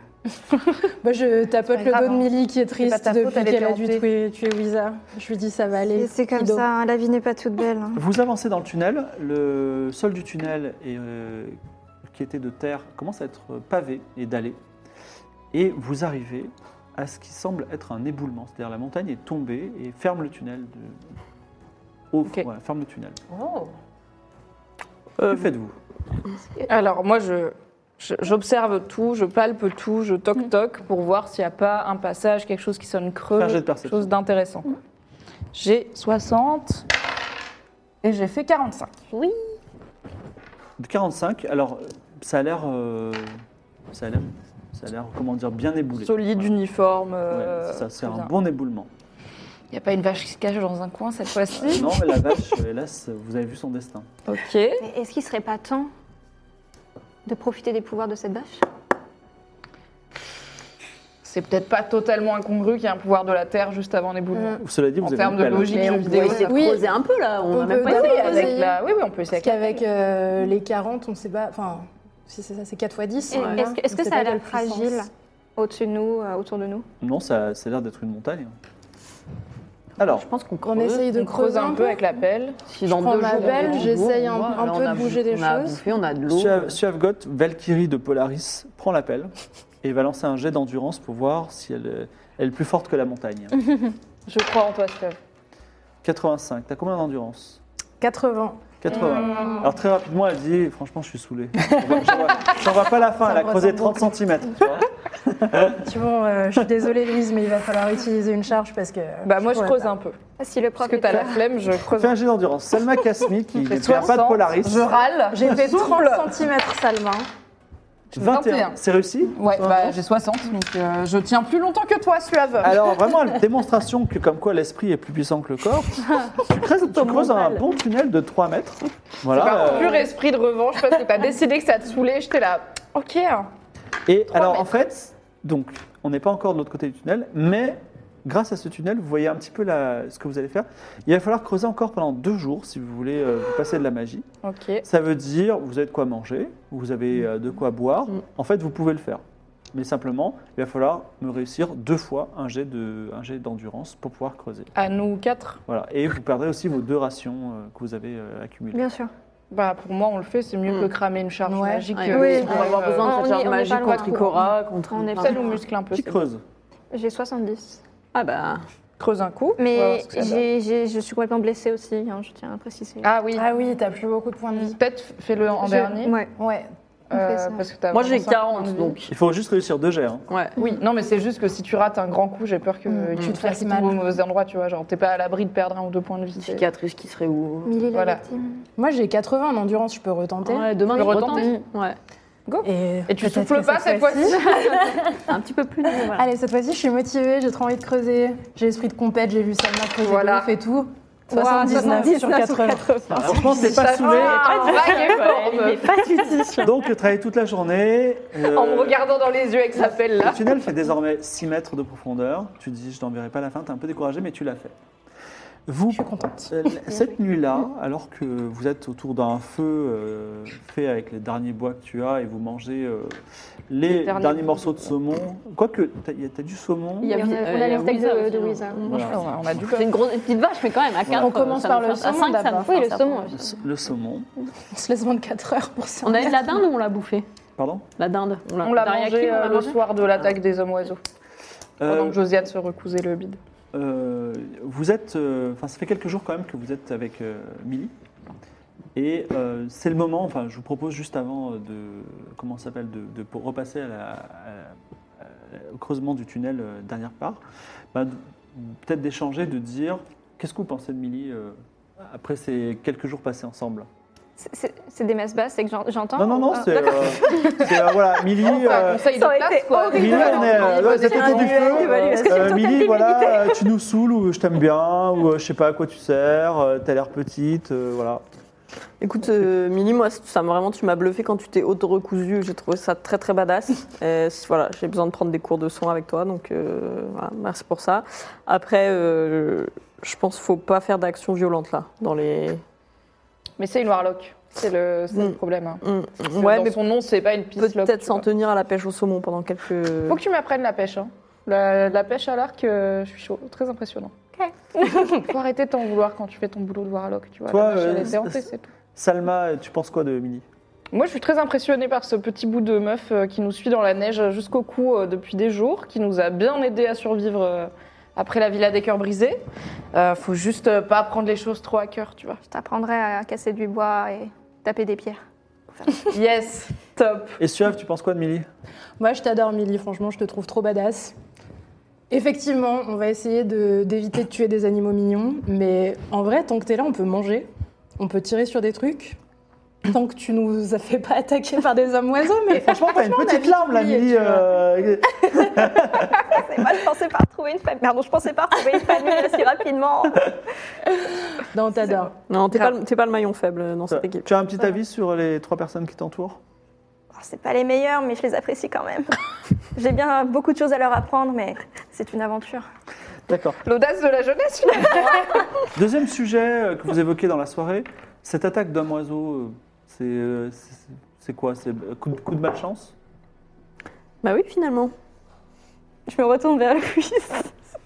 Speaker 6: Bah, je tapote
Speaker 3: C'est
Speaker 6: le
Speaker 3: pas
Speaker 6: dos
Speaker 3: grave,
Speaker 6: de
Speaker 3: hein.
Speaker 6: Millie qui est
Speaker 3: pas
Speaker 6: triste
Speaker 3: ta faute,
Speaker 6: depuis
Speaker 3: elle était
Speaker 6: qu'elle a dû
Speaker 3: hantée.
Speaker 6: tuer, tuer Wiza. Je lui dis ça va aller.
Speaker 7: Et c'est comme
Speaker 6: Ido.
Speaker 7: ça, hein, la vie n'est pas toute belle. hein.
Speaker 2: Vous avancez dans le tunnel, le sol du tunnel est, euh, qui était de terre commence à être euh, pavé et dallé. Et vous arrivez à ce qui semble être un éboulement, c'est-à-dire la montagne est tombée et ferme le tunnel. De... au- voilà, ferme le tunnel. Que faites-vous
Speaker 3: Alors moi, je je- j'observe tout, je palpe tout, je toc toc pour voir s'il n'y a pas un passage, quelque chose qui sonne creux,
Speaker 2: Faire jet de
Speaker 3: quelque
Speaker 2: perception.
Speaker 3: chose d'intéressant. J'ai 60 et j'ai fait 45.
Speaker 2: De 45, alors ça a l'air... euh, ça a l'air... Ça a l'air, comment dire, bien éboulé.
Speaker 3: Solide, uniforme.
Speaker 2: Ouais,
Speaker 3: euh,
Speaker 2: c'est ça, c'est
Speaker 3: très
Speaker 2: un
Speaker 3: bien.
Speaker 2: bon éboulement.
Speaker 3: Il n'y a pas une vache qui se cache dans un coin cette
Speaker 2: Euh,
Speaker 3: fois-ci
Speaker 2: non, mais la vache, euh, hélas, vous avez vu son destin.
Speaker 3: Ok.
Speaker 7: Mais est-ce qu'il serait pas temps de profiter des pouvoirs de cette vache
Speaker 3: C'est peut-être pas totalement incongru qu'il y ait un pouvoir de la Terre juste avant l'éboulement.
Speaker 2: Cela dit, vous
Speaker 3: En
Speaker 2: avez
Speaker 3: termes
Speaker 2: eu
Speaker 3: de
Speaker 2: la loi.
Speaker 3: logique,
Speaker 4: Mais
Speaker 3: jeux
Speaker 4: on
Speaker 3: vidéo.
Speaker 4: pourrait essayer de
Speaker 6: Oui.
Speaker 4: creuser un peu là, on
Speaker 6: On
Speaker 4: n'a même
Speaker 6: peut
Speaker 4: pas
Speaker 3: Oui,
Speaker 6: d'abord
Speaker 3: oui,
Speaker 4: essayé. de creuser.
Speaker 3: avec la... oui, oui, on peut essayer.
Speaker 6: Parce qu'avec
Speaker 3: euh,
Speaker 6: euh, les 40, on sait pas. Enfin, si c'est ça, c'est 4 x 10.
Speaker 7: Et
Speaker 6: voilà.
Speaker 7: est-ce que- est-ce
Speaker 6: On
Speaker 7: que
Speaker 6: sait
Speaker 7: ça a
Speaker 6: pas
Speaker 7: l'air
Speaker 6: quelle puissance.
Speaker 7: fragile
Speaker 5: au-dessus de nous, euh, autour de nous
Speaker 2: Non, ça, ça a l'air d'être une montagne. Alors,
Speaker 8: Je pense qu'on
Speaker 6: On
Speaker 8: creuse.
Speaker 6: essaye de
Speaker 3: On creuse
Speaker 6: creuser
Speaker 3: un peu avec la pelle.
Speaker 8: Si
Speaker 6: Je
Speaker 8: dans
Speaker 6: prends
Speaker 8: deux
Speaker 6: ma
Speaker 8: jours,
Speaker 6: belle,
Speaker 8: dans deux
Speaker 6: j'essaye
Speaker 8: jours,
Speaker 6: un-
Speaker 8: on voit,
Speaker 6: un
Speaker 8: là,
Speaker 6: peu
Speaker 8: on
Speaker 6: de
Speaker 8: a
Speaker 6: bouger des
Speaker 8: on a
Speaker 6: choses.
Speaker 8: bouffé, on a de l'eau.
Speaker 2: Suav- Suavgoth, Valkyrie de Polaris, prend l'appel et va lancer un jet d'endurance pour voir si elle, est- elle est plus forte que la montagne.
Speaker 3: Je crois en toi, Steve.
Speaker 2: 85, t'as combien d'endurance
Speaker 6: 80.
Speaker 2: 80. Alors très rapidement, elle dit, franchement, je suis saoulé. J'en vois- j'en vois- J'en vois pas la fin, elle a creusé 30 cm.
Speaker 6: Tu vois, euh, je suis désolée Louise, mais il va falloir utiliser une charge parce que.
Speaker 3: Bah, moi, je
Speaker 6: pourrais
Speaker 3: creuse
Speaker 6: pas.
Speaker 3: un peu.
Speaker 5: Si le
Speaker 3: Parce
Speaker 5: prof
Speaker 3: que t'as
Speaker 5: était
Speaker 3: la
Speaker 5: là.
Speaker 3: flemme, je creuse
Speaker 2: Fais un jet d'endurance. Selma Kasmi, qui n'est pas de
Speaker 3: 60,
Speaker 2: Polaris,
Speaker 3: Je râle.
Speaker 6: J'ai fait
Speaker 3: 30
Speaker 6: 30
Speaker 5: cm salement.
Speaker 2: 21. C'est réussi
Speaker 3: Ouais, bah, j'ai 60, donc euh, je tiens plus longtemps que toi, Suave.
Speaker 2: Alors vraiment, une démonstration que comme quoi l'esprit est plus puissant que le corps. tu creuses, tu creuses un bon tunnel de 3 mètres. Voilà.
Speaker 3: Par
Speaker 2: euh,
Speaker 3: pur esprit de revanche, parce que t'as décidé que ça te saoulait, j'étais là. Ok.
Speaker 2: Et alors, en fait, donc, on n'est pas encore de l'autre côté du tunnel, mais grâce à ce tunnel, vous voyez un petit peu la- ce que vous allez faire. Il va falloir creuser encore pendant deux jours si vous voulez euh, vous passer de la magie.
Speaker 3: Ok.
Speaker 2: Ça veut dire, vous avez de quoi manger, vous avez euh, de quoi boire. En fait, vous pouvez le faire. Mais simplement, il va falloir me réussir deux fois un jet de- un jet d'endurance pour pouvoir creuser.
Speaker 3: À nous quatre.
Speaker 2: Voilà. Et vous perdrez aussi vos deux rations euh, que vous avez euh, accumulées.
Speaker 5: Bien sûr.
Speaker 3: Bah, pour moi, on le fait, c'est mieux
Speaker 8: Mm.
Speaker 3: que cramer une charge
Speaker 6: Ouais.
Speaker 3: magique.
Speaker 8: Ouais,
Speaker 3: euh,
Speaker 5: Oui.
Speaker 8: on va avoir
Speaker 3: euh,
Speaker 8: besoin
Speaker 5: on
Speaker 8: de
Speaker 5: y-
Speaker 8: cette charge
Speaker 5: on y
Speaker 8: magique
Speaker 5: va loin.
Speaker 8: contre Ikora, contre.
Speaker 5: On est
Speaker 8: enfin,
Speaker 3: Ça nous muscle un peu.
Speaker 2: Qui
Speaker 3: c'est
Speaker 2: creuse
Speaker 5: J'ai 70.
Speaker 8: Ah bah.
Speaker 3: bon. Creuse un coup. on va voir
Speaker 5: Mais
Speaker 3: ce que ça donne.
Speaker 5: j'ai- j'ai- je suis complètement blessée aussi, hein, je tiens à préciser.
Speaker 3: Ah oui.
Speaker 6: Ah oui, t'as plus beaucoup de points de vie.
Speaker 3: Peut-être fais-le en
Speaker 5: Je-
Speaker 3: dernier.
Speaker 5: Ouais.
Speaker 6: Ouais.
Speaker 5: on
Speaker 3: euh,
Speaker 5: fait ça.
Speaker 3: parce que t'as
Speaker 8: Moi j'ai
Speaker 3: vraiment cinq
Speaker 8: 40
Speaker 3: minutes.
Speaker 8: donc.
Speaker 2: Il faut juste réussir deux jets. hein.
Speaker 8: Ouais.
Speaker 3: Oui, non, mais c'est juste que si tu rates un grand coup, j'ai peur que
Speaker 6: Mm.
Speaker 3: tu
Speaker 6: Mm.
Speaker 3: te fasses
Speaker 6: Fasse
Speaker 3: mal
Speaker 6: mal.
Speaker 3: au mauvais endroit, tu vois. Genre, t'es pas à l'abri de perdre un ou deux points de vie. c'est-
Speaker 8: Cicatrice qui serait où
Speaker 5: Millie la
Speaker 3: Voilà.
Speaker 5: victime.
Speaker 6: Moi j'ai 80 en endurance, je peux retenter.
Speaker 8: Ouais, Demain
Speaker 3: Le
Speaker 8: je
Speaker 3: retente.
Speaker 8: retente. Ouais.
Speaker 6: Et,
Speaker 3: Et tu
Speaker 6: peut-être
Speaker 3: souffles
Speaker 6: que
Speaker 3: pas cette fois-ci
Speaker 8: Un petit peu plus. de- voilà.
Speaker 6: Allez, cette fois-ci, je suis motivée, j'ai trop envie de creuser. J'ai l'esprit de compète, j'ai vu ça creuser
Speaker 3: Voilà.
Speaker 6: de ouf et tout. 79 sur 80.
Speaker 8: Bah,
Speaker 2: Franchement, c'est pas saoulé.
Speaker 8: Il est pas du tout sûr.
Speaker 2: Donc, travailler toute la journée. euh,
Speaker 3: En me regardant dans les yeux avec sa pelle là.
Speaker 2: Le tunnel fait désormais 6 mètres de profondeur. Tu te dis, je n'enverrai pas la fin, t'es un peu découragé, mais tu l'as fait. Vous,
Speaker 6: Je suis contente.
Speaker 2: euh, cette nuit-là, alors que vous êtes autour d'un feu euh, fait avec les derniers bois que tu as et vous mangez euh, les, derniers,
Speaker 3: derniers
Speaker 2: morceaux de saumon, quoique t'as y a- t'as du saumon,
Speaker 8: Il y a-
Speaker 5: Et on a- hein.
Speaker 8: euh,
Speaker 5: on a
Speaker 8: il y
Speaker 5: les
Speaker 8: a
Speaker 5: steaks
Speaker 8: Wizard,
Speaker 5: de- de
Speaker 8: sinon.
Speaker 5: Wizard.
Speaker 8: Mm.
Speaker 2: Voilà.
Speaker 3: On a du
Speaker 8: C'est une grosse une petite vache, mais quand même, à euh, 4.
Speaker 6: On commence par le saumon d'abord.
Speaker 5: Oui, le saumon.
Speaker 2: le saumon,
Speaker 6: On se laisse 24 heures pour ça.
Speaker 8: On a eu de la dinde ou on l'a bouffé
Speaker 2: pardon,
Speaker 8: La dinde.
Speaker 3: On l'a
Speaker 8: Derrière
Speaker 3: mangé
Speaker 8: qui, on
Speaker 3: euh,
Speaker 8: l'a
Speaker 3: le
Speaker 8: mangé
Speaker 3: soir de l'attaque des hommes oiseaux. Pendant
Speaker 2: Euh,
Speaker 3: que Josiane se recousait le bide.
Speaker 2: Euh, vous êtes, euh, enfin, ça fait quelques jours quand même que vous êtes avec euh, Millie. Et euh, c'est le moment, enfin, je vous propose juste avant euh, de, comment ça s'appelle, de, de- pour repasser à la- à la- à- au creusement du tunnel euh, dernière part, bah, de- peut-être d'échanger, de dire, qu'est-ce que vous pensez de Millie euh, après ces quelques jours passés ensemble
Speaker 5: C'est- c'est- C'est des masses basses, c'est que j'en- j'entends.
Speaker 2: Non, non, non,
Speaker 5: Ah,
Speaker 2: c'est, euh, c'est, euh, voilà, Millie.
Speaker 3: Enfin,
Speaker 2: euh,
Speaker 3: conseil de classe, quoi.
Speaker 2: Millie, on est, euh, ouais, cet été du feu. euh, Millie, voilà, euh, tu nous saoules ou je t'aime bien ou euh, je sais pas à quoi tu sers, euh, t'as l'air petite, euh, voilà.
Speaker 4: Écoute, euh, Milly, moi, ça, m'a- vraiment, tu m'as bluffé quand tu t'es auto-recousu. J'ai trouvé ça très, très badass. Euh, c- voilà, j'ai besoin de prendre des cours de soin avec toi, donc euh, voilà, merci pour ça. Après, euh, je pense qu'il faut pas faire d'action violente, là, dans les...
Speaker 3: Mais c'est une warlock. C'est le, c'est le
Speaker 4: Mm.
Speaker 3: problème. hein.
Speaker 4: Mm,
Speaker 3: Parce que
Speaker 4: Ouais,
Speaker 3: dans
Speaker 4: mais
Speaker 3: son nom, c'est pas une piste
Speaker 4: peut-être s'en tenir à la pêche au saumon pendant quelques...
Speaker 3: Faut que tu m'apprennes la pêche. hein. La, la pêche à l'arc, euh, je suis chaud. Très impressionnant. Ok. Faut arrêter de t'en vouloir quand tu fais ton boulot de warlock. Tu vois,
Speaker 2: Toi,
Speaker 3: la pêche,
Speaker 2: euh,
Speaker 3: elle était
Speaker 2: c'est-
Speaker 3: hantée, c'est tout.
Speaker 2: Salma, euh, tu penses quoi de Millie
Speaker 3: Moi, je suis très impressionnée par ce petit bout de meuf euh, qui nous suit dans la neige jusqu'au cou euh, depuis des jours, qui nous a bien aidé à survivre euh, après la villa des cœurs brisés. Euh, faut juste euh, pas prendre les choses trop à cœur, tu vois.
Speaker 5: Je t'apprendrai à casser du bois et taper des pierres.
Speaker 3: Yes, top.
Speaker 2: Et Suave, tu penses quoi de Millie
Speaker 6: Moi, je t'adore, Milly. Franchement, je te trouve trop badass. Effectivement, on va essayer de- d'éviter de, tuer des animaux mignons. Mais en vrai, tant que t'es là, on peut manger. On peut tirer sur des trucs. Tant que tu nous as fait pas attaquer par des hommes oiseaux, mais
Speaker 2: Franchement, t'as une
Speaker 6: Franchement, on a
Speaker 2: petite
Speaker 6: vite
Speaker 2: larme là,
Speaker 6: oublié,
Speaker 2: Millie.
Speaker 6: tu vois.
Speaker 2: euh,
Speaker 5: Moi, je pensais pas retrouver une famille. Pardon, je pensais pas retrouver une famille aussi rapidement.
Speaker 6: non, t'adores.
Speaker 4: Non, t'es pas, le- t'es pas le maillon faible dans cette
Speaker 2: euh,
Speaker 4: équipe.
Speaker 2: tu as un petit avis sur les trois personnes qui t'entourent
Speaker 5: Oh, c'est pas les meilleurs, mais je les apprécie quand même. J'ai bien beaucoup de choses à leur apprendre, mais c'est une aventure.
Speaker 2: D'accord.
Speaker 3: L'audace de la jeunesse, finalement.
Speaker 2: Deuxième sujet euh, que vous évoquez dans la soirée, cette attaque d'un oiseau, euh, c'est, euh, c'est, c'est quoi C'est euh, coup de, coup de malchance
Speaker 4: Bah oui, finalement.
Speaker 5: Je me retourne vers Louise.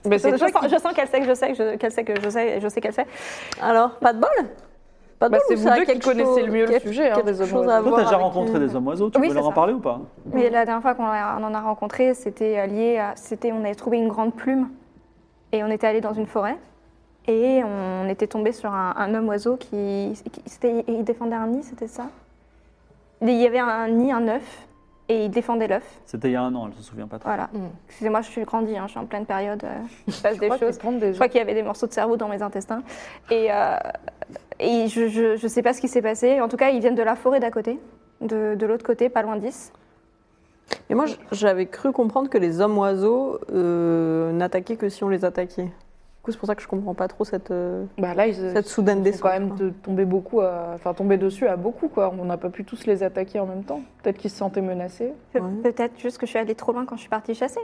Speaker 4: Mais
Speaker 5: Je,
Speaker 4: c'est toi
Speaker 5: sens,
Speaker 4: qui-
Speaker 5: je sens qu'elle sait que je sais que je, qu'elle sait que je sais et je sais qu'elle sait.
Speaker 4: Alors, pas de bol Pas de
Speaker 3: Bah,
Speaker 4: bol
Speaker 3: c'est
Speaker 4: ou
Speaker 3: vous
Speaker 4: ça a
Speaker 3: deux qui
Speaker 4: quelque
Speaker 3: connaissez
Speaker 4: chose-
Speaker 3: le mieux le
Speaker 4: quelque-
Speaker 3: sujet, hein,
Speaker 4: quelque
Speaker 3: des hommes
Speaker 4: chose à
Speaker 3: oiseaux.
Speaker 2: Toi,
Speaker 4: voir
Speaker 2: t'as déjà
Speaker 4: avec,
Speaker 2: rencontré
Speaker 4: euh,
Speaker 2: des hommes oiseaux, tu
Speaker 5: Oui,
Speaker 2: peux leur
Speaker 5: c'est
Speaker 2: en
Speaker 5: ça.
Speaker 2: parler ou pas
Speaker 3: Mhm.
Speaker 5: Mais la dernière fois qu'on a- on en a rencontré, c'était euh, lié à. C'était, on avait trouvé une grande plume et on était allé dans une forêt et on était tombé sur un, un homme oiseau qui. qui- c'était, il défendait un nid, c'était ça Il y avait un nid, un œuf et il défendait l'œuf.
Speaker 2: C'était il y a un an, elle se souvient pas très.
Speaker 5: Voilà. Excusez-moi, je suis grandie, hein, je suis en pleine période, euh, il se passe des
Speaker 3: Mhm. crois que
Speaker 5: choses.
Speaker 3: c'est prendre des-
Speaker 5: Je crois qu'il y avait des morceaux de cerveau dans mes intestins. Et, euh, et je ne sais pas ce qui s'est passé. En tout cas, ils viennent de la forêt d'à côté, de, de l'autre côté, pas loin d'ici.
Speaker 4: Et moi, j- j'avais cru comprendre que les hommes oiseaux euh, n'attaquaient que si on les attaquait. Du coup, c'est pour ça que je comprends pas trop cette, euh,
Speaker 3: Bah là, ils, ils
Speaker 4: cette soudaine
Speaker 3: sont
Speaker 4: descente.
Speaker 3: quand même de- tombés beaucoup, à- enfin tombés dessus à beaucoup quoi. On n'a pas pu tous les attaquer en même temps. Peut-être qu'ils se sentaient menacés.
Speaker 5: Pe-
Speaker 4: Ouais.
Speaker 5: Peut-être juste que je suis allée trop loin quand je suis partie chasser.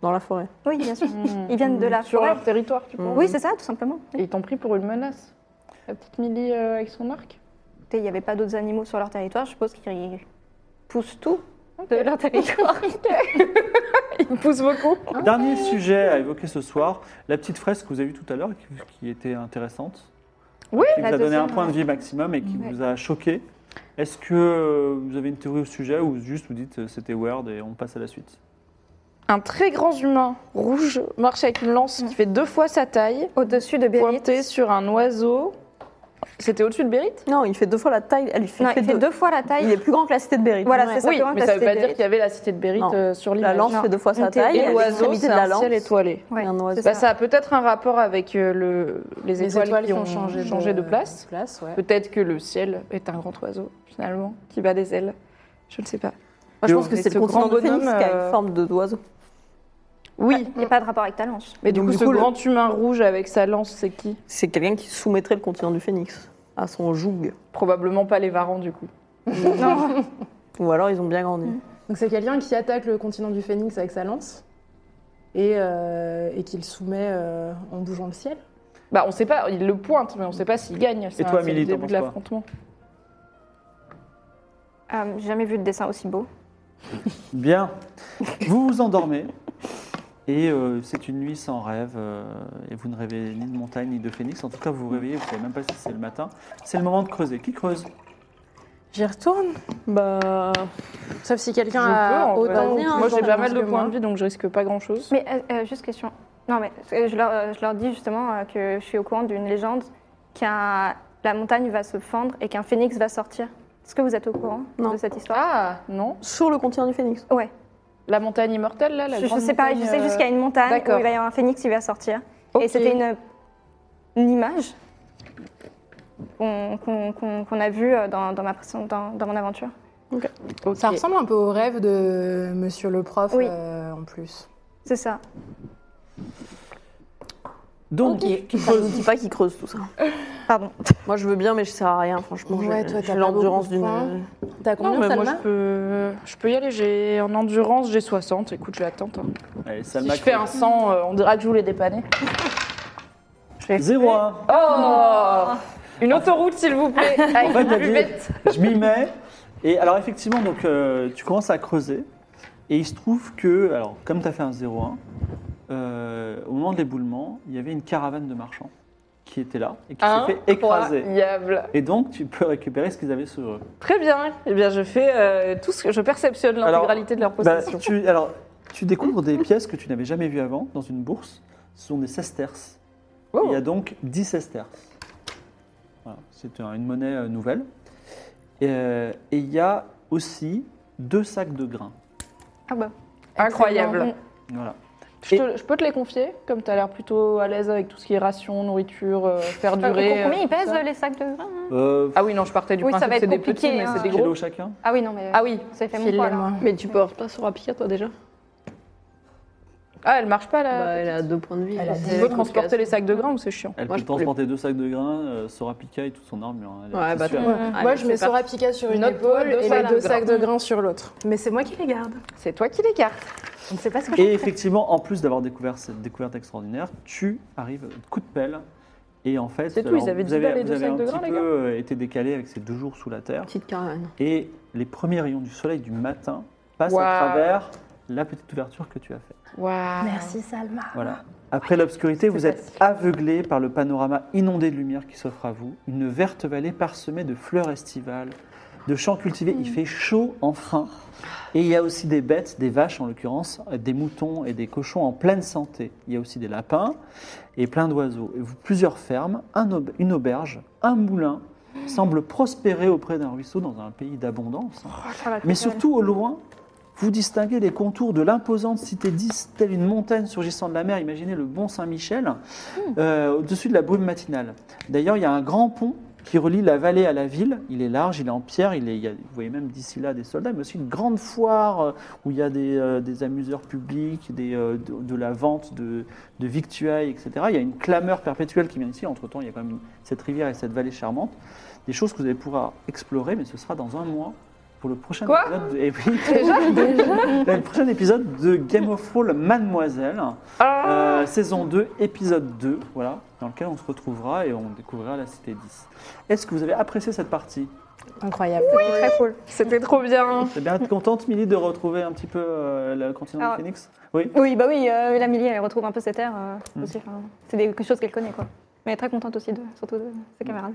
Speaker 4: dans la forêt.
Speaker 5: Oui, bien sûr. Ils viennent de la
Speaker 3: Sur
Speaker 5: forêt.
Speaker 3: leur territoire, tu penses
Speaker 5: Oui, c'est ça, tout simplement.
Speaker 3: Et ils t'ont pris pour une menace. La petite Millie euh, avec son arc.
Speaker 5: Il n'y avait pas d'autres animaux sur leur territoire. Je suppose qu'ils poussent tout de leur territoire.
Speaker 3: Ils poussent beaucoup.
Speaker 2: Dernier sujet à évoquer ce soir, la petite fresque que vous avez vue tout à l'heure et qui, qui était intéressante.
Speaker 3: Oui,
Speaker 2: Qui vous
Speaker 5: la
Speaker 2: a donné un
Speaker 5: deuxième,
Speaker 2: point de
Speaker 5: ouais.
Speaker 2: vie maximum et qui
Speaker 5: Ouais.
Speaker 2: vous a choqué. Est-ce que euh, vous avez une théorie au sujet ou juste vous dites euh, c'était Word et on passe à la suite
Speaker 3: Un très grand humain rouge marche avec une lance qui fait deux fois sa taille,
Speaker 5: Au-dessus de Biarritz.
Speaker 3: pointée sur un oiseau. C'était au-dessus de Bérite
Speaker 4: Non, il fait deux fois la taille. Elle, il fait,
Speaker 5: Non,
Speaker 4: fait
Speaker 5: il fait
Speaker 4: deux-
Speaker 5: deux fois la
Speaker 4: Il
Speaker 5: taille.
Speaker 4: est plus grand que la cité de Berry.
Speaker 5: Voilà, c'est ça.
Speaker 3: Oui,
Speaker 5: plus grand que
Speaker 3: mais
Speaker 5: la
Speaker 3: ça veut
Speaker 5: cité
Speaker 3: pas
Speaker 5: de
Speaker 3: dire qu'il y avait la cité de Bérite
Speaker 4: Non.
Speaker 3: euh, sur l'île.
Speaker 4: La lance
Speaker 5: Non.
Speaker 4: fait deux fois sa
Speaker 5: Et
Speaker 4: taille.
Speaker 3: Et
Speaker 4: elle est
Speaker 3: l'oiseau,
Speaker 4: extrémité
Speaker 3: c'est
Speaker 4: de la
Speaker 3: un
Speaker 4: lance.
Speaker 3: ciel étoilé.
Speaker 5: Ouais,
Speaker 4: un oiseau.
Speaker 5: c'est
Speaker 3: Bah,
Speaker 5: ça.
Speaker 3: ça a peut-être un rapport avec euh, le, les,
Speaker 6: Les
Speaker 3: étoiles,
Speaker 6: étoiles
Speaker 3: qui ont changé, de, place.
Speaker 6: euh, place ouais.
Speaker 3: Peut-être que le ciel est un grand oiseau, finalement, qui bat des ailes. Je ne sais pas.
Speaker 4: Moi, je pense que
Speaker 3: Et
Speaker 4: c'est
Speaker 3: ce
Speaker 4: le continent
Speaker 3: grand
Speaker 4: de Phoenix
Speaker 3: bonhomme,
Speaker 4: qui a
Speaker 3: euh,
Speaker 4: une forme de- d'oiseau.
Speaker 3: Oui,
Speaker 5: Il n'y a pas de rapport avec ta lance.
Speaker 3: mais du
Speaker 4: Donc,
Speaker 3: coup,
Speaker 4: du
Speaker 3: ce
Speaker 4: coup, le-
Speaker 3: grand humain rouge avec sa lance, c'est qui
Speaker 4: C'est quelqu'un qui soumettrait le continent du Phénix à son joug.
Speaker 3: Probablement pas les varans, du coup.
Speaker 4: Ou alors ils ont bien grandi.
Speaker 6: Donc c'est quelqu'un qui attaque le continent du phénix avec sa lance et, euh, et qu'il soumet euh, en bougeant le ciel.
Speaker 3: Bah, on sait pas, il le pointe, mais on sait pas s'il gagne.
Speaker 2: Et
Speaker 3: C'est
Speaker 2: toi,
Speaker 3: un- c'est
Speaker 2: Amélie,
Speaker 3: le
Speaker 2: t'en
Speaker 3: début
Speaker 2: penses
Speaker 3: de
Speaker 2: quoi
Speaker 3: l'affrontement.
Speaker 5: Euh, J'ai jamais vu de dessin aussi beau.
Speaker 2: Bien, vous vous endormez et euh, c'est une nuit sans rêve euh, et vous ne rêvez ni de montagne ni de phénix. En tout cas, vous vous réveillez, vous savez même pas si c'est le matin. C'est le moment de creuser. Qui creuse
Speaker 6: J'y retourne.
Speaker 4: Bah.
Speaker 6: Sauf si
Speaker 3: Je
Speaker 6: quelqu'un
Speaker 3: peux,
Speaker 6: a
Speaker 3: en vrai.
Speaker 6: autant. ou
Speaker 4: Vas-y, hein,
Speaker 6: plus
Speaker 3: Moi, j'ai pas
Speaker 6: d'expérience
Speaker 3: mal de
Speaker 6: que
Speaker 3: points
Speaker 6: moi.
Speaker 3: de vie, donc je risque pas grand-chose.
Speaker 5: Mais euh, euh, juste question. Non, mais euh, je leur, euh, je leur dis justement euh, que je suis au courant d'une légende qu'un la montagne va se fendre et qu'un phénix va sortir. Est-ce que vous êtes au courant
Speaker 4: Non.
Speaker 5: de cette histoire
Speaker 3: Ah, non
Speaker 4: Sur le continent du Phénix.
Speaker 5: Ouais.
Speaker 3: La montagne immortelle, là la
Speaker 5: Je, je
Speaker 3: grande
Speaker 5: sais pas.
Speaker 3: montagne,
Speaker 5: Je sais
Speaker 3: euh,
Speaker 5: juste qu'il y a une Ah, montagne où
Speaker 3: d'accord.
Speaker 5: il va y avoir un phénix qui va sortir.
Speaker 3: Ok.
Speaker 5: Et c'était une, une image qu'on qu'on- qu'on- qu'on a vue euh, dans, dans ma, pré- dans, dans mon aventure.
Speaker 3: Ok.
Speaker 6: Ça ressemble un peu au rêve de Monsieur le prof
Speaker 5: Oui.
Speaker 6: euh, en plus.
Speaker 5: C'est ça.
Speaker 2: Donc, qui
Speaker 4: Ça ne
Speaker 2: creuse
Speaker 4: dit pas qu'ils creusent tout ça.
Speaker 5: Pardon.
Speaker 4: Moi je veux bien, mais je sers à rien, franchement.
Speaker 6: Ouais,
Speaker 4: J'ai-
Speaker 6: toi, t'as
Speaker 4: j'ai
Speaker 6: pas
Speaker 4: l'endurance
Speaker 6: beaucoup de points.
Speaker 4: d'une.
Speaker 6: T'as
Speaker 3: Non,
Speaker 6: combien
Speaker 3: mais
Speaker 6: Salma
Speaker 3: moi, je peux, je peux y aller. J'ai En endurance, j'ai 60. Écoute, je vais attendre. hein.
Speaker 2: Allez,
Speaker 3: Si
Speaker 2: Salma
Speaker 3: je fais un 100, euh, on dira que je voulais dépanner. Je vais-
Speaker 2: 0 1.
Speaker 3: Oh Une autoroute, s'il vous plaît. Avec
Speaker 2: En fait,
Speaker 3: une
Speaker 2: t'as dit,
Speaker 3: buvette.
Speaker 2: je m'y mets. Et alors, effectivement, donc, euh, tu commences à creuser. Et il se trouve que, alors, comme tu as fait un 0-1, euh, au moment de l'éboulement, il y avait une caravane de marchands qui était là et
Speaker 3: Ah,
Speaker 2: qui s'est fait écraser.
Speaker 3: Incroyable.
Speaker 2: Et donc, tu peux récupérer ce qu'ils avaient sur eux.
Speaker 3: Très bien. Eh bien, je fais euh, tout ce que je perceptionne l'intégralité de leur
Speaker 2: Bah,
Speaker 3: possession.
Speaker 2: tu, alors, tu découvres des pièces que tu n'avais jamais vues avant dans une bourse. Ce sont des sesterces.
Speaker 3: Oh.
Speaker 2: Il y a donc 10 sesterces. Voilà, C'est un- une monnaie euh, nouvelle. Et, euh, et il y a aussi deux sacs de grains.
Speaker 5: Ah bah.
Speaker 3: Incroyable.
Speaker 2: Voilà.
Speaker 3: Je, te- je peux te les confier, comme tu as l'air plutôt à l'aise avec tout ce qui est ration, nourriture, euh, faire
Speaker 5: Euh,
Speaker 3: durer.
Speaker 5: combien
Speaker 3: euh,
Speaker 5: ils
Speaker 3: tout
Speaker 5: pèsent
Speaker 3: ça.
Speaker 5: les sacs de grains hein
Speaker 2: Euh,
Speaker 3: Ah oui, non, je partais du
Speaker 5: Oui, ça
Speaker 3: principe
Speaker 5: va
Speaker 3: que
Speaker 5: être
Speaker 3: c'est des
Speaker 5: compliqué,
Speaker 3: petits, mais
Speaker 5: hein.
Speaker 3: c'est des
Speaker 2: kilo
Speaker 3: gros.
Speaker 2: chacun.
Speaker 5: Ah oui, non, mais.
Speaker 3: Ah oui.
Speaker 5: ça fait mon poids, là.
Speaker 6: File-moi.
Speaker 4: Mais tu portes pas sur Rapia, toi déjà
Speaker 3: Ah, elle marche pas là.
Speaker 4: Bah, elle a deux points de vie.
Speaker 6: Elle a
Speaker 4: C'est-
Speaker 3: Tu
Speaker 6: deux
Speaker 3: peux
Speaker 6: Elle
Speaker 3: transporter les sacs de grains ou c'est chiant
Speaker 2: Elle
Speaker 4: Moi,
Speaker 2: peut
Speaker 4: je voulais-
Speaker 2: transporter deux sacs de grains, euh, Sora Pika et toute son armure. hein. Elle est
Speaker 4: Ouais, bah,
Speaker 2: sûre.
Speaker 4: attends.
Speaker 6: Moi,
Speaker 4: Allez,
Speaker 6: je mets
Speaker 4: c'est parti.
Speaker 6: Sorapika sur une,
Speaker 3: Une autre poêle,
Speaker 6: épaule
Speaker 3: deux
Speaker 6: et
Speaker 3: sacs
Speaker 6: les
Speaker 3: de
Speaker 6: deux
Speaker 3: grains.
Speaker 6: sacs de grains sur l'autre. Mais c'est moi qui les garde.
Speaker 3: C'est toi qui l'écartes.
Speaker 6: On ne sait pas ce que
Speaker 2: Et effectivement, en plus d'avoir découvert cette découverte extraordinaire, tu arrives coup de pelle. Et en fait,
Speaker 3: C'est tout,
Speaker 2: alors,
Speaker 3: ils avaient
Speaker 2: vous
Speaker 3: dix
Speaker 2: avez,
Speaker 3: balles et
Speaker 2: vous
Speaker 3: deux
Speaker 2: avez
Speaker 3: sacs
Speaker 2: un
Speaker 3: de
Speaker 2: petit
Speaker 3: grains, les
Speaker 2: peu
Speaker 3: gars.
Speaker 2: euh, été décalé avec ces deux jours sous la terre.
Speaker 4: Petite caravane.
Speaker 2: Et les premiers rayons du soleil du matin passent
Speaker 3: Waouh.
Speaker 2: à travers la petite ouverture que tu as faite.
Speaker 3: Waouh.
Speaker 6: Merci Salma.
Speaker 2: Voilà. Après l'obscurité, vous
Speaker 6: c'est
Speaker 2: êtes aveuglé par le panorama inondé de lumière qui s'offre à vous. Une verte vallée parsemée de fleurs estivales, de champs cultivés. Il fait chaud enfin. Et il y a aussi des bêtes, des vaches en l'occurrence, des moutons et des cochons en pleine santé. Il y a aussi des lapins et plein d'oiseaux. Et vous, plusieurs fermes, un aub- une auberge, un moulin semblent prospérer auprès d'un ruisseau dans un pays d'abondance.
Speaker 5: Oh,
Speaker 2: Mais surtout au loin, vous distinguez les contours de l'imposante cité 10, telle une montagne surgissant de la mer. Imaginez le Bon Saint-Michel, euh, au-dessus de la brume matinale. D'ailleurs, il y a un grand pont qui relie la vallée à la ville. Il est large, il est en pierre, il est, il y a- vous voyez même d'ici là des soldats, mais aussi une grande foire euh, où il y a des, euh, des amuseurs publics, des, euh, de, de la vente de, de victuailles, etc. Il y a une clameur perpétuelle qui vient ici. Entre-temps, il y a quand même cette rivière et cette vallée charmante. Des choses que vous allez pouvoir explorer, mais ce sera dans un mois pour le prochain
Speaker 3: Quoi
Speaker 2: épisode. de- eh oui. Le prochain épisode de Game of Thrones Mademoiselle,
Speaker 3: Ah.
Speaker 2: euh, saison 2, épisode 2, voilà, dans lequel on se retrouvera et on découvrira la cité 10. Est-ce que vous avez apprécié cette partie
Speaker 6: Incroyable.
Speaker 5: Très cool.
Speaker 3: C'était trop bien.
Speaker 2: T'es bien contente, Milly, de retrouver un petit peu euh, le continent
Speaker 5: Ah.
Speaker 2: du Phoenix Oui
Speaker 5: Oui, bah oui, euh, la Millie, elle retrouve un peu ses terres euh, aussi. enfin, C'est des choses qu'elle connaît, quoi. Mais elle est très contente aussi, de, surtout de ses camarades.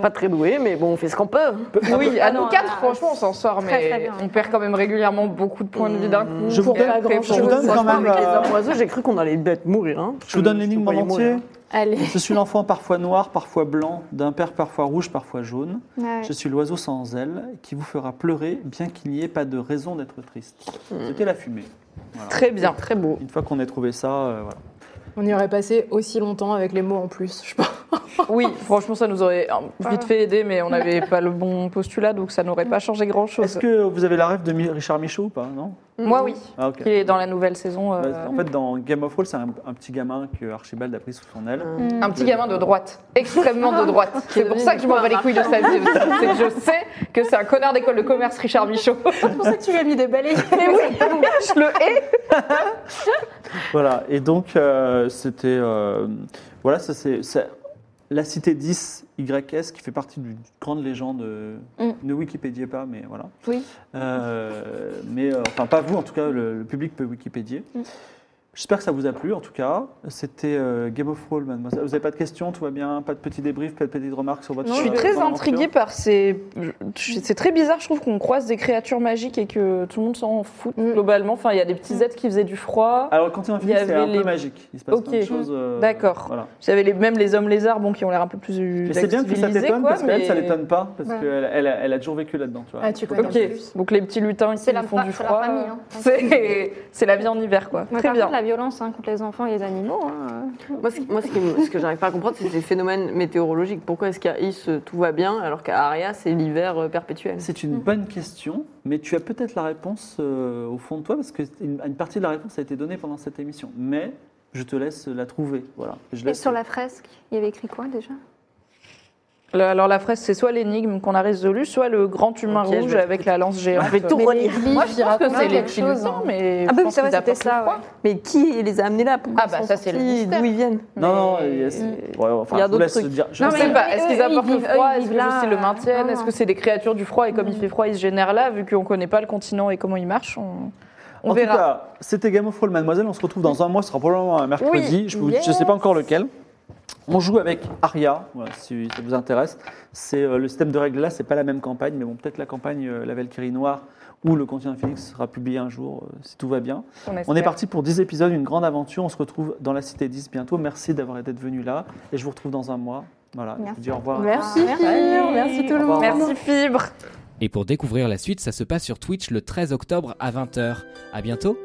Speaker 4: Pas très doué, mais bon, on fait ce qu'on peut. hein.
Speaker 3: Oui, à
Speaker 5: ah
Speaker 3: nous
Speaker 5: non,
Speaker 3: quatre,
Speaker 5: ah,
Speaker 3: franchement, on s'en sort,
Speaker 5: très,
Speaker 3: mais
Speaker 5: très bien.
Speaker 3: on perd quand même régulièrement beaucoup de points de vie d'un
Speaker 4: Mm.
Speaker 3: coup.
Speaker 2: Je vous
Speaker 3: pour
Speaker 2: donne-
Speaker 3: faire
Speaker 6: je vous
Speaker 3: quelque chose.
Speaker 2: donne quand
Speaker 4: Mmh. Franchement,
Speaker 2: même,
Speaker 4: avec les
Speaker 2: euh,
Speaker 4: hommes oiseaux, j'ai cru qu'on allait être mourir. hein.
Speaker 2: Je vous donne l'énigme en
Speaker 4: voyais
Speaker 2: entier.
Speaker 4: mourir.
Speaker 6: Allez.
Speaker 2: Je suis l'enfant parfois noir, parfois blanc, d'un père parfois rouge, parfois jaune.
Speaker 5: Ouais.
Speaker 2: Je suis l'oiseau sans ailes qui vous fera pleurer bien qu'il n'y ait pas de raison d'être triste. C'était la fumée.
Speaker 3: Très bien, très beau.
Speaker 2: Une fois qu'on a trouvé ça, euh, voilà.
Speaker 6: On y aurait passé aussi longtemps avec les mots en plus, je pense.
Speaker 3: Oui, franchement, ça nous aurait hein, vite fait aider, mais on n'avait pas le bon postulat, donc ça n'aurait pas changé
Speaker 2: Est-ce
Speaker 3: grand-chose.
Speaker 2: que vous avez la rêve de Mi- Richard Michaud ou pas Non
Speaker 3: Moi, oui,
Speaker 2: Ah, ok.
Speaker 3: qui est dans la nouvelle saison. euh,
Speaker 2: Bah, en fait, dans Game of Thrones, c'est un, un petit gamin que Archibald a pris sous son aile.
Speaker 5: Mm. Ah,
Speaker 3: Un petit gamin de droite, extrêmement de droite. C'est pour ça que je m'en bats les couilles de sa vie aussi. C'est que je sais que c'est un connard d'école de commerce, Richard Michaud.
Speaker 6: C'est pour ça que tu lui as mis des balais.
Speaker 3: Mais oui, je le hais.
Speaker 2: Voilà, et donc euh, c'était. euh, voilà, ça c'est. ça- La cité 10 YS qui fait partie d'une grande légende. euh,
Speaker 5: Mm.
Speaker 2: Ne Wikipédiez pas, mais voilà.
Speaker 5: Oui.
Speaker 2: Euh, mais euh, enfin, pas vous, en tout cas, le, le public peut Wikipédier.
Speaker 3: Mm.
Speaker 2: J'espère que ça vous a plu, en tout cas. C'était euh, Game of Thrones, mademoiselle. Vous n'avez pas de questions, tout va bien Pas de petits débriefs, pas de petites remarques sur votre
Speaker 3: Je suis
Speaker 2: euh,
Speaker 3: très
Speaker 2: grande
Speaker 3: intriguée
Speaker 2: aventure
Speaker 3: par ces. je- C'est très bizarre, je trouve qu'on croise des créatures magiques et que tout le monde s'en fout globalement. Enfin, il y a des petits êtres qui faisaient du froid.
Speaker 2: Alors, quand il y a un
Speaker 3: Il y
Speaker 2: film, c'est
Speaker 3: avait
Speaker 2: un
Speaker 3: les-
Speaker 2: peu magique. Il se passe
Speaker 3: Ok.
Speaker 2: plein de choses. euh,
Speaker 3: D'accord.
Speaker 2: Voilà.
Speaker 3: J'avais les, même les hommes lézards, bon, qui ont l'air un peu plus.
Speaker 2: Mais c'est bien que ça
Speaker 3: civilisés,
Speaker 2: t'étonne
Speaker 3: quoi,
Speaker 2: parce qu'elle,
Speaker 3: mais-
Speaker 2: ça l'étonne pas parce
Speaker 5: Ouais.
Speaker 2: qu'elle elle a, elle a toujours vécu là-dedans, tu vois.
Speaker 6: Ah, tu connais
Speaker 3: Ok, donc les petits lutins qui
Speaker 5: C'est la
Speaker 3: font
Speaker 5: fa-
Speaker 3: du
Speaker 5: c'est
Speaker 3: froid.
Speaker 5: leur famille, hein.
Speaker 3: C'est c'est la vie en hiver, quoi.
Speaker 5: Moi,
Speaker 3: très
Speaker 5: par
Speaker 3: bien.
Speaker 5: contre, la violence hein, contre les enfants et les animaux. hein,
Speaker 4: Moi, ce, moi, ce qui me- ce que j'arrive pas à comprendre, c'est ces phénomènes météorologiques. Pourquoi est-ce qu'à Is, euh, tout va bien, alors qu'à Aria, c'est l'hiver euh, perpétuel
Speaker 2: C'est une bonne question, mais tu as peut-être la réponse euh, au fond de toi parce que une, une partie de la réponse a été donnée pendant cette émission. Mais je te laisse la trouver, voilà. Je
Speaker 5: euh. Et
Speaker 2: laisse-
Speaker 5: sur la fresque, il y avait écrit quoi déjà
Speaker 3: Le- alors la fresque, c'est soit l'énigme qu'on a résolue, soit le grand humain
Speaker 4: Ok, je vais
Speaker 3: rouge
Speaker 4: tout
Speaker 3: avec la lance géante.
Speaker 4: Je vais tout relire.
Speaker 3: Moi, je pense que c'est les
Speaker 5: quelque
Speaker 3: petits
Speaker 5: chose,
Speaker 3: lutins,
Speaker 5: hein.
Speaker 3: mais je
Speaker 5: Ah bah oui,
Speaker 3: pense
Speaker 5: c'est vrai,
Speaker 3: qu'ils
Speaker 5: c'était
Speaker 3: apportent
Speaker 5: ça,
Speaker 3: le froid.
Speaker 5: ouais.
Speaker 4: Mais qui les a amenés là Pourquoi
Speaker 3: Ah, bah,
Speaker 4: ils sont
Speaker 3: ça, c'est le
Speaker 4: sortis
Speaker 3: mystère.
Speaker 4: D'où ils viennent
Speaker 2: Non, non,
Speaker 3: Mais- Mm. euh,
Speaker 2: yes. Ouais, enfin,
Speaker 4: Il y a
Speaker 2: je vous
Speaker 4: d'autres
Speaker 2: laisse
Speaker 4: trucs.
Speaker 2: dire. je
Speaker 3: Je
Speaker 5: Non,
Speaker 2: sais
Speaker 3: sais
Speaker 5: mais
Speaker 3: pas,
Speaker 5: eux,
Speaker 3: est-ce
Speaker 5: eux,
Speaker 3: qu'ils
Speaker 5: ils
Speaker 3: apportent le
Speaker 5: vivent- eux,
Speaker 3: froid Est-ce
Speaker 5: ils
Speaker 3: que
Speaker 5: vivent
Speaker 3: juste
Speaker 5: là,
Speaker 3: ils le
Speaker 5: euh,
Speaker 3: maintiennent
Speaker 5: non,
Speaker 3: Est-ce
Speaker 5: non.
Speaker 3: que c'est des créatures du froid Et comme il fait froid, ils se génèrent là, vu qu'on connaît pas le continent et comment il marche, on, on
Speaker 2: en
Speaker 3: verra.
Speaker 2: tout cas, c'était Game of Thrones, mademoiselle. On se retrouve dans un mois, ce sera probablement un mercredi. Je ne sais pas encore lequel. On joue avec Aria, voilà, si ça vous intéresse. C'est euh, le système de règles là, c'est pas la même campagne, mais bon, peut-être la campagne euh, La Valkyrie Noire ou le Continent Phoenix sera publié un jour, euh, si tout va bien. On est
Speaker 3: espère.
Speaker 2: parti pour 10 épisodes, une grande aventure. On se retrouve dans la Cité 10 bientôt. Merci d'avoir été venu là, et je vous retrouve dans un mois. Voilà, je vous dis au revoir. à tous.
Speaker 4: Ah,
Speaker 6: Merci, Pierre. Merci tout le monde.
Speaker 3: Merci Fibre
Speaker 1: Et pour découvrir la suite, ça se passe sur Twitch le 13 octobre à 20h. À bientôt